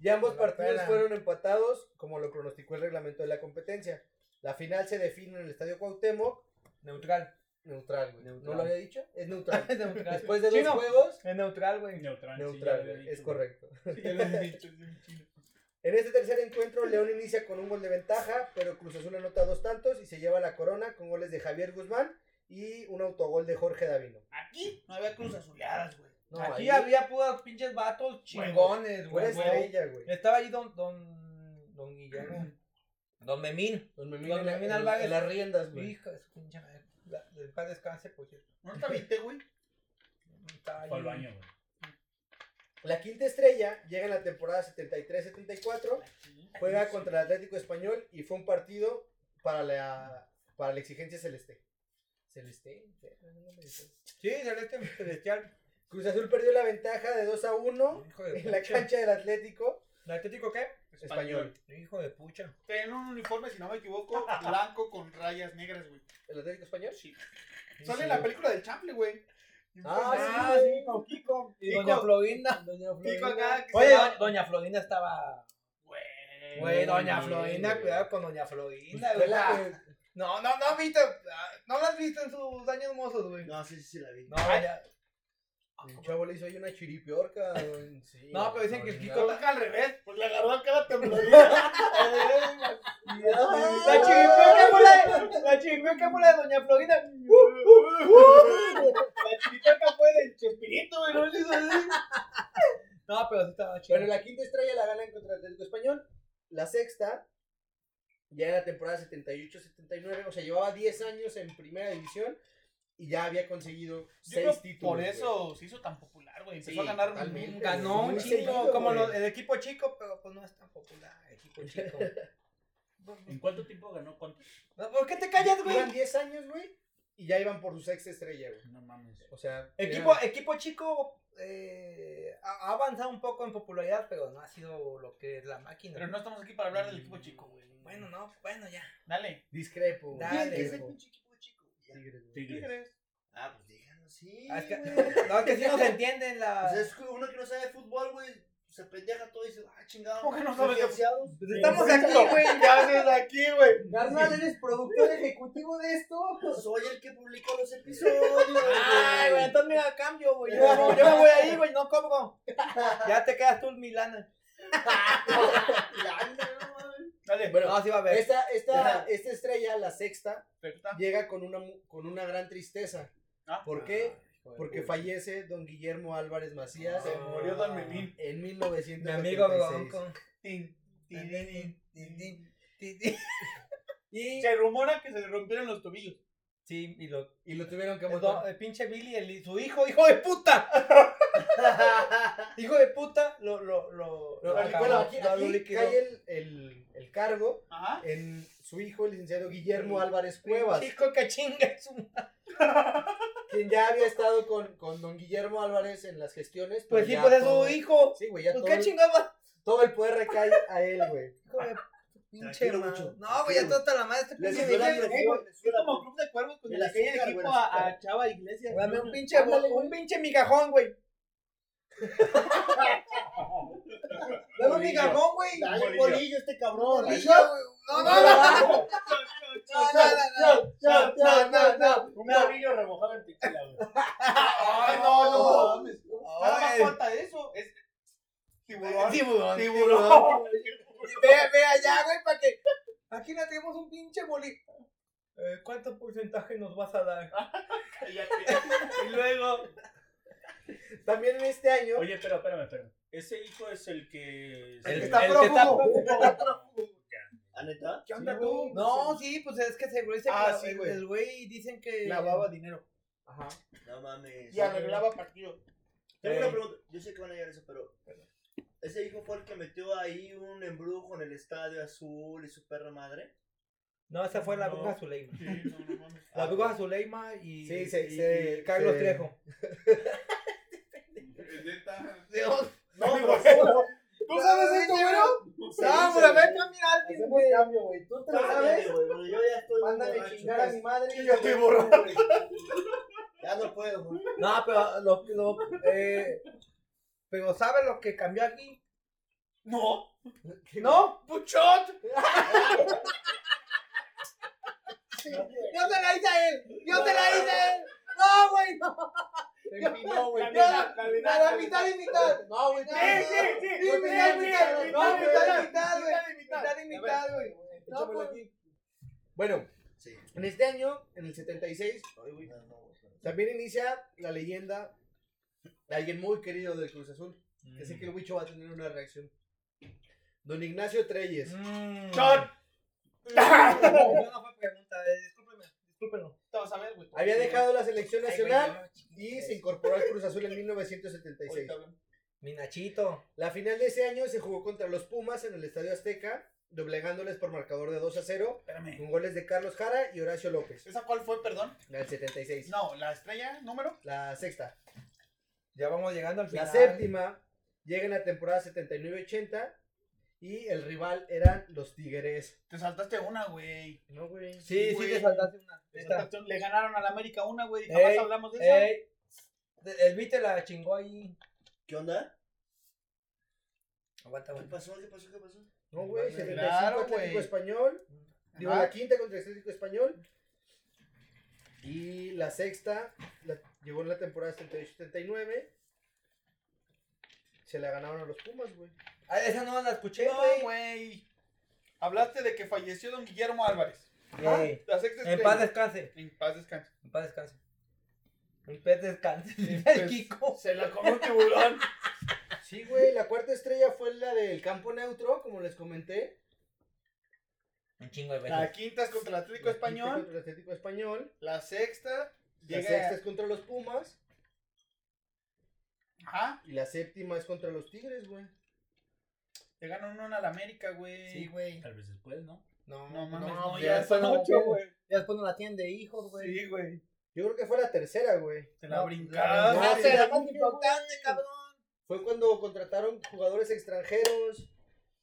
[SPEAKER 4] y ambos
[SPEAKER 3] Vale la
[SPEAKER 4] partidos
[SPEAKER 3] pena.
[SPEAKER 4] fueron empatados como lo pronosticó el reglamento de la competencia. La final se define en el Estadio Cuauhtémoc
[SPEAKER 3] Neutral.
[SPEAKER 4] Neutral, güey. ¿No
[SPEAKER 3] Neutral.
[SPEAKER 4] lo había dicho? Es neutral.
[SPEAKER 3] Es neutral.
[SPEAKER 4] Después de dos
[SPEAKER 3] Chino.
[SPEAKER 4] juegos,
[SPEAKER 3] Es neutral, güey.
[SPEAKER 5] Neutral. sí, ya
[SPEAKER 4] neutral,
[SPEAKER 5] lo había
[SPEAKER 4] güey.
[SPEAKER 5] dicho,
[SPEAKER 4] Es
[SPEAKER 5] güey.
[SPEAKER 4] correcto.
[SPEAKER 2] Ya lo he dicho, es un chino.
[SPEAKER 4] En este tercer encuentro, León inicia con un gol de ventaja, pero Cruz Azul anota dos tantos y se lleva la corona con goles de Javier Guzmán y un autogol de Jorge Davino.
[SPEAKER 2] Aquí no había cruz azuleadas, güey.
[SPEAKER 4] No,
[SPEAKER 3] Aquí
[SPEAKER 4] ahí
[SPEAKER 3] había puros pinches vatos chingones,
[SPEAKER 4] fue
[SPEAKER 3] güey.
[SPEAKER 4] estrella, güey.
[SPEAKER 3] Estaba ahí don, don, don Guillermo. Don Memín.
[SPEAKER 4] Don Memín,
[SPEAKER 3] Don
[SPEAKER 4] en la-
[SPEAKER 3] Memín
[SPEAKER 4] en-
[SPEAKER 3] Álvarez.
[SPEAKER 4] en las riendas, güey.
[SPEAKER 3] Hijo de su pinche madre. La- El paz descanse, por cierto.
[SPEAKER 2] ¿No te viste, güey?
[SPEAKER 3] Estaba ahí.
[SPEAKER 5] Fue al baño, güey.
[SPEAKER 4] La quinta estrella llega en la temporada 73-74, juega contra el Atlético Español y fue un partido para la, para la exigencia celeste. Celeste.
[SPEAKER 3] Sí, celeste celestial.
[SPEAKER 4] Cruz Azul perdió la ventaja de 2 a 1
[SPEAKER 3] Hijo de
[SPEAKER 4] en la
[SPEAKER 3] pucha.
[SPEAKER 4] cancha del Atlético
[SPEAKER 3] ¿El Atlético qué?
[SPEAKER 4] Español.
[SPEAKER 3] Hijo de pucha.
[SPEAKER 2] Tenían un uniforme, si no me equivoco, blanco con rayas negras, güey.
[SPEAKER 4] ¿El Atlético Español?
[SPEAKER 2] Sí. Sale en la película del Chample, güey.
[SPEAKER 4] Ah, sí, güey.
[SPEAKER 3] con Kiko. Y
[SPEAKER 2] Kiko.
[SPEAKER 3] Doña Florinda.
[SPEAKER 2] Pico acá. que
[SPEAKER 3] Oye,
[SPEAKER 2] se va-
[SPEAKER 3] do- Doña Florinda estaba.
[SPEAKER 2] Güey.
[SPEAKER 3] Güey, Doña
[SPEAKER 5] güey.
[SPEAKER 3] Florinda, cuidado Ah. con Doña Florinda,
[SPEAKER 4] Fue
[SPEAKER 3] güey.
[SPEAKER 4] la que-
[SPEAKER 3] No, no, no, viste. No las viste en sus años mozos, güey.
[SPEAKER 7] No, sí, sí, sí, la vi.
[SPEAKER 3] No, ya-
[SPEAKER 4] El chavo le hizo ahí una chiripiorca. don- sí,
[SPEAKER 3] No, pero dicen que el Kiko-
[SPEAKER 2] Lo toca al revés. Pues le agarró acá la
[SPEAKER 3] La chiripiorca fue la de, la chiripiorca fue la de Doña Florinda.
[SPEAKER 2] Uh, chiripiorca uh. fue del Chespirito, güey. No le hizo así.
[SPEAKER 3] No, pero sí estaba chido.
[SPEAKER 4] Bueno, la quinta estrella la ganan contra el Atlético Español. La sexta, ya en la temporada 78-79, o sea, llevaba 10 años en primera división y ya había conseguido
[SPEAKER 2] Yo
[SPEAKER 4] 6
[SPEAKER 2] creo
[SPEAKER 4] títulos.
[SPEAKER 2] Por
[SPEAKER 4] güey.
[SPEAKER 2] eso se hizo tan popular, güey. Empezó
[SPEAKER 4] Sí,
[SPEAKER 2] a ganar
[SPEAKER 4] totalmente.
[SPEAKER 2] un
[SPEAKER 3] Ganó un
[SPEAKER 4] Muy
[SPEAKER 3] chingo,
[SPEAKER 4] seguido,
[SPEAKER 3] como
[SPEAKER 4] güey.
[SPEAKER 3] los- el equipo chico, pero pues no es tan popular, el equipo chico.
[SPEAKER 5] ¿En cuánto tiempo ganó? ¿Cuánto?
[SPEAKER 3] No, ¿Por qué te callas, güey?
[SPEAKER 4] Llevan 10 años, güey, y ya iban por su sexta estrella, güey.
[SPEAKER 5] No mames.
[SPEAKER 4] O sea,
[SPEAKER 3] Equipo,
[SPEAKER 4] eran-
[SPEAKER 3] equipo chico eh, ha ha avanzado un poco en popularidad, pero no ha sido lo que es la máquina.
[SPEAKER 2] Pero no estamos aquí para hablar del equipo chico, güey.
[SPEAKER 3] Bueno, no, bueno, ya.
[SPEAKER 2] Dale.
[SPEAKER 4] discrepo. güey,
[SPEAKER 3] Dale,
[SPEAKER 4] discrepo.
[SPEAKER 7] ese pinche equipo chico. Ya.
[SPEAKER 4] Tigres, güey.
[SPEAKER 5] Tigres.
[SPEAKER 7] Ah, pues díganlo, sí.
[SPEAKER 3] Ah, es que,
[SPEAKER 7] güey.
[SPEAKER 3] no, es que sí nos entienden la...
[SPEAKER 7] Pues es que uno que no sabe de fútbol, güey, se pendeja todo y dice, ah, chingado.
[SPEAKER 2] ¿Cómo que no sabes de
[SPEAKER 7] Desgraciados.
[SPEAKER 3] Pues estamos aquí, güey.
[SPEAKER 2] ¿Qué haces aquí, güey?
[SPEAKER 7] Carnal,
[SPEAKER 3] eres productor ejecutivo de esto.
[SPEAKER 7] Soy el que publica los episodios, güey.
[SPEAKER 3] Ay, güey, entonces me da cambio, güey. Yo, no- yo me voy ahí, güey, no cobro. Ya te quedas tú en Milana.
[SPEAKER 2] Dale.
[SPEAKER 4] Bueno,
[SPEAKER 3] No, sí va a haber.
[SPEAKER 4] esta, esta, esta estrella, la sexta,
[SPEAKER 2] Perfecta.
[SPEAKER 4] llega con una, mu- con una gran tristeza.
[SPEAKER 2] Ah.
[SPEAKER 4] ¿Por qué?
[SPEAKER 3] Hijo de
[SPEAKER 4] Porque
[SPEAKER 3] puta.
[SPEAKER 4] fallece don Guillermo Álvarez Macías
[SPEAKER 2] Se murió Don Memín.
[SPEAKER 4] en
[SPEAKER 3] Mi amigo
[SPEAKER 4] 1976.
[SPEAKER 3] Bronco.
[SPEAKER 2] Tin, tin, tin, tin, tin.
[SPEAKER 3] Y,
[SPEAKER 2] Se rumora que se le rompieron los tobillos.
[SPEAKER 3] sí, y lo,
[SPEAKER 4] Y lo tuvieron que
[SPEAKER 3] el,
[SPEAKER 4] matar.
[SPEAKER 3] do- el pinche Billy, el- su hijo, hijo de puta. hijo de puta, lo, lo, lo,
[SPEAKER 4] No,
[SPEAKER 3] lo
[SPEAKER 4] aquí,
[SPEAKER 3] acabó,
[SPEAKER 4] bueno, aquí,
[SPEAKER 3] lo- lo
[SPEAKER 4] aquí
[SPEAKER 3] liquidó.
[SPEAKER 4] cae el, el- el cargo
[SPEAKER 2] Ajá.
[SPEAKER 4] en su hijo, el licenciado Guillermo Álvarez Cuevas,
[SPEAKER 3] Chico que chinga
[SPEAKER 4] Pues,
[SPEAKER 3] su madre.
[SPEAKER 4] quien ya había estado con, con don Guillermo Álvarez en las gestiones. pero
[SPEAKER 3] Pues sí,
[SPEAKER 4] ya
[SPEAKER 3] pues es
[SPEAKER 4] todo-
[SPEAKER 3] su hijo.
[SPEAKER 4] Sí, güey, ya
[SPEAKER 3] ¿Por
[SPEAKER 4] todo,
[SPEAKER 3] qué
[SPEAKER 4] el-
[SPEAKER 3] chingaba?
[SPEAKER 4] todo el poder recae a él, güey.
[SPEAKER 3] Hijo de pinche
[SPEAKER 7] Tranquilo,
[SPEAKER 3] madre.
[SPEAKER 7] Lucho,
[SPEAKER 3] No, güey, ya
[SPEAKER 7] tranquilo,
[SPEAKER 3] está hasta la madre este
[SPEAKER 7] Les
[SPEAKER 3] pinche
[SPEAKER 7] suena
[SPEAKER 3] Billy.
[SPEAKER 7] la presión, les suena la
[SPEAKER 2] Como club de cuervos con
[SPEAKER 7] El
[SPEAKER 2] el aquel
[SPEAKER 7] azúcar,
[SPEAKER 2] equipo
[SPEAKER 7] güey,
[SPEAKER 2] a,
[SPEAKER 7] azúcar.
[SPEAKER 2] a Chava Iglesias.
[SPEAKER 3] Dame un pinche, un pinche migajón, güey. Dame un migajón, güey.
[SPEAKER 7] Dale
[SPEAKER 6] bolillo.
[SPEAKER 7] bolillo este cabrón.
[SPEAKER 3] Bolillo, güey. No, no, no. no. No, no, no, no.
[SPEAKER 7] Chao, chao, chao, chao.
[SPEAKER 5] Un bolillo remojado en tequila, güey.
[SPEAKER 2] Ay, no, no. mames. Nada más
[SPEAKER 3] Ay.
[SPEAKER 2] falta eso. Es tiburón.
[SPEAKER 3] Tiburón.
[SPEAKER 2] Tiburón.
[SPEAKER 3] Ve, ve allá, güey, para que. Aquí no tenemos un pinche bolillo. Eh, ¿Cuánto porcentaje nos vas a dar?
[SPEAKER 2] Y luego.
[SPEAKER 4] También en este año.
[SPEAKER 5] Oye, pero espérame, espérame. Ese hijo es el que.
[SPEAKER 2] El que
[SPEAKER 5] se-
[SPEAKER 2] está
[SPEAKER 3] que está
[SPEAKER 2] prófugo.
[SPEAKER 7] ¿La neta?
[SPEAKER 2] ¿Qué onda
[SPEAKER 5] Sí,
[SPEAKER 2] tú?
[SPEAKER 3] No, sí, pues es que ese güey se
[SPEAKER 2] Ah,
[SPEAKER 3] cla-
[SPEAKER 2] sí,
[SPEAKER 3] el-
[SPEAKER 2] güey.
[SPEAKER 3] El güey dicen que.
[SPEAKER 2] Lavaba dinero.
[SPEAKER 4] Ajá.
[SPEAKER 7] No mames.
[SPEAKER 2] Y arreglaba partido.
[SPEAKER 7] Tengo
[SPEAKER 3] Eh.
[SPEAKER 7] una pregunta. Yo sé que van a llegar a eso, pero. Ese hijo fue el que metió ahí un embrujo en el estadio azul y su perra madre.
[SPEAKER 3] No, esa fue la
[SPEAKER 5] No.
[SPEAKER 3] bruja Zuleima.
[SPEAKER 5] Sí, no, no mames.
[SPEAKER 4] Ah,
[SPEAKER 3] La bruja Zuleima y.
[SPEAKER 4] Sí, se-
[SPEAKER 3] y-
[SPEAKER 4] se-
[SPEAKER 3] y Carlos
[SPEAKER 4] se-
[SPEAKER 3] Trejo.
[SPEAKER 7] No, pero.
[SPEAKER 2] ¿Tú sabes esto, güero?
[SPEAKER 3] No, güey, a ver, cambia alguien,
[SPEAKER 4] Hacemos
[SPEAKER 3] güey.
[SPEAKER 4] cambio, güey. Tú te lo sabes.
[SPEAKER 7] Cállate, güey, pero Yo ya estoy.
[SPEAKER 4] Mándame
[SPEAKER 7] borracho,
[SPEAKER 4] chingar a
[SPEAKER 7] pues.
[SPEAKER 4] mi madre.
[SPEAKER 2] Yo estoy borrado.
[SPEAKER 7] Ya no puedo, güey.
[SPEAKER 3] No, pero lo, lo, eh, pero ¿sabes lo que cambió aquí?
[SPEAKER 2] No.
[SPEAKER 3] ¿No?
[SPEAKER 2] Puchot.
[SPEAKER 3] Yo se la hice a él. Yo se la hice a él. No, güey, no.
[SPEAKER 2] La
[SPEAKER 3] Yo
[SPEAKER 2] mitad,
[SPEAKER 3] la-
[SPEAKER 2] la mitad,
[SPEAKER 3] a la
[SPEAKER 2] la
[SPEAKER 3] mitad y mitad. No, güey. no, no, no.
[SPEAKER 2] sí.
[SPEAKER 3] Sí, mitad, mitad. No, mitad y mitad, güey.
[SPEAKER 2] Mitad y mitad.
[SPEAKER 3] Mitad y mitad, güey. No,
[SPEAKER 4] Échamelo
[SPEAKER 3] pues,
[SPEAKER 4] aquí. Bueno,
[SPEAKER 7] Sí.
[SPEAKER 4] en este año, en el 76,
[SPEAKER 7] Ay, güey,
[SPEAKER 4] Ah,
[SPEAKER 7] no, no, güey.
[SPEAKER 4] también inicia la leyenda de alguien muy querido del Cruz Azul. Que sé que el bicho va a tener una reacción. Don Ignacio Treyes.
[SPEAKER 3] Mm.
[SPEAKER 2] Shot.
[SPEAKER 3] No, no fue pregunta, eh, discúlpeme, discúlpenlo.
[SPEAKER 2] Te vas a ver, güey.
[SPEAKER 4] Había dejado la selección
[SPEAKER 3] Ay, güey,
[SPEAKER 4] nacional
[SPEAKER 3] no,
[SPEAKER 4] y se incorporó al Cruz Azul en 1976.
[SPEAKER 2] Ahorita hablamos.
[SPEAKER 3] Mi Nachito.
[SPEAKER 4] La final de ese año se jugó contra los Pumas en el Estadio Azteca, doblegándoles por marcador de 2 a 0,
[SPEAKER 5] Espérame.
[SPEAKER 4] con goles de Carlos Jara y Horacio López,
[SPEAKER 2] ¿Esa cuál fue, perdón?
[SPEAKER 4] la del 76.
[SPEAKER 2] No, la estrella, número.
[SPEAKER 4] La sexta.
[SPEAKER 3] Ya vamos llegando al
[SPEAKER 4] La
[SPEAKER 3] final.
[SPEAKER 4] séptima llega en la temporada 79-80 y el rival eran los Tigres.
[SPEAKER 2] Te saltaste una, güey.
[SPEAKER 4] No, güey.
[SPEAKER 3] Sí, sí,
[SPEAKER 2] Güey.
[SPEAKER 3] te saltaste una.
[SPEAKER 2] Te
[SPEAKER 3] Esta.
[SPEAKER 2] saltaste una. Le ganaron al América una, güey. Jamás
[SPEAKER 3] Ey,
[SPEAKER 2] hablamos de esa.
[SPEAKER 3] Ey, el Vite la chingó ahí.
[SPEAKER 7] ¿Qué onda?
[SPEAKER 3] Aguanta,
[SPEAKER 7] ¿Qué
[SPEAKER 3] aguanta.
[SPEAKER 7] pasó? ¿Qué pasó? ¿Qué pasó?
[SPEAKER 4] No, güey. 75
[SPEAKER 2] Claro,
[SPEAKER 4] Atlético
[SPEAKER 2] güey.
[SPEAKER 4] Español. Digo,
[SPEAKER 2] Ajá.
[SPEAKER 4] la quinta contra Atlético Español. Y la sexta la- llegó en la temporada 78-79. Se la ganaron a los Pumas, güey.
[SPEAKER 3] Ah, esa no la escuché,
[SPEAKER 2] No,
[SPEAKER 3] güey.
[SPEAKER 2] güey. Hablaste de que falleció don Guillermo Álvarez.
[SPEAKER 3] Ey,
[SPEAKER 2] La sexta
[SPEAKER 3] en
[SPEAKER 2] estrella.
[SPEAKER 3] paz descanse.
[SPEAKER 2] En paz descanse.
[SPEAKER 3] En paz descanse. En paz descanse.
[SPEAKER 2] pues,
[SPEAKER 3] El Kiko.
[SPEAKER 2] Se la comió un tiburón.
[SPEAKER 4] Sí, güey. La cuarta estrella fue la del campo neutro, como les comenté.
[SPEAKER 3] Un chingo de
[SPEAKER 2] La
[SPEAKER 3] veces.
[SPEAKER 2] quinta es contra el Atlético
[SPEAKER 4] La quinta
[SPEAKER 2] Español.
[SPEAKER 4] Contra el Atlético Español.
[SPEAKER 2] La sexta
[SPEAKER 4] La
[SPEAKER 2] llega.
[SPEAKER 4] sexta es contra los Pumas.
[SPEAKER 2] Ajá.
[SPEAKER 4] Y la séptima es contra los Tigres, güey.
[SPEAKER 2] Le ganan uno al América, güey.
[SPEAKER 3] Sí, güey.
[SPEAKER 5] Tal vez después, ¿no?
[SPEAKER 3] No,
[SPEAKER 2] No mames.
[SPEAKER 3] no,
[SPEAKER 2] No,
[SPEAKER 3] ya
[SPEAKER 2] ya
[SPEAKER 3] después
[SPEAKER 2] son
[SPEAKER 3] no la
[SPEAKER 2] ocho,
[SPEAKER 3] tiene.
[SPEAKER 2] güey.
[SPEAKER 3] Ya después no la tienen de hijos, güey.
[SPEAKER 2] Sí, güey.
[SPEAKER 4] Yo creo que fue la tercera, güey.
[SPEAKER 2] Te la
[SPEAKER 3] No,
[SPEAKER 2] brincaste.
[SPEAKER 3] No,
[SPEAKER 4] sí,
[SPEAKER 3] se
[SPEAKER 4] ya
[SPEAKER 3] la
[SPEAKER 4] no
[SPEAKER 3] más importante, cabrón.
[SPEAKER 4] Fue cuando contrataron jugadores extranjeros.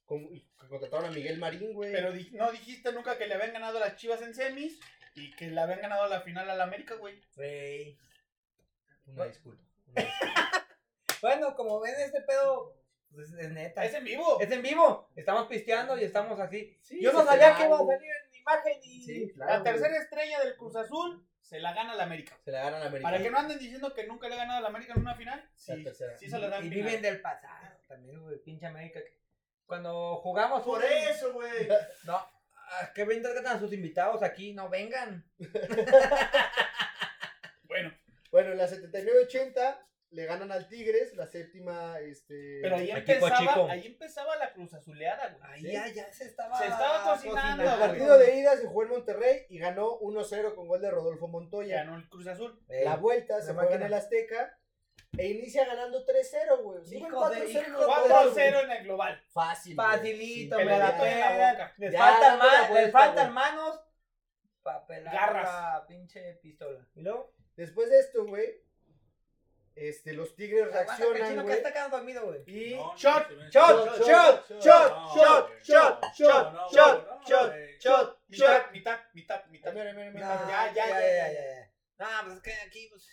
[SPEAKER 4] como- y contrataron a Miguel Marín, güey.
[SPEAKER 2] Pero di- no dijiste nunca que le habían ganado a las Chivas en semis y que le habían ganado a la final al América, güey.
[SPEAKER 3] Güey.
[SPEAKER 4] Una disculpa. una disculpa.
[SPEAKER 3] Bueno, como ven, este pedo pues, es neta.
[SPEAKER 2] Es en vivo.
[SPEAKER 3] Es en vivo. Estamos pisteando y estamos así. Yo no
[SPEAKER 4] se
[SPEAKER 3] sabía
[SPEAKER 4] te
[SPEAKER 3] que iba a
[SPEAKER 4] va,
[SPEAKER 3] salir en imagen y.
[SPEAKER 4] Sí, claro,
[SPEAKER 2] La
[SPEAKER 4] güey.
[SPEAKER 2] tercera estrella del Cruz Azul se la gana al América.
[SPEAKER 4] Se la ganan a América.
[SPEAKER 2] Para que no anden diciendo que nunca le ha ganado al América en una final,
[SPEAKER 4] La
[SPEAKER 2] sí,
[SPEAKER 4] tercera.
[SPEAKER 2] sí se la dan
[SPEAKER 3] Y
[SPEAKER 2] final.
[SPEAKER 3] viven del pasado también, güey. Pinche América. que- Cuando jugamos.
[SPEAKER 7] Por
[SPEAKER 3] un-
[SPEAKER 7] eso, güey.
[SPEAKER 3] No. ah, Que vengan a sus invitados aquí. No vengan.
[SPEAKER 2] Bueno,
[SPEAKER 4] Bueno, en la 79-80 le ganan al Tigres. La séptima, este.
[SPEAKER 2] pero ahí
[SPEAKER 3] Equipo
[SPEAKER 2] empezaba,
[SPEAKER 3] chico.
[SPEAKER 2] ahí empezaba la Cruz Azuleada, güey.
[SPEAKER 3] Ahí ya, ya se estaba.
[SPEAKER 2] Se estaba cocinando,
[SPEAKER 4] El
[SPEAKER 2] güey.
[SPEAKER 4] partido de ida se jugó en Monterrey y ganó 1-0 con gol de Rodolfo Montoya.
[SPEAKER 2] Ganó el Cruz Azul.
[SPEAKER 3] Ey,
[SPEAKER 4] La vuelta se
[SPEAKER 3] Eh, La
[SPEAKER 4] juega en
[SPEAKER 3] máquina.
[SPEAKER 4] el Azteca e inicia ganando 3-0, güey. Sí,
[SPEAKER 3] Hijo
[SPEAKER 4] fue el
[SPEAKER 3] de-
[SPEAKER 4] 4-0 en el
[SPEAKER 3] hijo de-
[SPEAKER 4] global,
[SPEAKER 2] 4-0 en el global.
[SPEAKER 4] güey. Fácil. güey.
[SPEAKER 3] Facilito,
[SPEAKER 2] Sí,
[SPEAKER 3] me la
[SPEAKER 2] peladito en la
[SPEAKER 3] pelan.
[SPEAKER 2] boca.
[SPEAKER 3] Les
[SPEAKER 4] Ya,
[SPEAKER 3] faltan,
[SPEAKER 4] dando la
[SPEAKER 3] ma- les
[SPEAKER 4] vuelta,
[SPEAKER 3] faltan
[SPEAKER 4] güey.
[SPEAKER 3] manos. Para pelar
[SPEAKER 2] Garras.
[SPEAKER 3] la pinche pistola. ¿Y luego?
[SPEAKER 4] Después de esto, güey, este, los Tigres
[SPEAKER 3] Aguanta, que el
[SPEAKER 4] reaccionan,
[SPEAKER 3] chino que
[SPEAKER 4] güey.
[SPEAKER 3] está quedando dormido, güey.
[SPEAKER 4] Y
[SPEAKER 5] No, no,
[SPEAKER 2] Shot,
[SPEAKER 5] se me-
[SPEAKER 4] shot,
[SPEAKER 5] No,
[SPEAKER 4] shot, shot, shot,
[SPEAKER 5] güey. No,
[SPEAKER 4] shot, shot,
[SPEAKER 5] no,
[SPEAKER 4] shot,
[SPEAKER 5] no,
[SPEAKER 4] shot,
[SPEAKER 5] güey.
[SPEAKER 2] Mitad,
[SPEAKER 4] shot,
[SPEAKER 2] mitad, mitad, mitad.
[SPEAKER 4] Mira, mira, mira,
[SPEAKER 3] No, ya,
[SPEAKER 4] mira.
[SPEAKER 3] ya, ya, ya, ya. No, pues es que aquí, pues.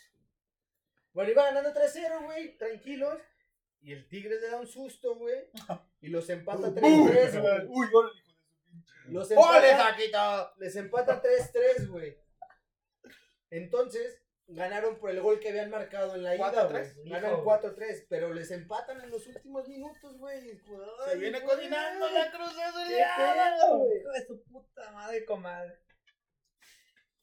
[SPEAKER 4] Bueno, iba ganando 3-0, güey, tranquilos. Y el Tigres le da un susto, güey. Y los empata 3-3, güey.
[SPEAKER 6] Uy, órale, hijo de su pinche.
[SPEAKER 4] Los
[SPEAKER 3] ¡Ole,
[SPEAKER 4] empata,
[SPEAKER 3] Taquito!
[SPEAKER 4] les empata 3-3, güey. Entonces, ganaron por el gol que habían marcado en la ida, güey.
[SPEAKER 2] 4-3,
[SPEAKER 4] Ganan
[SPEAKER 2] hijo.
[SPEAKER 4] 4-3, pero les empatan en los últimos minutos, güey.
[SPEAKER 2] Se viene coordinando la cruz
[SPEAKER 4] ¡Qué pedo, güey!
[SPEAKER 3] Hijo de su puta madre, comadre.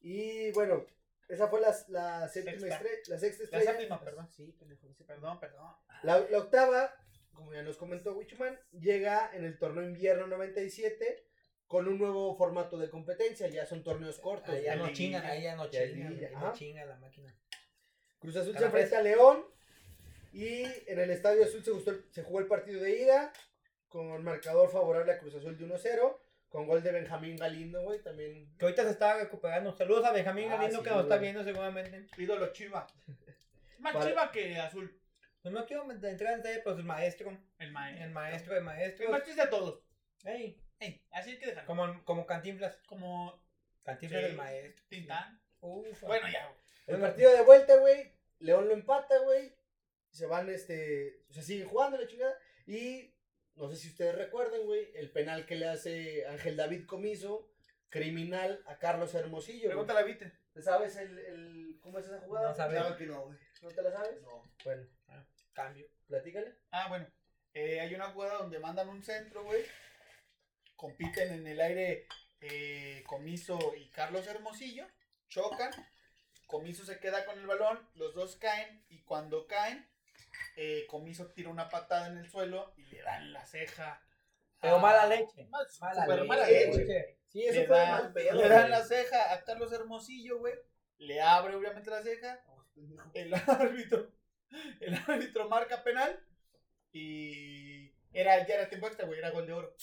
[SPEAKER 4] Y bueno, esa fue la, la séptima
[SPEAKER 2] Sexta.
[SPEAKER 4] estrella. La sexta
[SPEAKER 2] La
[SPEAKER 4] estrella.
[SPEAKER 2] séptima, perdón.
[SPEAKER 4] Sí, pendejo, no sé.
[SPEAKER 2] Perdón, perdón.
[SPEAKER 4] La, la octava, como ya nos comentó Wichman, llega en el torneo invierno 97 con un nuevo formato de competencia. Ya son torneos cortos.
[SPEAKER 2] Ah,
[SPEAKER 3] Ahí ya
[SPEAKER 4] güey.
[SPEAKER 3] no chingan, ahí ya no
[SPEAKER 4] Pues Ya
[SPEAKER 3] chingan.
[SPEAKER 4] liguilla,
[SPEAKER 3] Ahí
[SPEAKER 4] ajá.
[SPEAKER 3] no chinga la máquina.
[SPEAKER 4] Cruz Azul se
[SPEAKER 3] Cada vez.
[SPEAKER 4] enfrenta a León. Y en el Estadio Azul se, gustó- se jugó el partido de ida con marcador favorable a Cruz Azul de 1-0. Con gol de Benjamín Galindo, güey, también.
[SPEAKER 3] Que ahorita se está recuperando. Saludos a Benjamín
[SPEAKER 4] Ah,
[SPEAKER 3] Galindo
[SPEAKER 4] sí,
[SPEAKER 3] que nos está
[SPEAKER 4] güey.
[SPEAKER 3] viendo seguramente.
[SPEAKER 2] Ídolo Chiva. Más
[SPEAKER 4] Vale.
[SPEAKER 2] Chiva que Azul.
[SPEAKER 3] Pues no quiero entrar en detalle, pero es el maestro.
[SPEAKER 2] El maestro.
[SPEAKER 3] El maestro de
[SPEAKER 2] El
[SPEAKER 3] maestros.
[SPEAKER 2] maestro es de todos.
[SPEAKER 3] Ey,
[SPEAKER 2] Ey, así hay que dejarlo. Como,
[SPEAKER 3] como, como Cantinflas. Cantinflas
[SPEAKER 2] Sí.
[SPEAKER 3] del maestro.
[SPEAKER 2] Tintán.
[SPEAKER 3] Uf,
[SPEAKER 2] Bueno, ya. güey.
[SPEAKER 4] El partido de vuelta, güey. León lo empata, güey. Se van, este. Se siguen jugando la chingada. Y no sé si ustedes recuerdan, güey. El penal que le hace Ángel David Comiso, criminal, a Carlos Hermosillo. güey.
[SPEAKER 2] Pregúntale a Vite.
[SPEAKER 4] ¿Te sabes el, el- cómo es esa jugada?
[SPEAKER 3] No sabemos.
[SPEAKER 7] Claro que no, güey. Ah,
[SPEAKER 4] ¿No te la sabes?
[SPEAKER 7] No.
[SPEAKER 4] Bueno,
[SPEAKER 3] cambio.
[SPEAKER 4] platícale.
[SPEAKER 2] Ah, bueno. Eh, hay una jugada donde mandan un centro, güey. Compiten en el aire eh, Comiso y Carlos Hermosillo. Chocan. Comiso se queda con el balón. Los dos caen. Y cuando caen, eh, Comiso tira una patada en el suelo y le dan la ceja.
[SPEAKER 3] Pero
[SPEAKER 4] Ah.
[SPEAKER 2] a-
[SPEAKER 3] mala leche.
[SPEAKER 2] Más-
[SPEAKER 3] Mala
[SPEAKER 2] super
[SPEAKER 3] leche.
[SPEAKER 2] mala
[SPEAKER 4] leche.
[SPEAKER 2] leche.
[SPEAKER 4] Sí, eso
[SPEAKER 2] Le
[SPEAKER 4] fue
[SPEAKER 2] da-
[SPEAKER 4] mal pedo.
[SPEAKER 2] Le dan
[SPEAKER 4] güey.
[SPEAKER 2] la ceja a Carlos Hermosillo, güey. Le abre obviamente la ceja. El árbitro, el árbitro marca penal. Y era, ya era tiempo extra, güey. Era gol de oro.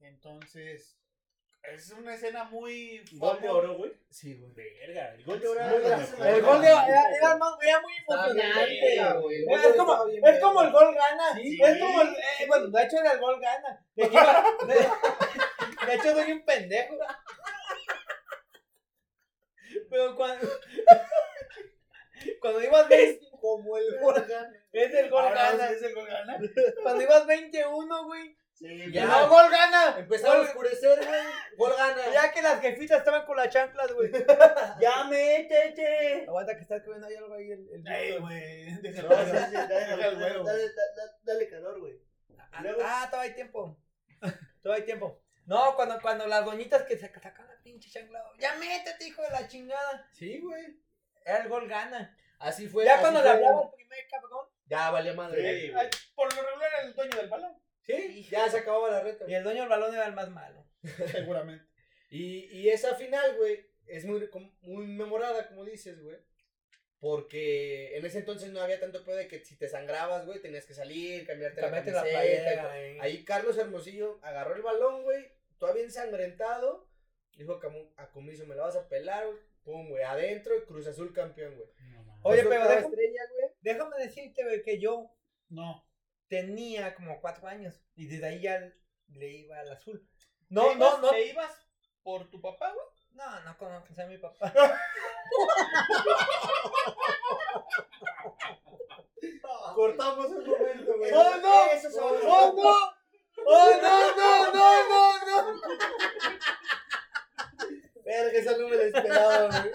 [SPEAKER 2] Entonces, es una escena muy.
[SPEAKER 5] Gol de
[SPEAKER 2] famo-
[SPEAKER 5] oro, güey.
[SPEAKER 4] Sí, güey.
[SPEAKER 5] Verga, el gol de oro.
[SPEAKER 4] Muy
[SPEAKER 5] era lo
[SPEAKER 4] gracioso.
[SPEAKER 5] mejor.
[SPEAKER 4] El gol de-
[SPEAKER 3] era, era más- era muy
[SPEAKER 4] Estaba bien verga,
[SPEAKER 3] emocionante.
[SPEAKER 4] güey. El
[SPEAKER 3] Es
[SPEAKER 4] gol
[SPEAKER 3] como,
[SPEAKER 4] estaba bien
[SPEAKER 3] es como
[SPEAKER 4] verga.
[SPEAKER 3] el gol gana.
[SPEAKER 2] Sí.
[SPEAKER 3] Es como el, eh, bueno, de hecho el gol gana. De, aquí- de- de hecho soy un pendejo. Pero cuando cuando ibas 20, como el gol gana. Es el gol
[SPEAKER 2] Ahora
[SPEAKER 3] gana.
[SPEAKER 2] sí es el gol gana.
[SPEAKER 3] Cuando ibas 21, güey.
[SPEAKER 7] Sí,
[SPEAKER 4] Ya.
[SPEAKER 3] No, gol gana.
[SPEAKER 4] Empezaba a
[SPEAKER 3] Gol-
[SPEAKER 4] oscurecer, güey. Gol gana.
[SPEAKER 3] ya que las jefitas estaban con las chanclas, güey.
[SPEAKER 7] Ya métete.
[SPEAKER 3] Aguanta que está escribiendo ahí algo ahí el, el
[SPEAKER 2] Ey,
[SPEAKER 3] Víctor.
[SPEAKER 2] güey.
[SPEAKER 7] No,
[SPEAKER 2] déjalo.
[SPEAKER 7] sí, sí, dale,
[SPEAKER 2] Deja el
[SPEAKER 7] dale,
[SPEAKER 2] huevo.
[SPEAKER 7] dale, dale, dale calor, güey.
[SPEAKER 3] Ah,
[SPEAKER 7] Luego-
[SPEAKER 3] ah, todavía hay tiempo. Todavía hay tiempo. No, cuando, cuando las doñitas que se sacan la pinche chancla. Ya métete, hijo de la chingada.
[SPEAKER 4] Sí, güey.
[SPEAKER 3] Era el gol gana.
[SPEAKER 4] Así fue.
[SPEAKER 3] ya
[SPEAKER 4] así
[SPEAKER 3] cuando le
[SPEAKER 4] fue.
[SPEAKER 3] hablaba el primer cabrón.
[SPEAKER 4] Ya valía madre.
[SPEAKER 2] Eh, ay, Por lo regular era el dueño del balón.
[SPEAKER 4] Sí, ya se acababa la reta.
[SPEAKER 3] Y el dueño del balón era el más malo.
[SPEAKER 2] Seguramente.
[SPEAKER 4] Y, y esa final, güey, es muy, com- muy memorada, como dices, güey. Porque en ese entonces no había tanto pedo de que si te sangrabas, güey, tenías que salir, cambiarte la
[SPEAKER 3] Cambiaste la
[SPEAKER 4] camiseta.
[SPEAKER 3] playera.
[SPEAKER 4] y
[SPEAKER 3] güey.
[SPEAKER 4] todo. Ahí Carlos Hermosillo agarró el balón, güey, todavía ensangrentado. Dijo Camu- a Comiso, me la vas a pelar, güey. Pum, güey, adentro y Cruz Azul campeón, güey.
[SPEAKER 5] No, mames.
[SPEAKER 3] Oye,
[SPEAKER 4] Su
[SPEAKER 3] pero
[SPEAKER 4] octava
[SPEAKER 3] deja-
[SPEAKER 4] estrella, güey.
[SPEAKER 3] Déjame decirte, güey, que yo
[SPEAKER 2] No.
[SPEAKER 3] tenía como cuatro años. Y desde ahí ya le iba al azul.
[SPEAKER 2] ¿Te
[SPEAKER 3] No,
[SPEAKER 2] ibas-
[SPEAKER 3] no, no.
[SPEAKER 2] ¿Te ibas por tu papá, güey?
[SPEAKER 3] No, no conoces a mi papá.
[SPEAKER 4] Cortamos el momento, güey.
[SPEAKER 3] ¡Oh, no!
[SPEAKER 4] Eso se va a-
[SPEAKER 3] ¡Oh, no! ¡Oh, no, no, no, no, no!
[SPEAKER 4] Verga, esa no me la esperaba, güey.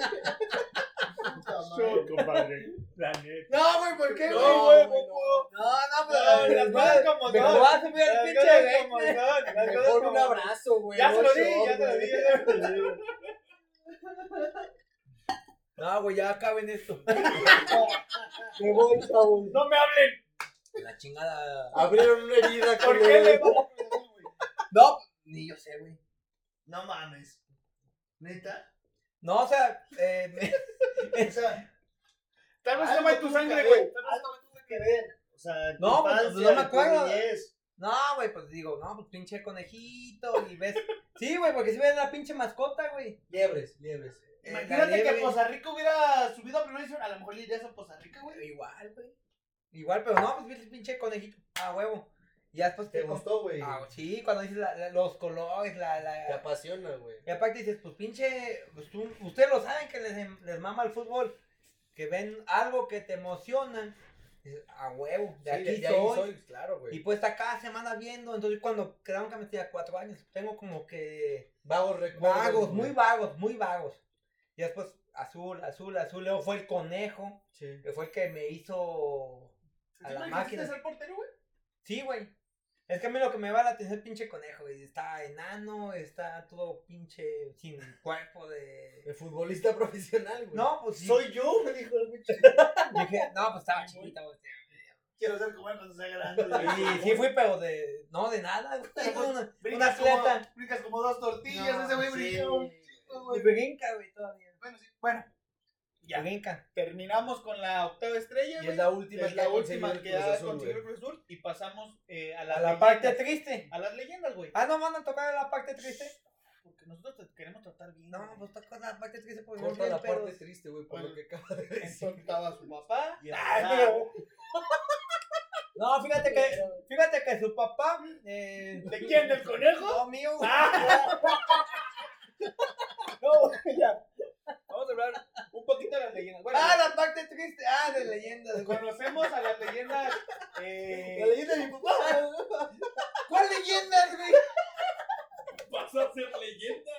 [SPEAKER 5] Show, compadre. La neta.
[SPEAKER 4] No, güey, ¿por qué,
[SPEAKER 2] No,
[SPEAKER 4] güey?
[SPEAKER 2] güey,
[SPEAKER 4] no.
[SPEAKER 3] No, no,
[SPEAKER 2] No,
[SPEAKER 3] pero
[SPEAKER 2] las cosas
[SPEAKER 3] las cosas
[SPEAKER 2] como
[SPEAKER 3] como
[SPEAKER 2] son.
[SPEAKER 3] no. vas a subir
[SPEAKER 2] Las
[SPEAKER 3] al pinche
[SPEAKER 2] cosas
[SPEAKER 3] veinte.
[SPEAKER 2] como son, las cosas
[SPEAKER 4] Mejor un
[SPEAKER 2] como-
[SPEAKER 4] abrazo, güey.
[SPEAKER 2] Ya se lo
[SPEAKER 4] no
[SPEAKER 2] di,
[SPEAKER 4] show,
[SPEAKER 2] ya se lo
[SPEAKER 4] güey.
[SPEAKER 2] di, ya se lo di.
[SPEAKER 3] No, güey, ya acaben esto.
[SPEAKER 4] Me voy, chavos.
[SPEAKER 2] No me hablen.
[SPEAKER 3] La chingada.
[SPEAKER 4] Abrieron una herida,
[SPEAKER 2] ¿Por qué
[SPEAKER 4] culero.
[SPEAKER 2] le vas a Cruz Azul, güey?
[SPEAKER 3] No, ni yo sé, güey.
[SPEAKER 7] No mames. ¿Neta?
[SPEAKER 3] No, o sea, eh, me-
[SPEAKER 7] O sea,
[SPEAKER 2] Tal vez
[SPEAKER 7] algo
[SPEAKER 2] toma tu
[SPEAKER 7] tuvo que
[SPEAKER 2] sangre,
[SPEAKER 7] haber,
[SPEAKER 2] güey.
[SPEAKER 7] Algo tuvo que ver. O sea, tu
[SPEAKER 3] No, pues,
[SPEAKER 7] infancia,
[SPEAKER 3] no me acuerdo.
[SPEAKER 7] tu niñez.
[SPEAKER 3] no, güey, pues digo, no, pues pinche conejito y ves. Sí, güey, porque si ves la pinche mascota, güey.
[SPEAKER 4] Liebres, liebres.
[SPEAKER 3] Eh,
[SPEAKER 2] Imagínate que
[SPEAKER 3] Gallegos,
[SPEAKER 2] Poza Rica hubiera subido a primera división, a lo mejor le irías a Poza Rica, güey.
[SPEAKER 3] Igual, güey. Igual, pero no, pues ves el pinche conejito. Ah, huevo. Y ya después
[SPEAKER 4] Te
[SPEAKER 3] comp-
[SPEAKER 4] gustó, güey.
[SPEAKER 3] Ah, sí, cuando dices la- la- los colores, la,
[SPEAKER 4] Te
[SPEAKER 3] la...
[SPEAKER 4] apasiona, güey.
[SPEAKER 3] Y aparte dices, pues pinche, pues, tú- ustedes lo saben que les, les mama el fútbol, que ven algo que te emociona, dices, a huevo, de
[SPEAKER 4] Sí,
[SPEAKER 3] aquí
[SPEAKER 4] de ahí
[SPEAKER 3] soy.
[SPEAKER 4] claro,
[SPEAKER 3] Y
[SPEAKER 4] güey.
[SPEAKER 3] pues está cada semana viendo, entonces cuando quedaron que me tenía cuatro años, tengo como que
[SPEAKER 4] Vagos recuerdos.
[SPEAKER 3] vagos,
[SPEAKER 4] güey.
[SPEAKER 3] muy vagos, muy vagos. Y después azul, azul, azul, luego fue el conejo,
[SPEAKER 4] Sí.
[SPEAKER 3] que fue el que me hizo a la máquina.
[SPEAKER 2] ser portero, güey?
[SPEAKER 3] Sí, güey. Es que a mí lo que me va la atención es el pinche conejo, güey. Está enano, está todo pinche sin cuerpo de.
[SPEAKER 4] El futbolista profesional, güey.
[SPEAKER 3] No, pues sí.
[SPEAKER 7] Soy yo, me dijo el pinche.
[SPEAKER 3] Dije, no, pues estaba chiquita, güey.
[SPEAKER 2] Quiero ser como él cuando sea grande.
[SPEAKER 3] Y sí fui, pero de. No, de nada, güey.
[SPEAKER 2] pues,
[SPEAKER 3] Una, una
[SPEAKER 2] Brincas como,
[SPEAKER 3] atleta.
[SPEAKER 2] brincas como dos tortillas,
[SPEAKER 3] No,
[SPEAKER 2] ese güey
[SPEAKER 3] sí.
[SPEAKER 2] brincó un chingo,
[SPEAKER 3] Y
[SPEAKER 2] güey.
[SPEAKER 3] brinca, güey, todavía.
[SPEAKER 2] Bueno, sí, bueno. Ya.
[SPEAKER 3] Brinca.
[SPEAKER 2] Terminamos con la octava estrella,
[SPEAKER 4] Y
[SPEAKER 2] güey.
[SPEAKER 4] es la última
[SPEAKER 2] Es la
[SPEAKER 4] ha conseguido
[SPEAKER 2] última
[SPEAKER 4] el
[SPEAKER 2] que
[SPEAKER 4] Cruz
[SPEAKER 2] ha
[SPEAKER 4] Azul,
[SPEAKER 2] conseguido el
[SPEAKER 4] güey.
[SPEAKER 2] Cruz Azul y pasamos eh, a, las
[SPEAKER 3] A la
[SPEAKER 2] leyendas.
[SPEAKER 3] parte triste.
[SPEAKER 2] a las leyendas, güey.
[SPEAKER 3] Ah, no, van a tocar la parte triste.
[SPEAKER 2] Porque nosotros te queremos tratar bien.
[SPEAKER 3] No, pues toca la parte triste porque no
[SPEAKER 4] Corta
[SPEAKER 3] tiene
[SPEAKER 4] la parte
[SPEAKER 3] pedos.
[SPEAKER 4] triste, güey, por
[SPEAKER 2] Bueno.
[SPEAKER 4] lo que acaba de
[SPEAKER 2] pues,
[SPEAKER 4] decir.
[SPEAKER 2] Entonces estaba su papá.
[SPEAKER 4] Y el-
[SPEAKER 2] Ah,
[SPEAKER 3] No, fíjate que, fíjate que su papá. Eh,
[SPEAKER 2] ¿De quién? ¿Del conejo?
[SPEAKER 3] no, mío. güey.
[SPEAKER 5] Ah,
[SPEAKER 2] No, güey, ya. Vamos a hablar un poquito de las leyendas. Bueno,
[SPEAKER 3] Ah, la parte triste. Ah, de leyendas, güey.
[SPEAKER 2] conocemos a las leyendas. eh,
[SPEAKER 4] La leyenda de mi papá.
[SPEAKER 3] ¿Cuál leyendas, güey?
[SPEAKER 6] Vas a ser leyenda.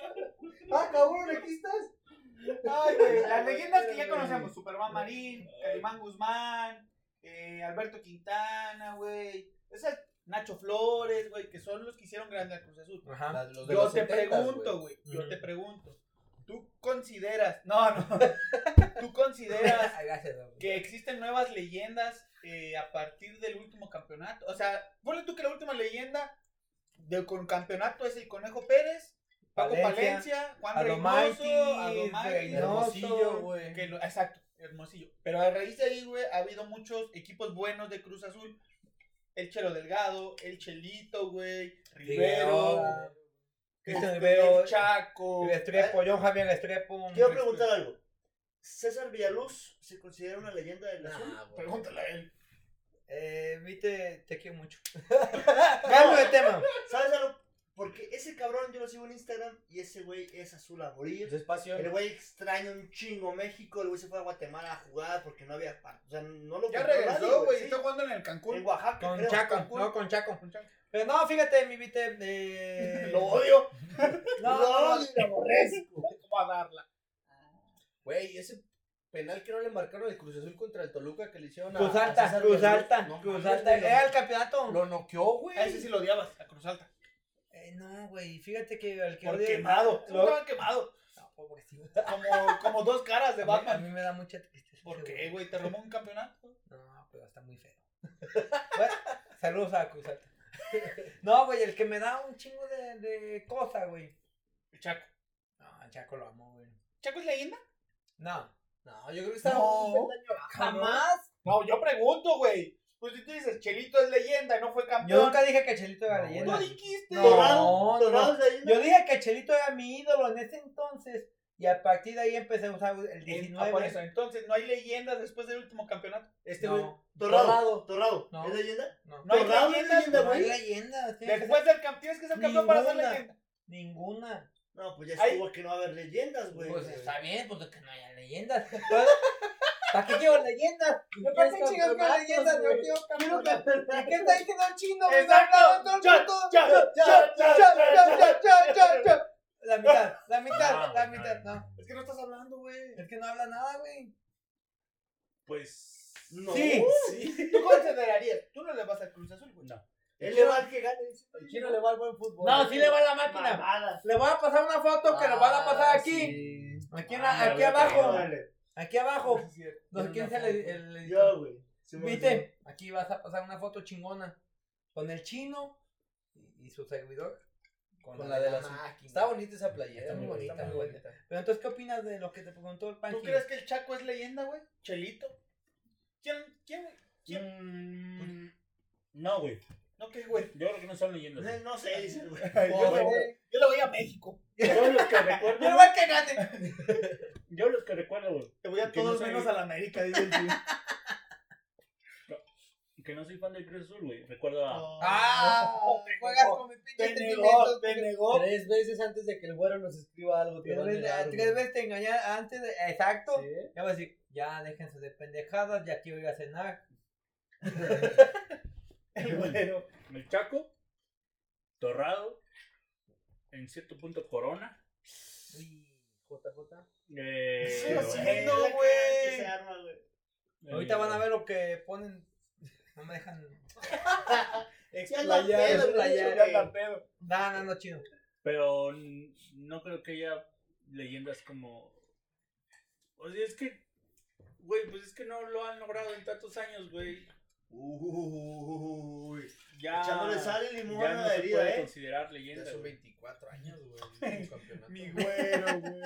[SPEAKER 4] Ah, cabrón, aquí estás.
[SPEAKER 2] Ay, güey, las leyendas que ya conocemos, Superman Marín, Calimán Guzmán, eh, Alberto Quintana, güey, esas Nacho Flores, güey, que son los que hicieron grande al Cruz Azul.
[SPEAKER 3] Ajá.
[SPEAKER 4] Las- los de
[SPEAKER 2] Yo
[SPEAKER 4] los
[SPEAKER 2] te
[SPEAKER 4] 70s,
[SPEAKER 2] pregunto, güey, yo
[SPEAKER 3] Ujú.
[SPEAKER 2] te pregunto, ¿tú consideras, no, no, tú consideras
[SPEAKER 3] Gracias, güey.
[SPEAKER 2] que existen nuevas leyendas eh, a partir del último campeonato? O sea, ponle tú que la última leyenda del con campeonato es el Conejo Pérez, Paco
[SPEAKER 3] Valencia,
[SPEAKER 2] Palencia, Juan
[SPEAKER 3] Adomaitis,
[SPEAKER 2] Reynoso, Adomaitis,
[SPEAKER 4] Hermosillo, güey.
[SPEAKER 2] que lo- exacto, Hermosillo. Pero a raíz de ahí, güey, ha habido muchos equipos buenos de Cruz Azul. El Chelo Delgado, el Chelito, güey, Rivero,
[SPEAKER 3] Figueroa, Cristian
[SPEAKER 2] este,
[SPEAKER 3] Rivero,
[SPEAKER 2] el Chaco.
[SPEAKER 3] El Estrepo, John Javier Estrepo.
[SPEAKER 7] Quiero preguntar algo. ¿César Villaluz se considera una leyenda del
[SPEAKER 4] güey.
[SPEAKER 7] azul?
[SPEAKER 4] Nah, güey.
[SPEAKER 2] Pregúntale a él.
[SPEAKER 3] Eh, viste, te quiero mucho. Cambio de tema.
[SPEAKER 7] ¿Sabes algo? Porque ese cabrón yo lo sigo en Instagram y ese güey es azul a morir.
[SPEAKER 4] Pues es pasión.
[SPEAKER 7] El güey extraña un chingo México, el güey se fue a Guatemala a jugar porque no había... par- O sea, no lo
[SPEAKER 2] Ya
[SPEAKER 7] compró nadie,
[SPEAKER 2] regresó, güey,
[SPEAKER 7] sí.
[SPEAKER 2] está jugando en el Cancún.
[SPEAKER 7] En Oaxaca,
[SPEAKER 3] Con
[SPEAKER 7] creo.
[SPEAKER 3] Chaco,
[SPEAKER 2] Cancún.
[SPEAKER 3] no, con Chaco.
[SPEAKER 2] Con Chaco.
[SPEAKER 3] Pero Eh, no, fíjate, mi viste. Eh...
[SPEAKER 2] Lo odio.
[SPEAKER 3] No,
[SPEAKER 7] No,
[SPEAKER 3] no,
[SPEAKER 7] ni
[SPEAKER 3] no.
[SPEAKER 7] la aborrezco.
[SPEAKER 2] ¿Cómo a darla?
[SPEAKER 4] Güey, ese penal que no le marcaron el Cruz Azul contra el Toluca que le hicieron a.
[SPEAKER 3] Cruz
[SPEAKER 4] a
[SPEAKER 3] Alta,
[SPEAKER 4] César
[SPEAKER 3] Cruz
[SPEAKER 4] Gallardo.
[SPEAKER 3] Alta,
[SPEAKER 4] No
[SPEAKER 3] Cruz
[SPEAKER 4] mames,
[SPEAKER 3] Alta.
[SPEAKER 4] güey, lo-
[SPEAKER 3] Era el campeonato.
[SPEAKER 4] Lo noqueó, güey.
[SPEAKER 2] A ese sí lo odiabas, a Cruz Alta.
[SPEAKER 3] Eh, no, güey, fíjate que al que
[SPEAKER 2] Por
[SPEAKER 3] odio-
[SPEAKER 2] quemado.
[SPEAKER 3] Lo-
[SPEAKER 2] Estaba quemado.
[SPEAKER 3] No, pobrecito.
[SPEAKER 2] Como, como dos caras de
[SPEAKER 3] A
[SPEAKER 2] Batman.
[SPEAKER 3] mí me da mucha tristeza.
[SPEAKER 2] ¿Por
[SPEAKER 3] ese
[SPEAKER 2] qué, güey? ¿Te robó un campeonato?
[SPEAKER 3] No, pero está muy feo. Bueno, saludos a Cruz Alta. No, güey, el que me da un chingo de, de cosa, güey.
[SPEAKER 2] El Chaco.
[SPEAKER 3] No, Chaco lo amo, güey.
[SPEAKER 2] ¿Chaco es leyenda?
[SPEAKER 3] No.
[SPEAKER 4] No, yo creo que estaba
[SPEAKER 2] No.
[SPEAKER 4] un peldaño abajo,
[SPEAKER 3] Jamás.
[SPEAKER 2] No, yo pregunto, güey. Pues si tú dices, Chelito es leyenda y no fue
[SPEAKER 3] Yo
[SPEAKER 2] campeón.
[SPEAKER 3] nunca dije que Chelito era
[SPEAKER 4] No,
[SPEAKER 3] leyenda.
[SPEAKER 2] ¿Tú
[SPEAKER 4] güey.
[SPEAKER 2] dijiste? Ah,
[SPEAKER 3] No,
[SPEAKER 7] Dorado,
[SPEAKER 3] no.
[SPEAKER 7] dorado es leyenda.
[SPEAKER 3] Yo dije que Chelito era mi ídolo en ese entonces. Y a partir de ahí empecé a usar el
[SPEAKER 2] Eh, ah, por eso,
[SPEAKER 3] 19.
[SPEAKER 2] entonces no hay leyendas después del último campeonato.
[SPEAKER 4] Este güey.
[SPEAKER 3] No,
[SPEAKER 7] Dorado, dorado.
[SPEAKER 3] No.
[SPEAKER 7] ¿Es leyenda?
[SPEAKER 3] no.
[SPEAKER 2] No hay
[SPEAKER 7] Dorado es
[SPEAKER 2] leyendas,
[SPEAKER 7] leyenda,
[SPEAKER 3] No hay
[SPEAKER 7] güey.
[SPEAKER 3] leyenda. tiene que ser-
[SPEAKER 2] Después del campeón tienes que ser campeón para ser
[SPEAKER 3] Ninguna.
[SPEAKER 2] leyenda.
[SPEAKER 3] Ninguna.
[SPEAKER 7] No, pues ya
[SPEAKER 2] Ay.
[SPEAKER 7] estuvo que no va a haber leyendas, güey.
[SPEAKER 4] Pues,
[SPEAKER 3] está bien, porque que no haya leyendas. ¿Para qué quiero leyendas? ¿Yo para qué chingados quiero leyendas? Yo quiero
[SPEAKER 7] Quiero
[SPEAKER 3] campeonato. ¿Y
[SPEAKER 7] campeonato.
[SPEAKER 3] qué está diciendo el chino? güey?
[SPEAKER 2] Exacto.
[SPEAKER 3] Hablaba todo el
[SPEAKER 2] Ya,
[SPEAKER 3] rato.
[SPEAKER 2] ya, ya, ya, ya,
[SPEAKER 3] La mitad, la mitad,
[SPEAKER 6] No,
[SPEAKER 3] la
[SPEAKER 6] no,
[SPEAKER 3] mitad,
[SPEAKER 6] no.
[SPEAKER 3] no.
[SPEAKER 2] Es que no estás hablando, güey.
[SPEAKER 3] Es que no habla nada, güey.
[SPEAKER 6] Pues.
[SPEAKER 7] No.
[SPEAKER 3] Sí.
[SPEAKER 2] ¿Tú considerarías? Tú no le vas al Cruz Azul, güey.
[SPEAKER 6] No.
[SPEAKER 7] Él le va al que gane.
[SPEAKER 4] El chino le va al buen fútbol.
[SPEAKER 3] No, sí le va la máquina.
[SPEAKER 7] Mamadas.
[SPEAKER 3] Le voy a pasar una foto que le van a pasar aquí. Aquí, en la-
[SPEAKER 6] Ah,
[SPEAKER 3] aquí
[SPEAKER 6] ya veo.
[SPEAKER 3] abajo.
[SPEAKER 7] Órale.
[SPEAKER 3] Aquí abajo.
[SPEAKER 2] es cierto.
[SPEAKER 3] No sé quién se le. el- el-
[SPEAKER 7] Yo, güey. Sí, me
[SPEAKER 3] Viste, aquí vas a pasar una foto chingona con el chino y, y su servidor. Con,
[SPEAKER 4] Con la de la
[SPEAKER 3] máquina.
[SPEAKER 4] Está bonita esa playera.
[SPEAKER 3] Está muy
[SPEAKER 4] güey,
[SPEAKER 3] bonita, muy Pero entonces, ¿qué opinas de lo que te preguntó el Panji?
[SPEAKER 2] ¿Tú crees que el Chaco es leyenda, güey? Chelito. ¿Quién? ¿Quién?
[SPEAKER 6] Mm, No, güey.
[SPEAKER 2] No, ¿qué, güey?
[SPEAKER 6] Yo creo que no son leyendas.
[SPEAKER 7] No,
[SPEAKER 6] güey.
[SPEAKER 7] no sé, dice el güey.
[SPEAKER 2] Yo, le voy a México.
[SPEAKER 6] Yo los que
[SPEAKER 3] Yo
[SPEAKER 6] recuerdo.
[SPEAKER 3] voy a que gane.
[SPEAKER 6] Yo los que recuerdo, güey.
[SPEAKER 2] Te voy a
[SPEAKER 6] Que no
[SPEAKER 2] todos
[SPEAKER 6] soy-
[SPEAKER 2] menos a la América, dice el tío.
[SPEAKER 6] Que no soy fan del Cruz Azul.
[SPEAKER 5] Azul, güey. Recuerdo a.
[SPEAKER 3] Ah, juegas con mi pinche
[SPEAKER 2] Te negó,
[SPEAKER 3] sentimientos.
[SPEAKER 2] te
[SPEAKER 3] güey.
[SPEAKER 2] negó.
[SPEAKER 7] Tres veces antes de que el güero nos escriba algo. te
[SPEAKER 3] Tres
[SPEAKER 7] va a
[SPEAKER 3] veces-
[SPEAKER 7] negar,
[SPEAKER 3] Tres
[SPEAKER 7] güey.
[SPEAKER 3] veces te engañar antes de. Exacto.
[SPEAKER 7] Sí.
[SPEAKER 3] Ya voy a decir, ya déjense de pendejadas, ya quiero ir a cenar.
[SPEAKER 2] El güero.
[SPEAKER 5] El Chaco, Torrado, en cierto punto Corona.
[SPEAKER 7] JJ.
[SPEAKER 5] Eh,
[SPEAKER 2] Sí,
[SPEAKER 5] güey,
[SPEAKER 2] sí.
[SPEAKER 5] eh,
[SPEAKER 2] no,
[SPEAKER 7] la cagada
[SPEAKER 2] güey.
[SPEAKER 7] que se arma, güey.
[SPEAKER 3] Ahorita van a ver lo que ponen. No me dejan.
[SPEAKER 7] Explayar,
[SPEAKER 3] pedo,
[SPEAKER 7] explayar.
[SPEAKER 3] güey.
[SPEAKER 2] Anda pedo.
[SPEAKER 3] No, no, no, chido.
[SPEAKER 5] Pero n- no creo que haya leyendas como. O sea, es que. Güey, pues es que no lo han logrado en tantos años, güey.
[SPEAKER 7] Uh, Uy.
[SPEAKER 5] Ya.
[SPEAKER 7] uh, Echándole sal y limón
[SPEAKER 5] Ah, ya
[SPEAKER 7] a
[SPEAKER 5] no
[SPEAKER 7] la
[SPEAKER 5] se
[SPEAKER 7] herida,
[SPEAKER 5] puede
[SPEAKER 7] ¿eh?
[SPEAKER 5] considerar
[SPEAKER 4] Ya
[SPEAKER 5] leyenda.
[SPEAKER 4] son
[SPEAKER 5] güey.
[SPEAKER 4] 24 años, güey. de un campeonato.
[SPEAKER 2] Mi güero, güey.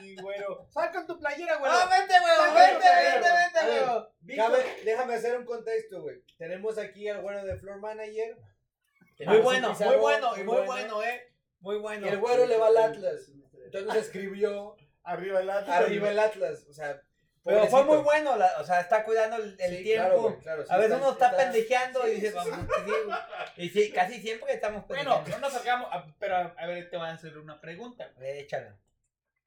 [SPEAKER 2] Mi güero. Sal con tu playera, güey.
[SPEAKER 3] ¡Ah, vente, güey!
[SPEAKER 2] güey,
[SPEAKER 3] ¡Vente,
[SPEAKER 2] güey,
[SPEAKER 3] vente,
[SPEAKER 4] güey.
[SPEAKER 3] vente,
[SPEAKER 4] A ver.
[SPEAKER 3] güey!
[SPEAKER 4] Cabe- déjame hacer un contexto, güey. Tenemos aquí al güero de Floor Manager.
[SPEAKER 3] Muy
[SPEAKER 4] Tenemos
[SPEAKER 3] bueno,
[SPEAKER 4] un
[SPEAKER 3] muy
[SPEAKER 4] pizarrón,
[SPEAKER 3] bueno, y muy bueno, eh. Muy bueno.
[SPEAKER 4] Y el güero le va al Atlas. Entonces escribió
[SPEAKER 2] Arriba el Atlas.
[SPEAKER 4] arriba el Atlas. O sea,
[SPEAKER 3] Pero fue
[SPEAKER 4] pobrecito.
[SPEAKER 3] muy bueno, la- o sea, está cuidando el, el
[SPEAKER 4] Sí,
[SPEAKER 3] tiempo.
[SPEAKER 4] claro, güey, claro, sí
[SPEAKER 3] a veces
[SPEAKER 4] está-
[SPEAKER 3] uno está,
[SPEAKER 4] está-
[SPEAKER 3] pendejeando y dice, vamos, sí, güey. Y sí, casi siempre estamos
[SPEAKER 2] Bueno,
[SPEAKER 3] pendejeando.
[SPEAKER 2] no nos salgamos. ah, Pero a a ver, te voy a hacer una pregunta.
[SPEAKER 3] Eh, échala.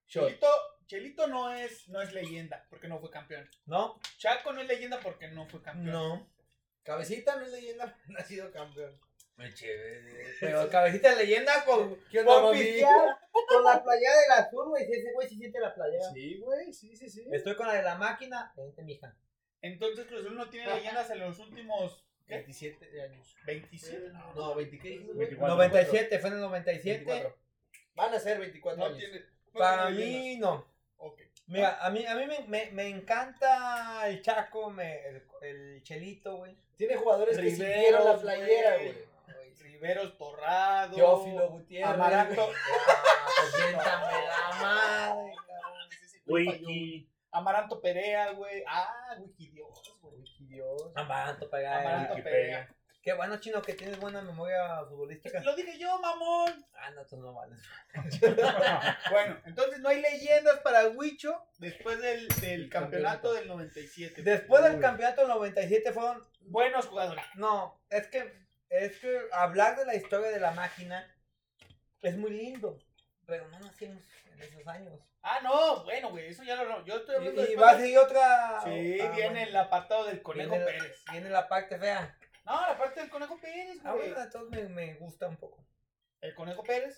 [SPEAKER 4] Shot.
[SPEAKER 2] Chelito, Chelito no es, no es leyenda porque no fue campeón.
[SPEAKER 3] ¿No?
[SPEAKER 2] Chaco no es leyenda porque no fue campeón.
[SPEAKER 4] Cabecita no es leyenda, no ha sido campeón.
[SPEAKER 3] Me chévere. Pero cabecita de leyenda con,
[SPEAKER 4] ¿Qué
[SPEAKER 3] con pistear, con la playera del azul, güey. si Ese güey sí siente la playera.
[SPEAKER 4] Sí, güey, sí, sí, sí.
[SPEAKER 3] Estoy con la de la máquina. Vente, mija.
[SPEAKER 2] Entonces Cruz Azul no tiene leyendas en los últimos ¿qué?
[SPEAKER 4] 27 años.
[SPEAKER 2] 27.
[SPEAKER 4] No, 20, ¿qué dices, güey?
[SPEAKER 5] 24.
[SPEAKER 3] 97, fue en el 97.
[SPEAKER 4] 24. Van a ser 24
[SPEAKER 2] No
[SPEAKER 4] años.
[SPEAKER 2] tiene. no
[SPEAKER 3] Para
[SPEAKER 2] tiene leyendas.
[SPEAKER 3] mí, no.
[SPEAKER 2] Ok.
[SPEAKER 3] Mira, a mí, a mí me, me, me encanta el Chaco, me, el, el Chelito, güey.
[SPEAKER 4] Tiene jugadores que
[SPEAKER 2] Riveros,
[SPEAKER 4] siguieron la playera,
[SPEAKER 2] güey.
[SPEAKER 4] güey.
[SPEAKER 2] Riveros Torrado.
[SPEAKER 4] Teófilo Gutiérrez.
[SPEAKER 2] Amaranto.
[SPEAKER 3] Siéntame la madre.
[SPEAKER 5] Wiki.
[SPEAKER 2] Amaranto Perea, güey. Ah, Wikidios, güey. Wikidios.
[SPEAKER 3] Amaranto,
[SPEAKER 2] Amaranto
[SPEAKER 3] pega.
[SPEAKER 5] Wikipedia.
[SPEAKER 2] Perea.
[SPEAKER 3] Qué bueno, chino, que tienes buena memoria futbolística.
[SPEAKER 2] Lo dije yo, mamón.
[SPEAKER 3] Ah, no, tú no vales.
[SPEAKER 2] Bueno, entonces no hay leyendas para Huicho después del, del campeonato del 97.
[SPEAKER 3] Después del campeonato del 97 fueron.
[SPEAKER 2] Buenos jugadores.
[SPEAKER 3] No, es que, es que hablar de la historia de la máquina es muy lindo, pero no nacimos en esos años.
[SPEAKER 2] Ah, no, bueno, güey, eso ya lo. Yo estoy hablando
[SPEAKER 3] Y, y
[SPEAKER 2] después
[SPEAKER 3] va a
[SPEAKER 2] del-
[SPEAKER 3] seguir otra.
[SPEAKER 2] Sí,
[SPEAKER 3] ah,
[SPEAKER 2] viene
[SPEAKER 3] bueno.
[SPEAKER 2] el apartado del Conejo
[SPEAKER 3] Viene la-
[SPEAKER 2] Pérez.
[SPEAKER 3] Viene la parte fea.
[SPEAKER 2] No, la parte del Conejo Pérez,
[SPEAKER 3] Ah,
[SPEAKER 2] güey.
[SPEAKER 3] bueno, entonces me, me gusta un poco.
[SPEAKER 2] El Conejo Pérez.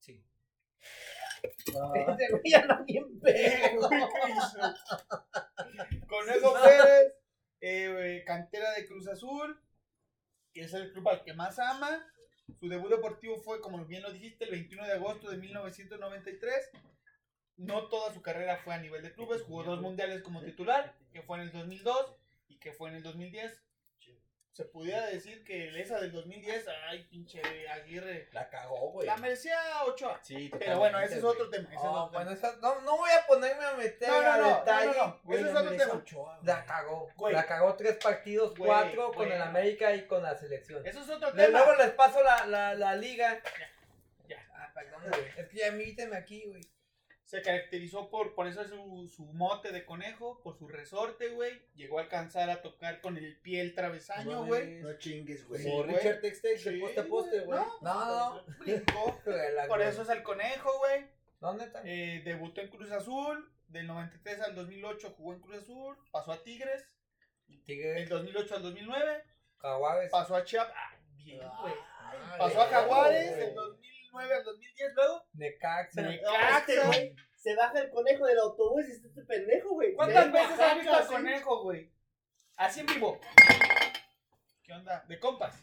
[SPEAKER 3] Sí.
[SPEAKER 7] Ah.
[SPEAKER 2] Conejo Pérez, eh, güey, cantera de Cruz Azul, que es el club al que más ama. Su debut deportivo fue, como bien lo dijiste, el 21 de agosto de 1993. No toda su carrera fue a nivel de clubes, jugó dos mundiales como titular, que fue en el 2002 y que fue en el 2010. Se pudiera decir que esa del 2010, ay, pinche Aguirre.
[SPEAKER 4] La cagó, güey.
[SPEAKER 2] La merecía Ochoa.
[SPEAKER 4] Sí,
[SPEAKER 2] Pero bueno, ese es otro tema. ese es
[SPEAKER 3] Ah,
[SPEAKER 2] otro tema.
[SPEAKER 3] bueno, esa- no, no voy a ponerme a meter
[SPEAKER 2] No, no,
[SPEAKER 3] a
[SPEAKER 2] no, no,
[SPEAKER 3] detalle.
[SPEAKER 2] no, no.
[SPEAKER 4] Güey,
[SPEAKER 2] Ese es
[SPEAKER 4] no
[SPEAKER 2] otro
[SPEAKER 4] merece
[SPEAKER 2] tema.
[SPEAKER 4] Ochoa, güey.
[SPEAKER 3] La cagó.
[SPEAKER 2] Güey.
[SPEAKER 3] La cagó tres partidos,
[SPEAKER 2] Güey,
[SPEAKER 3] cuatro con
[SPEAKER 2] güey.
[SPEAKER 3] el América y con la selección.
[SPEAKER 2] Eso es otro
[SPEAKER 3] Le-
[SPEAKER 2] tema.
[SPEAKER 3] luego les paso la, la, la liga.
[SPEAKER 2] Ya,
[SPEAKER 3] Ah, perdón, güey. Es que ya invíteme aquí, güey.
[SPEAKER 2] Se caracterizó por, por eso es su, su mote de conejo, por su resorte, güey. Llegó a alcanzar a tocar con el pie el travesaño, güey.
[SPEAKER 7] No chingues, güey.
[SPEAKER 2] Sí,
[SPEAKER 4] Como
[SPEAKER 2] güey.
[SPEAKER 4] Richard Textel,
[SPEAKER 2] Sí,
[SPEAKER 4] de poste a poste, güey.
[SPEAKER 2] No,
[SPEAKER 3] No, no.
[SPEAKER 2] brincó.
[SPEAKER 3] La-
[SPEAKER 2] Por eso es el conejo, güey.
[SPEAKER 3] ¿Dónde está?
[SPEAKER 2] Eh, debutó en Cruz Azul. Del 93 al 2008 jugó en Cruz Azul. Pasó a Tigres. Del
[SPEAKER 3] Tigre,
[SPEAKER 2] 2008 al 2009.
[SPEAKER 3] Jaguares.
[SPEAKER 2] Pasó a Chiapas. Ah, bien, güey.
[SPEAKER 4] Ay,
[SPEAKER 2] Pasó a
[SPEAKER 4] güey.
[SPEAKER 2] Jaguares. Del 2009 al 2010. Luego,
[SPEAKER 3] Necaxa.
[SPEAKER 2] Necaxa.
[SPEAKER 7] este Se baja el conejo del autobús y está este pendejo, güey.
[SPEAKER 2] ¿Cuántas
[SPEAKER 7] Ven,
[SPEAKER 2] veces has visto al
[SPEAKER 7] sacas,
[SPEAKER 2] conejo, güey? Así en vivo. ¿Qué onda? De compas.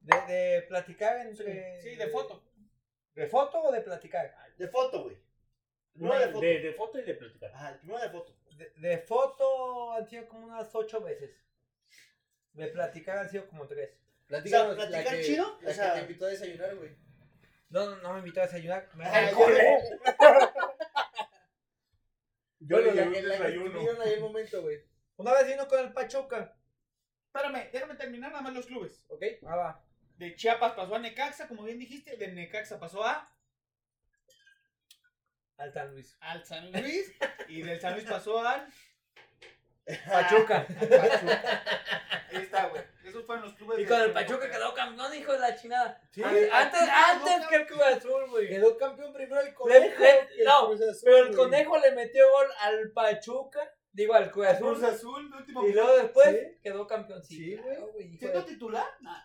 [SPEAKER 3] De, de platicar entre.
[SPEAKER 2] Sí, de foto.
[SPEAKER 3] ¿De foto o de platicar?
[SPEAKER 7] sí. De foto, güey. No
[SPEAKER 5] Una-
[SPEAKER 7] de foto.
[SPEAKER 5] de, de foto y de platicar.
[SPEAKER 7] Ah, el primero de foto.
[SPEAKER 3] De, de foto han sido como unas ocho veces. De platicar han sido como tres.
[SPEAKER 4] Platícanos
[SPEAKER 7] O sea,
[SPEAKER 4] la
[SPEAKER 7] platicar
[SPEAKER 4] que-
[SPEAKER 7] chido, o
[SPEAKER 4] La que
[SPEAKER 7] sea-
[SPEAKER 4] te invitó a desayunar, güey.
[SPEAKER 3] No, no, no me invitó a desayunar. Me-
[SPEAKER 7] Ay,
[SPEAKER 4] Yo
[SPEAKER 6] le
[SPEAKER 4] la,
[SPEAKER 6] llevé
[SPEAKER 4] que-
[SPEAKER 6] un
[SPEAKER 4] la que
[SPEAKER 6] desayuno.
[SPEAKER 4] escribieron ahí el momento, güey.
[SPEAKER 3] Una vez vino con el Pachuca.
[SPEAKER 2] Espérame, déjame terminar nada más los clubes.
[SPEAKER 4] ¿Ok?
[SPEAKER 3] Ah, va.
[SPEAKER 2] De Chiapas pasó a Necaxa, como bien dijiste. De Necaxa pasó a
[SPEAKER 3] Al San Luis.
[SPEAKER 2] al San Luis. y del San Luis pasó al
[SPEAKER 8] Pachuca.
[SPEAKER 2] Pachuca. Ahí está, güey. Esos fueron los clubes.
[SPEAKER 3] Y
[SPEAKER 2] de-
[SPEAKER 3] con el Pachuca quedó campeón, hijo de la chingada.
[SPEAKER 4] Sí,
[SPEAKER 3] antes, antes,
[SPEAKER 4] quedó
[SPEAKER 3] antes que el Cruz Azul, güey.
[SPEAKER 4] Quedó campeón primero el
[SPEAKER 3] Le-
[SPEAKER 4] conejo.
[SPEAKER 3] le-
[SPEAKER 4] que el
[SPEAKER 3] no,
[SPEAKER 4] Cruz Azul,
[SPEAKER 3] Pero el
[SPEAKER 4] güey.
[SPEAKER 3] conejo le metió gol al Pachuca, digo al Cruz
[SPEAKER 2] Cruz
[SPEAKER 3] Azul.
[SPEAKER 2] Azul, último.
[SPEAKER 3] Y luego después
[SPEAKER 4] Sí.
[SPEAKER 3] quedó campeón. Sí,
[SPEAKER 4] Sí,
[SPEAKER 3] claro, güey, hijo
[SPEAKER 2] ¿Siendo
[SPEAKER 3] de-
[SPEAKER 2] titular? Nah.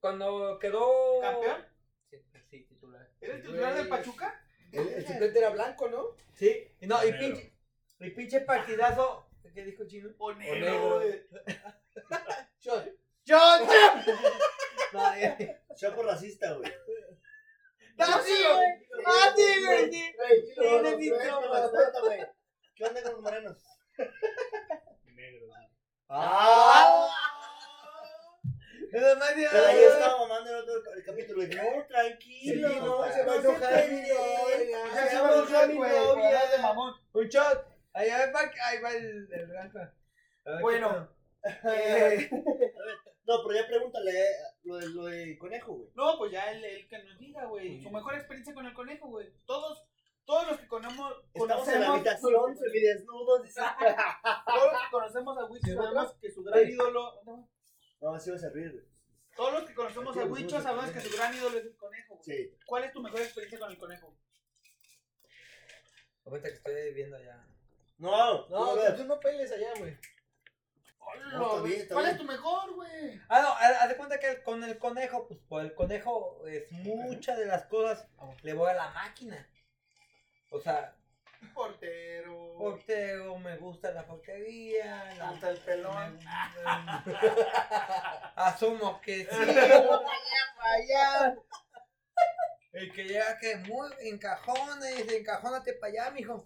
[SPEAKER 3] Cuando quedó.
[SPEAKER 2] ¿Campeón?
[SPEAKER 3] Sí, sí, titular.
[SPEAKER 2] ¿Eres titular del Pachuca?
[SPEAKER 4] El, el suplente era blanco, ¿no?
[SPEAKER 3] Sí, y no, y
[SPEAKER 5] Negro.
[SPEAKER 3] pinche, y pinche partidazo. ¿Qué dijo Chino?
[SPEAKER 2] O
[SPEAKER 3] negro.
[SPEAKER 2] negro. güey.
[SPEAKER 8] Yo,
[SPEAKER 3] No, eh,
[SPEAKER 7] Chapo racista, güey.
[SPEAKER 8] Tati, güey.
[SPEAKER 3] Ah,
[SPEAKER 8] Tati, güey.
[SPEAKER 7] Tranquilo,
[SPEAKER 8] Tiene
[SPEAKER 7] no,
[SPEAKER 8] mi
[SPEAKER 7] tranquilo,
[SPEAKER 8] tropa.
[SPEAKER 7] respeta, güey. ¿Qué onda con los morenos?
[SPEAKER 5] Negro, güey.
[SPEAKER 8] Nada más ya-
[SPEAKER 7] Ah. Pero ahí estaba mamando el otro el capítulo. güey. No, tranquilo.
[SPEAKER 4] Sí,
[SPEAKER 7] no,
[SPEAKER 4] no,
[SPEAKER 7] se va a enojar mi novia.
[SPEAKER 4] Ya
[SPEAKER 7] Se
[SPEAKER 4] se
[SPEAKER 7] va a enojar mi
[SPEAKER 8] güey.
[SPEAKER 7] novia.
[SPEAKER 2] Novia de mamón.
[SPEAKER 8] Un shot. Ahí va, el pack, ahí va el, el Rafa. A ver,
[SPEAKER 2] Bueno.
[SPEAKER 8] ¿qué tal?
[SPEAKER 7] No, pero ya pregúntale eh, lo de, lo de conejo, güey.
[SPEAKER 2] No, pues ya él, él que nos diga, güey. Su mejor experiencia con el conejo, güey. Todos, todos los que conocemos,
[SPEAKER 7] Estamos en la
[SPEAKER 2] conocemos,
[SPEAKER 7] habitación semidesnudos.
[SPEAKER 2] todos los que conocemos a Huicho sabemos que su gran ídolo.
[SPEAKER 7] No, sí vas a reír, güey.
[SPEAKER 2] Todos los que conocemos a Huicho sabemos que su gran ídolo es el conejo, güey.
[SPEAKER 7] Sí.
[SPEAKER 2] ¿Cuál es tu mejor experiencia con el conejo?
[SPEAKER 3] Ahorita que estoy viendo ya.
[SPEAKER 7] No,
[SPEAKER 4] No,
[SPEAKER 7] no, no.
[SPEAKER 4] tú no peles allá, güey.
[SPEAKER 7] No, está bien, está
[SPEAKER 2] ¿Cuál
[SPEAKER 7] bien.
[SPEAKER 2] es tu mejor, güey?
[SPEAKER 3] Ah, no, haz haz de cuenta que con el conejo, pues por el conejo es muchas de las cosas le voy a la máquina. O sea,
[SPEAKER 2] Portero.
[SPEAKER 3] portero, me gusta la portería. la-
[SPEAKER 2] Hasta el pelón.
[SPEAKER 3] Asumo que sí. El que llega que muy encajona y dice, encajónate para allá, mijo.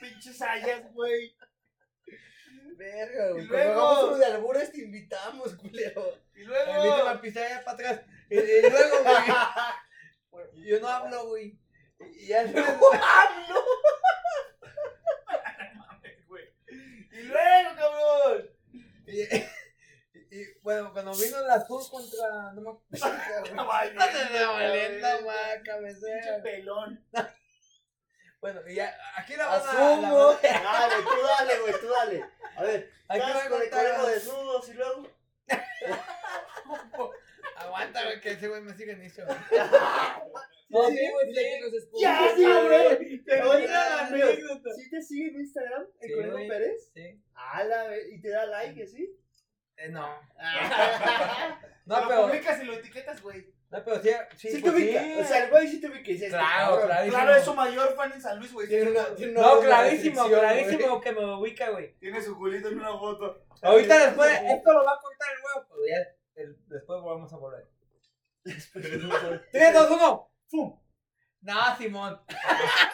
[SPEAKER 2] Pinches hayas, güey.
[SPEAKER 4] Verga,
[SPEAKER 2] Y
[SPEAKER 4] güey.
[SPEAKER 2] luego-
[SPEAKER 4] Cuando hagamos uno de albures te invitamos, culero.
[SPEAKER 2] Y
[SPEAKER 3] Me invita a
[SPEAKER 2] luego.
[SPEAKER 3] pisar allá para atrás. Y, y luego, güey. Yo no hablo, güey. Y ya después-
[SPEAKER 2] güey. Y luego, cabrón.
[SPEAKER 3] Y, y, bueno, cuando vino el azul contra. No me acuerdo. Valiendo, güey,
[SPEAKER 2] Pinche
[SPEAKER 3] cabecera.
[SPEAKER 2] pelón.
[SPEAKER 3] Bueno, y ya, aquí la van a. la
[SPEAKER 4] Asumo.
[SPEAKER 3] van-
[SPEAKER 7] Ah, güey, tú dale, güey, tú dale. A ver,
[SPEAKER 3] Aquí
[SPEAKER 7] estás
[SPEAKER 3] van a
[SPEAKER 7] con el
[SPEAKER 3] contar.
[SPEAKER 7] conejo desnudos y luego.
[SPEAKER 3] Aguanta, güey, que ese güey me sigue en eso.
[SPEAKER 8] No, sí, güey, dile que nos escuche.
[SPEAKER 7] ¡Ya, sí, güey!
[SPEAKER 3] Oye,
[SPEAKER 7] Termina la
[SPEAKER 3] amigos,
[SPEAKER 7] anécdota. ¿Sí te sigue en Instagram? ¿El
[SPEAKER 3] Sí,
[SPEAKER 7] Conejo
[SPEAKER 3] güey.
[SPEAKER 7] Pérez?
[SPEAKER 3] Sí.
[SPEAKER 7] Ah, la ve- y te da like, ¿sí?
[SPEAKER 3] Eh, no.
[SPEAKER 2] No,
[SPEAKER 3] No,
[SPEAKER 2] lo
[SPEAKER 3] pero.
[SPEAKER 2] publicas y lo etiquetas, güey.
[SPEAKER 3] No, pero sí. Sí,
[SPEAKER 7] Sí te
[SPEAKER 3] pues,
[SPEAKER 7] ubica.
[SPEAKER 3] sí.
[SPEAKER 7] O sea, el güey sí te ubica y dice, este
[SPEAKER 3] Claro,
[SPEAKER 7] cabrón.
[SPEAKER 3] clarísimo.
[SPEAKER 2] Claro, es su mayor fan en San Luis, güey.
[SPEAKER 4] Tiene una, tiene una
[SPEAKER 3] No,
[SPEAKER 4] orden de
[SPEAKER 3] clarísimo,
[SPEAKER 4] restricción,
[SPEAKER 3] clarísimo que me ubica, güey.
[SPEAKER 2] Tiene su culito en una foto.
[SPEAKER 3] Ahorita después, esto lo va a contar el huevo. Pues ya, el- después volvamos a volver. 3, 2, 1. ¡Fum! Nada, Simón.
[SPEAKER 7] Ah,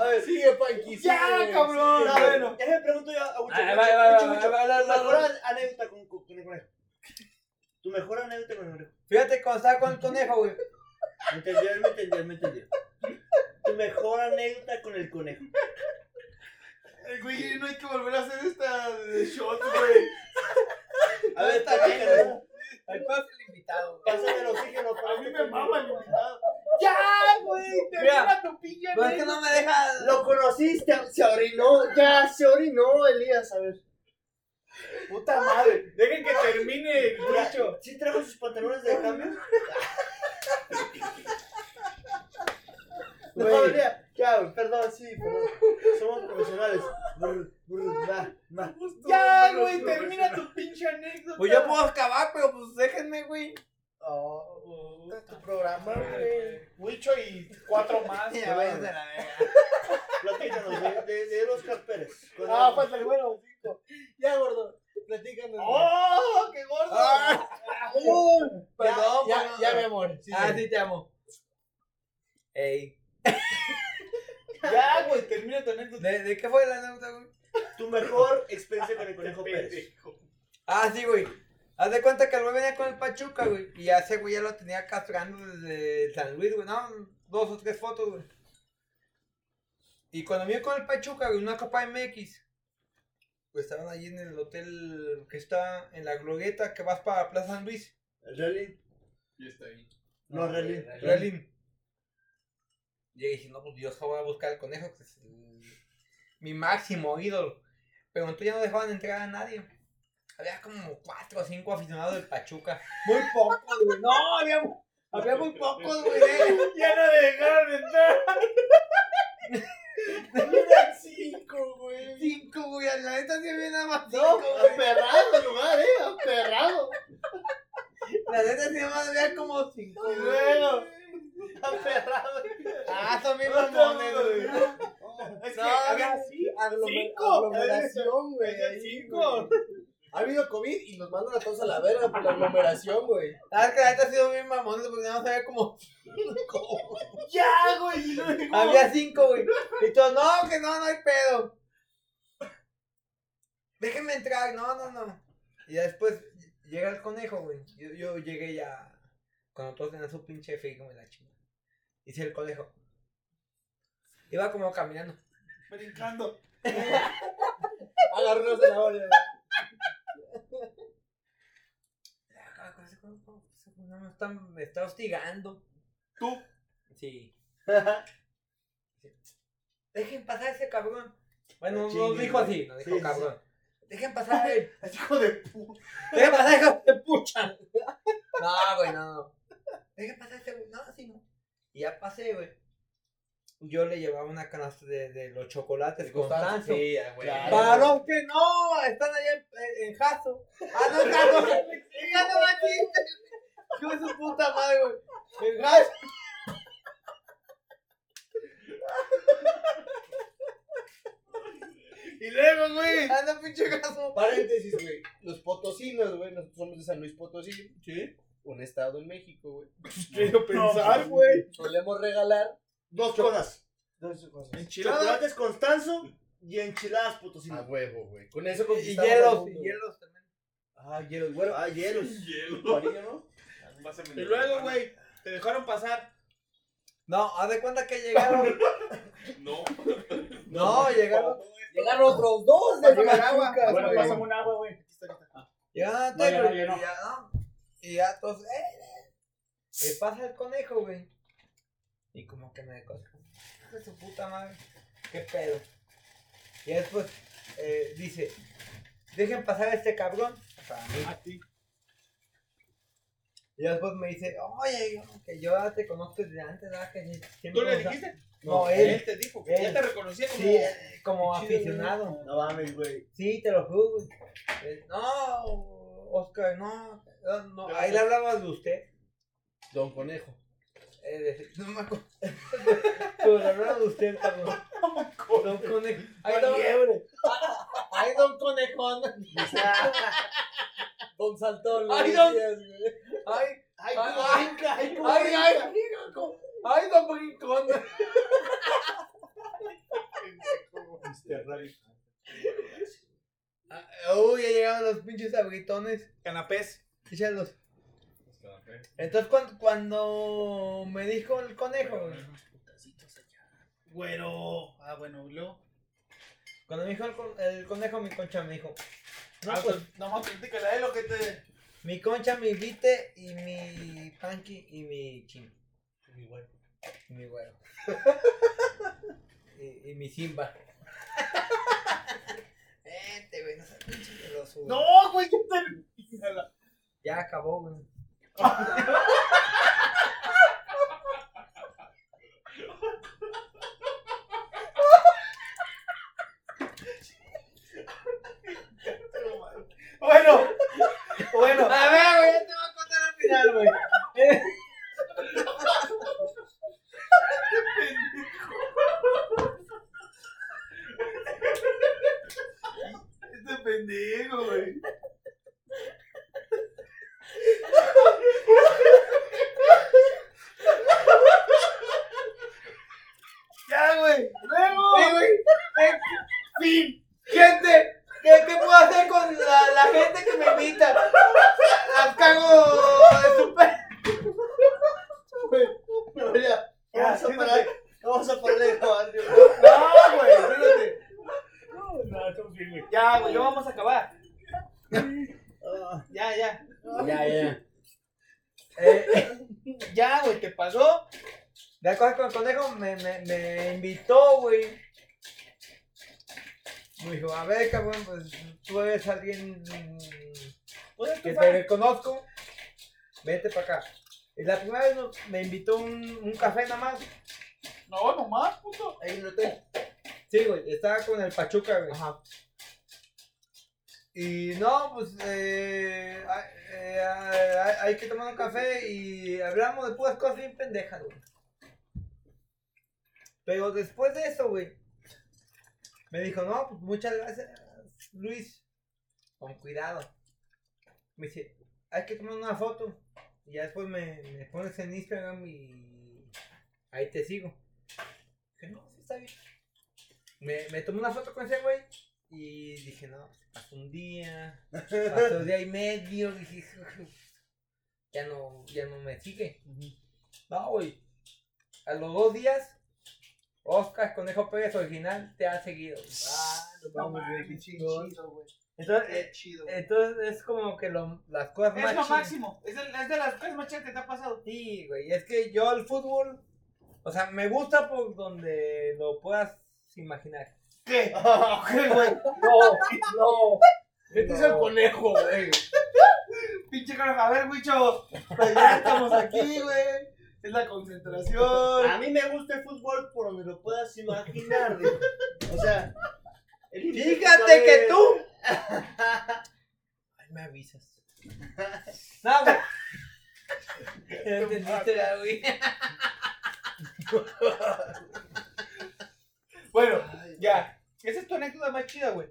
[SPEAKER 4] A ver, sigue, Panky.
[SPEAKER 2] ¡Ya,
[SPEAKER 4] sigue.
[SPEAKER 2] cabrón! Ah,
[SPEAKER 7] No,
[SPEAKER 2] bueno.
[SPEAKER 7] bueno, ya me pregunto yo a Ucho.
[SPEAKER 3] Ahí va, ahí va, ahí va,
[SPEAKER 7] Ucho,
[SPEAKER 3] ahí
[SPEAKER 7] Ucho,
[SPEAKER 3] va, ahí va, ahí
[SPEAKER 7] tu
[SPEAKER 3] va, ahí va.
[SPEAKER 7] mejor anécdota con, con el conejo. Tu mejor anécdota con el conejo.
[SPEAKER 3] Fíjate cuando estaba con el conejo, güey.
[SPEAKER 7] Me entendió, él me entendió, él me entendió. Tu mejor anécdota con el conejo.
[SPEAKER 2] Eh, Güey, no hay que volver a hacer esta de shot, güey.
[SPEAKER 7] A ver,
[SPEAKER 3] Está bien,
[SPEAKER 7] pásame
[SPEAKER 3] Ahí pasa el invitado, güey.
[SPEAKER 7] pásame el oxígeno.
[SPEAKER 2] A mí me mama el invitado.
[SPEAKER 3] Mira, pero es que no me deja.
[SPEAKER 7] Lo conociste, se orinó, ya se orinó, Elías, a ver.
[SPEAKER 2] Puta madre. Dejen que termine.
[SPEAKER 7] Mucho. ¿Sí trajo sus pantalones de cambio? No,
[SPEAKER 4] Güey.
[SPEAKER 7] María, ya, güey, perdón, sí, perdón. Somos profesionales. Brr, brr, va, va.
[SPEAKER 2] Ya, güey, termina tu pinche anécdota.
[SPEAKER 3] Pues yo puedo excavar, pero pues déjenme, güey.
[SPEAKER 4] Oh, puta, tu programa, güey.
[SPEAKER 2] Huicho y cuatro más.
[SPEAKER 3] Ya vayas de la verga.
[SPEAKER 7] Platícanos de, de, de Oscar Pérez. Con-
[SPEAKER 4] Ah,
[SPEAKER 2] pues.
[SPEAKER 4] falta el bueno, cinco. Ya, gordo. Platícanos. güey.
[SPEAKER 2] ¡Oh, qué gordo! Ah, uh,
[SPEAKER 3] Perdón,
[SPEAKER 4] ya,
[SPEAKER 3] perdón.
[SPEAKER 4] ya, ya, mi amor. sí,
[SPEAKER 3] Ah,
[SPEAKER 4] güey.
[SPEAKER 3] sí, te amo. Ey.
[SPEAKER 2] Ya, güey, termina tu anécdota.
[SPEAKER 3] ¿De, de qué fue la anécdota, güey?
[SPEAKER 7] Tu mejor experiencia con el Conejo Pérez.
[SPEAKER 3] Ah, sí, güey. Haz de cuenta que el güey venía con el Pachuca, güey. Y ya ese güey ya lo tenía castrando desde San Luis, güey. No, dos o tres fotos, güey. Y cuando vino con el Pachuca, güey, una Copa MX. Pues estaban allí en el hotel que está en la glorieta que vas para Plaza San Luis.
[SPEAKER 7] El Rally.
[SPEAKER 9] Ya está ahí.
[SPEAKER 2] Ah,
[SPEAKER 7] No,
[SPEAKER 3] No,
[SPEAKER 7] Relin.
[SPEAKER 3] güey, Relin.
[SPEAKER 10] Relin. Llegué y dije, no, pues yo solo voy a buscar al conejo, que es el- mi máximo ídolo. Pero entonces ya no dejaban entrar a nadie. Había como cuatro o cinco aficionados del Pachuca.
[SPEAKER 3] Muy pocos, güey. No, había, había muy pocos, güey. de-
[SPEAKER 5] Ya no dejaron entrar.
[SPEAKER 2] Eran cinco, güey.
[SPEAKER 3] Cinco, güey. La neta sí había nada
[SPEAKER 2] No,
[SPEAKER 3] más cinco, güey.
[SPEAKER 2] aperrado el lugar, eh, aperrado.
[SPEAKER 3] La neta sí nada más había como cinco,
[SPEAKER 2] Y
[SPEAKER 3] güey.
[SPEAKER 2] luego, aperrado.
[SPEAKER 3] Ah, son bien mamones, güey.
[SPEAKER 2] Es que
[SPEAKER 3] No,
[SPEAKER 2] había
[SPEAKER 3] no.
[SPEAKER 2] cinco.
[SPEAKER 3] Aglomer-
[SPEAKER 2] Cinco.
[SPEAKER 3] Aglomeración, güey.
[SPEAKER 2] había
[SPEAKER 3] ahí,
[SPEAKER 2] cinco.
[SPEAKER 3] güey.
[SPEAKER 4] Ha habido COVID y nos mandan a todos a la verga por la aglomeración, güey.
[SPEAKER 3] Ah, es que la neta sí son bien mamones porque nada más había como cinco, güey.
[SPEAKER 2] Ya, güey. y luego-
[SPEAKER 3] Había cinco, güey. Y todos, no, que no, no hay pedo. Déjenme entrar, no, no, no. Y ya después llega el conejo, güey. Yo, yo llegué ya cuando todos tenían su pinche figo y la chingada. Dice el conejo. Iba como caminando.
[SPEAKER 2] Brincando.
[SPEAKER 4] Agarrarnos de la olla.
[SPEAKER 3] Ah, con ese conejo, ese conejo me está, me está hostigando.
[SPEAKER 2] ¿Tú?
[SPEAKER 3] Sí. Dejen pasar a ese cabrón. Bueno, nos
[SPEAKER 7] Chingue,
[SPEAKER 3] dijo
[SPEAKER 7] güey.
[SPEAKER 3] así, nos dijo
[SPEAKER 7] Sí, sí,
[SPEAKER 3] cabrón. Dejen pasar a él.
[SPEAKER 7] Hijo de puta.
[SPEAKER 3] Deja pasar, hijo de pucha. No, güey, no, no. Deja pasar este güey. No, sí, no. Y ya pasé, güey. Yo le llevaba una canasta de, de los chocolates Constanzo.
[SPEAKER 4] Sí, ah, güey.
[SPEAKER 2] Claro.
[SPEAKER 3] Varón que no, están allá en, en Jaso. Ah, no, en Jaso. En Jaso no existe. Hijo de su puta madre, güey. En Jaso.
[SPEAKER 2] Y luego, güey.
[SPEAKER 3] Anda, Ah, pinche Jaso.
[SPEAKER 4] Paréntesis, güey. Los potosinos, güey. Nosotros somos de San Luis Potosí. Sí. Un estado en México, güey.
[SPEAKER 2] Quiero
[SPEAKER 5] pensar,
[SPEAKER 2] güey.
[SPEAKER 4] Solemos regalar.
[SPEAKER 7] Dos cosas. Dos cosas.
[SPEAKER 2] Enchiladas.
[SPEAKER 7] Chocolates Constanzo y enchiladas potosinas.
[SPEAKER 4] A huevo, güey. Con eso
[SPEAKER 3] Y
[SPEAKER 4] conquistamos. al
[SPEAKER 3] hielos,
[SPEAKER 4] mundo,
[SPEAKER 3] y
[SPEAKER 4] güey.
[SPEAKER 3] hielos también.
[SPEAKER 7] Ah, hielos, güero. Ah, hielos.
[SPEAKER 6] Hielo.
[SPEAKER 7] Amarillo, ¿no?
[SPEAKER 2] Y luego, güey. Te dejaron pasar.
[SPEAKER 3] No, haz de cuenta que llegaron.
[SPEAKER 6] No.
[SPEAKER 3] No, llegaron.
[SPEAKER 4] Llegaron otros dos de
[SPEAKER 2] Pásame el agua.
[SPEAKER 4] Pachuca,
[SPEAKER 5] Bueno,
[SPEAKER 4] güey.
[SPEAKER 5] pásame un agua, güey.
[SPEAKER 3] Ya,
[SPEAKER 5] No, ya
[SPEAKER 3] tengo,
[SPEAKER 5] no, ya no.
[SPEAKER 3] y ya, no. Y ya, entonces, eh, eh. Me pasa el conejo, güey. Y como que me decosa. Hijo de su puta madre. ¿Qué pedo? Y ya después eh, dice: Dejen pasar a este cabrón. O sea, a mí.
[SPEAKER 5] A ti.
[SPEAKER 3] Y ya después me dice: Oye, yo- que yo ya te conozco desde antes, ¿verdad? Que siempre
[SPEAKER 2] ¿Tú le
[SPEAKER 3] nos ha-
[SPEAKER 2] dijiste?
[SPEAKER 3] No, él.
[SPEAKER 2] te dijo.
[SPEAKER 3] él.
[SPEAKER 2] Ya te reconocía como.
[SPEAKER 3] Sí, eh, como
[SPEAKER 2] Qué chido,
[SPEAKER 3] aficionado.
[SPEAKER 7] No mames, güey.
[SPEAKER 3] Sí, te lo juro, güey. Eh, No, Oscar, no. no, no.
[SPEAKER 2] Gracias.
[SPEAKER 3] Ahí le hablabas de usted.
[SPEAKER 4] Don Conejo.
[SPEAKER 3] Eh, de- no me acuerdo. Pero le hablabas de usted, cabrón. Don Conejo. Ahí don, ahí don Conejón.
[SPEAKER 4] Don Saltón.
[SPEAKER 3] Ay,
[SPEAKER 4] güey.
[SPEAKER 3] don-
[SPEAKER 4] Díaz, güey.
[SPEAKER 3] Ay,
[SPEAKER 2] Ay,
[SPEAKER 3] ay,
[SPEAKER 2] cómo
[SPEAKER 3] ay,
[SPEAKER 2] brinca, ay, cómo
[SPEAKER 3] ay,
[SPEAKER 2] brinca.
[SPEAKER 3] ay, ay, don Brincón.
[SPEAKER 6] Mr. Rabbit.
[SPEAKER 3] Ah, Uy, ya llegaron los pinches abritones.
[SPEAKER 2] Canapés.
[SPEAKER 3] Échalos. Entonces, cuando, cuando me dijo el conejo, güey,
[SPEAKER 2] Güero. Ah, bueno, luego.
[SPEAKER 3] cuando me dijo el, con- el conejo, mi concha me dijo: No,
[SPEAKER 2] Ah,
[SPEAKER 3] pues
[SPEAKER 2] pues, nada más platícala, eh, lo que te.
[SPEAKER 3] Mi concha, mi vite y mi panqui y mi chino. Y mi güero. y, y mi simba. Vete, güey, no seas pinche celoso, güey.
[SPEAKER 2] No, güey, ya te.
[SPEAKER 3] Ya acabó, güey.
[SPEAKER 2] Bueno, bueno.
[SPEAKER 3] A ver, güey, ya te voy a contar al final, güey.
[SPEAKER 2] Este pendejo, güey. ya, güey. Luego.
[SPEAKER 3] Sí, güey. Eh, Fin. Gente, ¿qué, qué puedo hacer con la, la gente que me invita? Las cago de su pe-
[SPEAKER 7] No, ya. Vamos a parar. Vamos a parar de grabar, güey.
[SPEAKER 2] No, güey. espérate.
[SPEAKER 5] No, estamos bien, güey.
[SPEAKER 2] Ya, güey, ya vamos a acabar.
[SPEAKER 7] Ah,
[SPEAKER 2] Ya, ya.
[SPEAKER 4] Ya, ya.
[SPEAKER 3] Eh,
[SPEAKER 2] Ya, güey, ¿qué pasó?
[SPEAKER 3] La cosa con el conejo me, me, me invitó, güey. Me dijo, a ver, cabrón, pues tú eres alguien mm,
[SPEAKER 2] Pues es
[SPEAKER 3] que
[SPEAKER 2] tu
[SPEAKER 3] te
[SPEAKER 2] fan.
[SPEAKER 3] reconozco. Vete para acá. Y la primera vez no- me invitó un, un café nada más.
[SPEAKER 2] No, nomás, puto.
[SPEAKER 11] Ahí en el hotel.
[SPEAKER 3] Sí, güey, estaba con el Pachuca, güey. Y no, pues eh, hay, eh, hay- hay que tomar un café y hablamos de puras cosas bien pendejas, güey. Pero después de eso, güey, me dijo, no, pues muchas gracias, Luis. Con cuidado. Me dice, hay que tomar una foto. Y ya después me, me pones en Instagram y ahí te sigo. Dije, no, sí está bien. Me, me tomé una foto con ese güey y dije, no, pues, pasó un día, pasó un día y medio, dije, "Hijo, ya no, ya no me sigue. No, güey. A los dos días, Oscar Conejo Pérez original te ha seguido. Ah,
[SPEAKER 7] Vamos, güey, qué chingón.
[SPEAKER 3] Entonces,
[SPEAKER 7] Qué
[SPEAKER 3] eh,
[SPEAKER 7] chido.
[SPEAKER 3] entonces es como que lo- las cosas
[SPEAKER 2] Es lo
[SPEAKER 3] chidas-
[SPEAKER 2] máximo. Es, el- es de las tres más chidas que te ha pasado.
[SPEAKER 3] Sí, güey, es que yo el fútbol, o sea, me gusta por donde lo puedas imaginar.
[SPEAKER 2] ¿Qué? ¿Qué, güey?
[SPEAKER 3] No, no.
[SPEAKER 2] ¿Qué
[SPEAKER 3] Este
[SPEAKER 2] te hizo el conejo, güey? Pinche conejo. A ver, Wicho. Pues ya estamos aquí, güey. Es la concentración.
[SPEAKER 7] A mí me gusta el fútbol por donde lo puedas imaginar, güey. O sea, el
[SPEAKER 3] Fíjate que tú. Ay, me avisas. No, güey. Ya entendiste, ya, güey.
[SPEAKER 2] Bueno, ya. Esa es tu anécdota más chida, güey.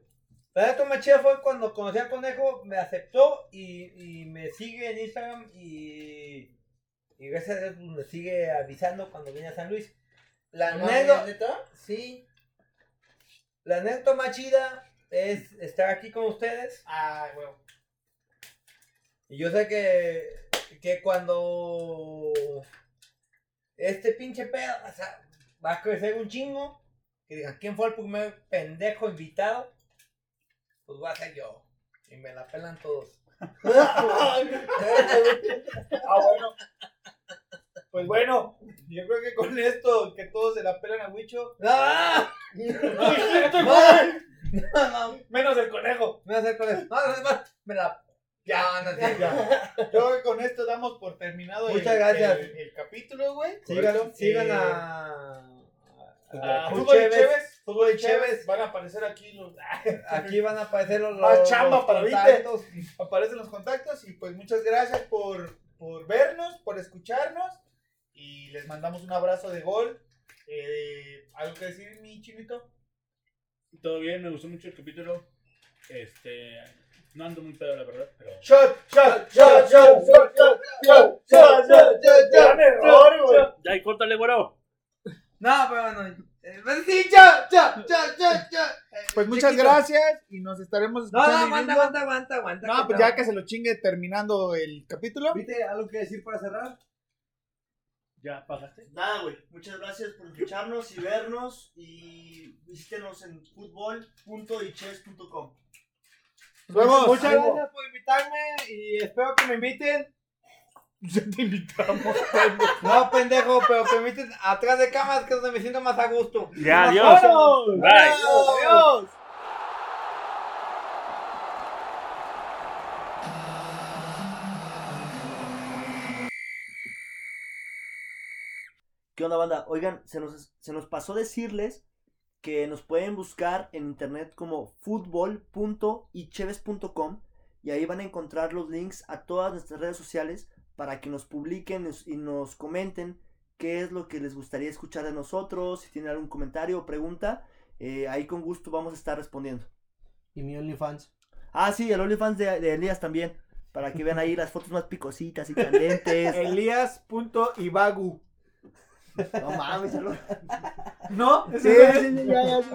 [SPEAKER 3] La neta más chida fue cuando conocí al conejo, me aceptó y, y me sigue en Instagram y, y gracias a Dios pues, me sigue avisando cuando viene a San Luis. La anécdota, sí. La anécdota más chida es estar aquí con ustedes.
[SPEAKER 2] Ah, güey.
[SPEAKER 3] Y yo sé que, que cuando este pinche pedo o sea, va a crecer un chingo, que digan, ¿quién fue el primer pendejo invitado? Pues va a ser yo. Y me la pelan todos.
[SPEAKER 2] Ah, bueno. Pues bueno, yo creo que con esto, que todos se la pelan a Wicho,
[SPEAKER 3] ¡No! No, no,
[SPEAKER 2] menos el conejo.
[SPEAKER 3] me voy a hacer con eso. No, no, no, me la... Ya, no, sí, ya.
[SPEAKER 2] Yo creo que con esto damos por terminado el-
[SPEAKER 3] Muchas gracias.
[SPEAKER 2] el, el capítulo, güey.
[SPEAKER 3] Sigan,
[SPEAKER 2] Correcto.
[SPEAKER 3] sigan
[SPEAKER 2] Eh,
[SPEAKER 3] a...
[SPEAKER 2] a
[SPEAKER 3] Full
[SPEAKER 2] Ah, Fútbol y
[SPEAKER 3] Chévez.
[SPEAKER 2] Chévez. Fútbol y
[SPEAKER 3] Chévez.
[SPEAKER 2] Chévez. Van a aparecer aquí los. ah,
[SPEAKER 3] Aquí van a aparecer los,
[SPEAKER 2] Más
[SPEAKER 3] los-
[SPEAKER 2] chamba
[SPEAKER 3] los
[SPEAKER 2] para ahorita.
[SPEAKER 3] contactos.
[SPEAKER 2] aparecen los contactos y pues muchas gracias por, por vernos, por escucharnos y les mandamos un abrazo de gol. Eh, ¿Algo que decir, mi chinito?
[SPEAKER 5] Todo bien, me gustó mucho el capítulo. Este. No ando muy pedo, la verdad, pero.
[SPEAKER 2] Shot, shot,
[SPEAKER 7] Yo, yo, yo, yo, yo, yo, yo, yo, yo.
[SPEAKER 5] Ya, córtale, güero.
[SPEAKER 3] No, pero bueno. eh, pues sí,
[SPEAKER 2] Pues muchas
[SPEAKER 3] Chiquito.
[SPEAKER 2] gracias y nos estaremos
[SPEAKER 3] No, no,
[SPEAKER 2] escuchando. y
[SPEAKER 3] aguanta,
[SPEAKER 2] viendo.
[SPEAKER 3] aguanta, aguanta, aguanta.
[SPEAKER 2] No, pues ya que se lo chingue terminando el capítulo.
[SPEAKER 7] ¿Viste algo que decir para cerrar?
[SPEAKER 5] Ya, pagaste.
[SPEAKER 7] Pues Nada, güey. Muchas gracias por escucharnos y vernos. Y visítenos en futbol.iches.com.
[SPEAKER 2] Nos vemos.
[SPEAKER 3] Muchas gracias por invitarme y espero que me inviten.
[SPEAKER 2] Ya te invitamos.
[SPEAKER 3] No, pendejo, pero que me inviten atrás de cámaras que es donde me siento más a gusto.
[SPEAKER 5] Ya,
[SPEAKER 2] ¡Vámonos!
[SPEAKER 3] 哎
[SPEAKER 5] Bye.
[SPEAKER 2] ¡Adiós!
[SPEAKER 7] ¿Qué onda, banda? Oigan, se nos, se nos pasó decirles que nos pueden buscar en internet como futbol.icheves.com y ahí van a encontrar los links a todas nuestras redes sociales para que nos publiquen nos- y nos comenten qué es lo que les gustaría escuchar de nosotros, si tienen algún comentario o pregunta, eh, ahí con gusto vamos a estar respondiendo.
[SPEAKER 3] Y mi OnlyFans.
[SPEAKER 7] Ah, sí, el OnlyFans de, de Elías también, para que vean ahí las fotos más picositas y candentes.
[SPEAKER 2] Elías.ibagu.
[SPEAKER 7] No mames,
[SPEAKER 2] ¿No?
[SPEAKER 7] Sí, sí, sí, ya, ya, sí,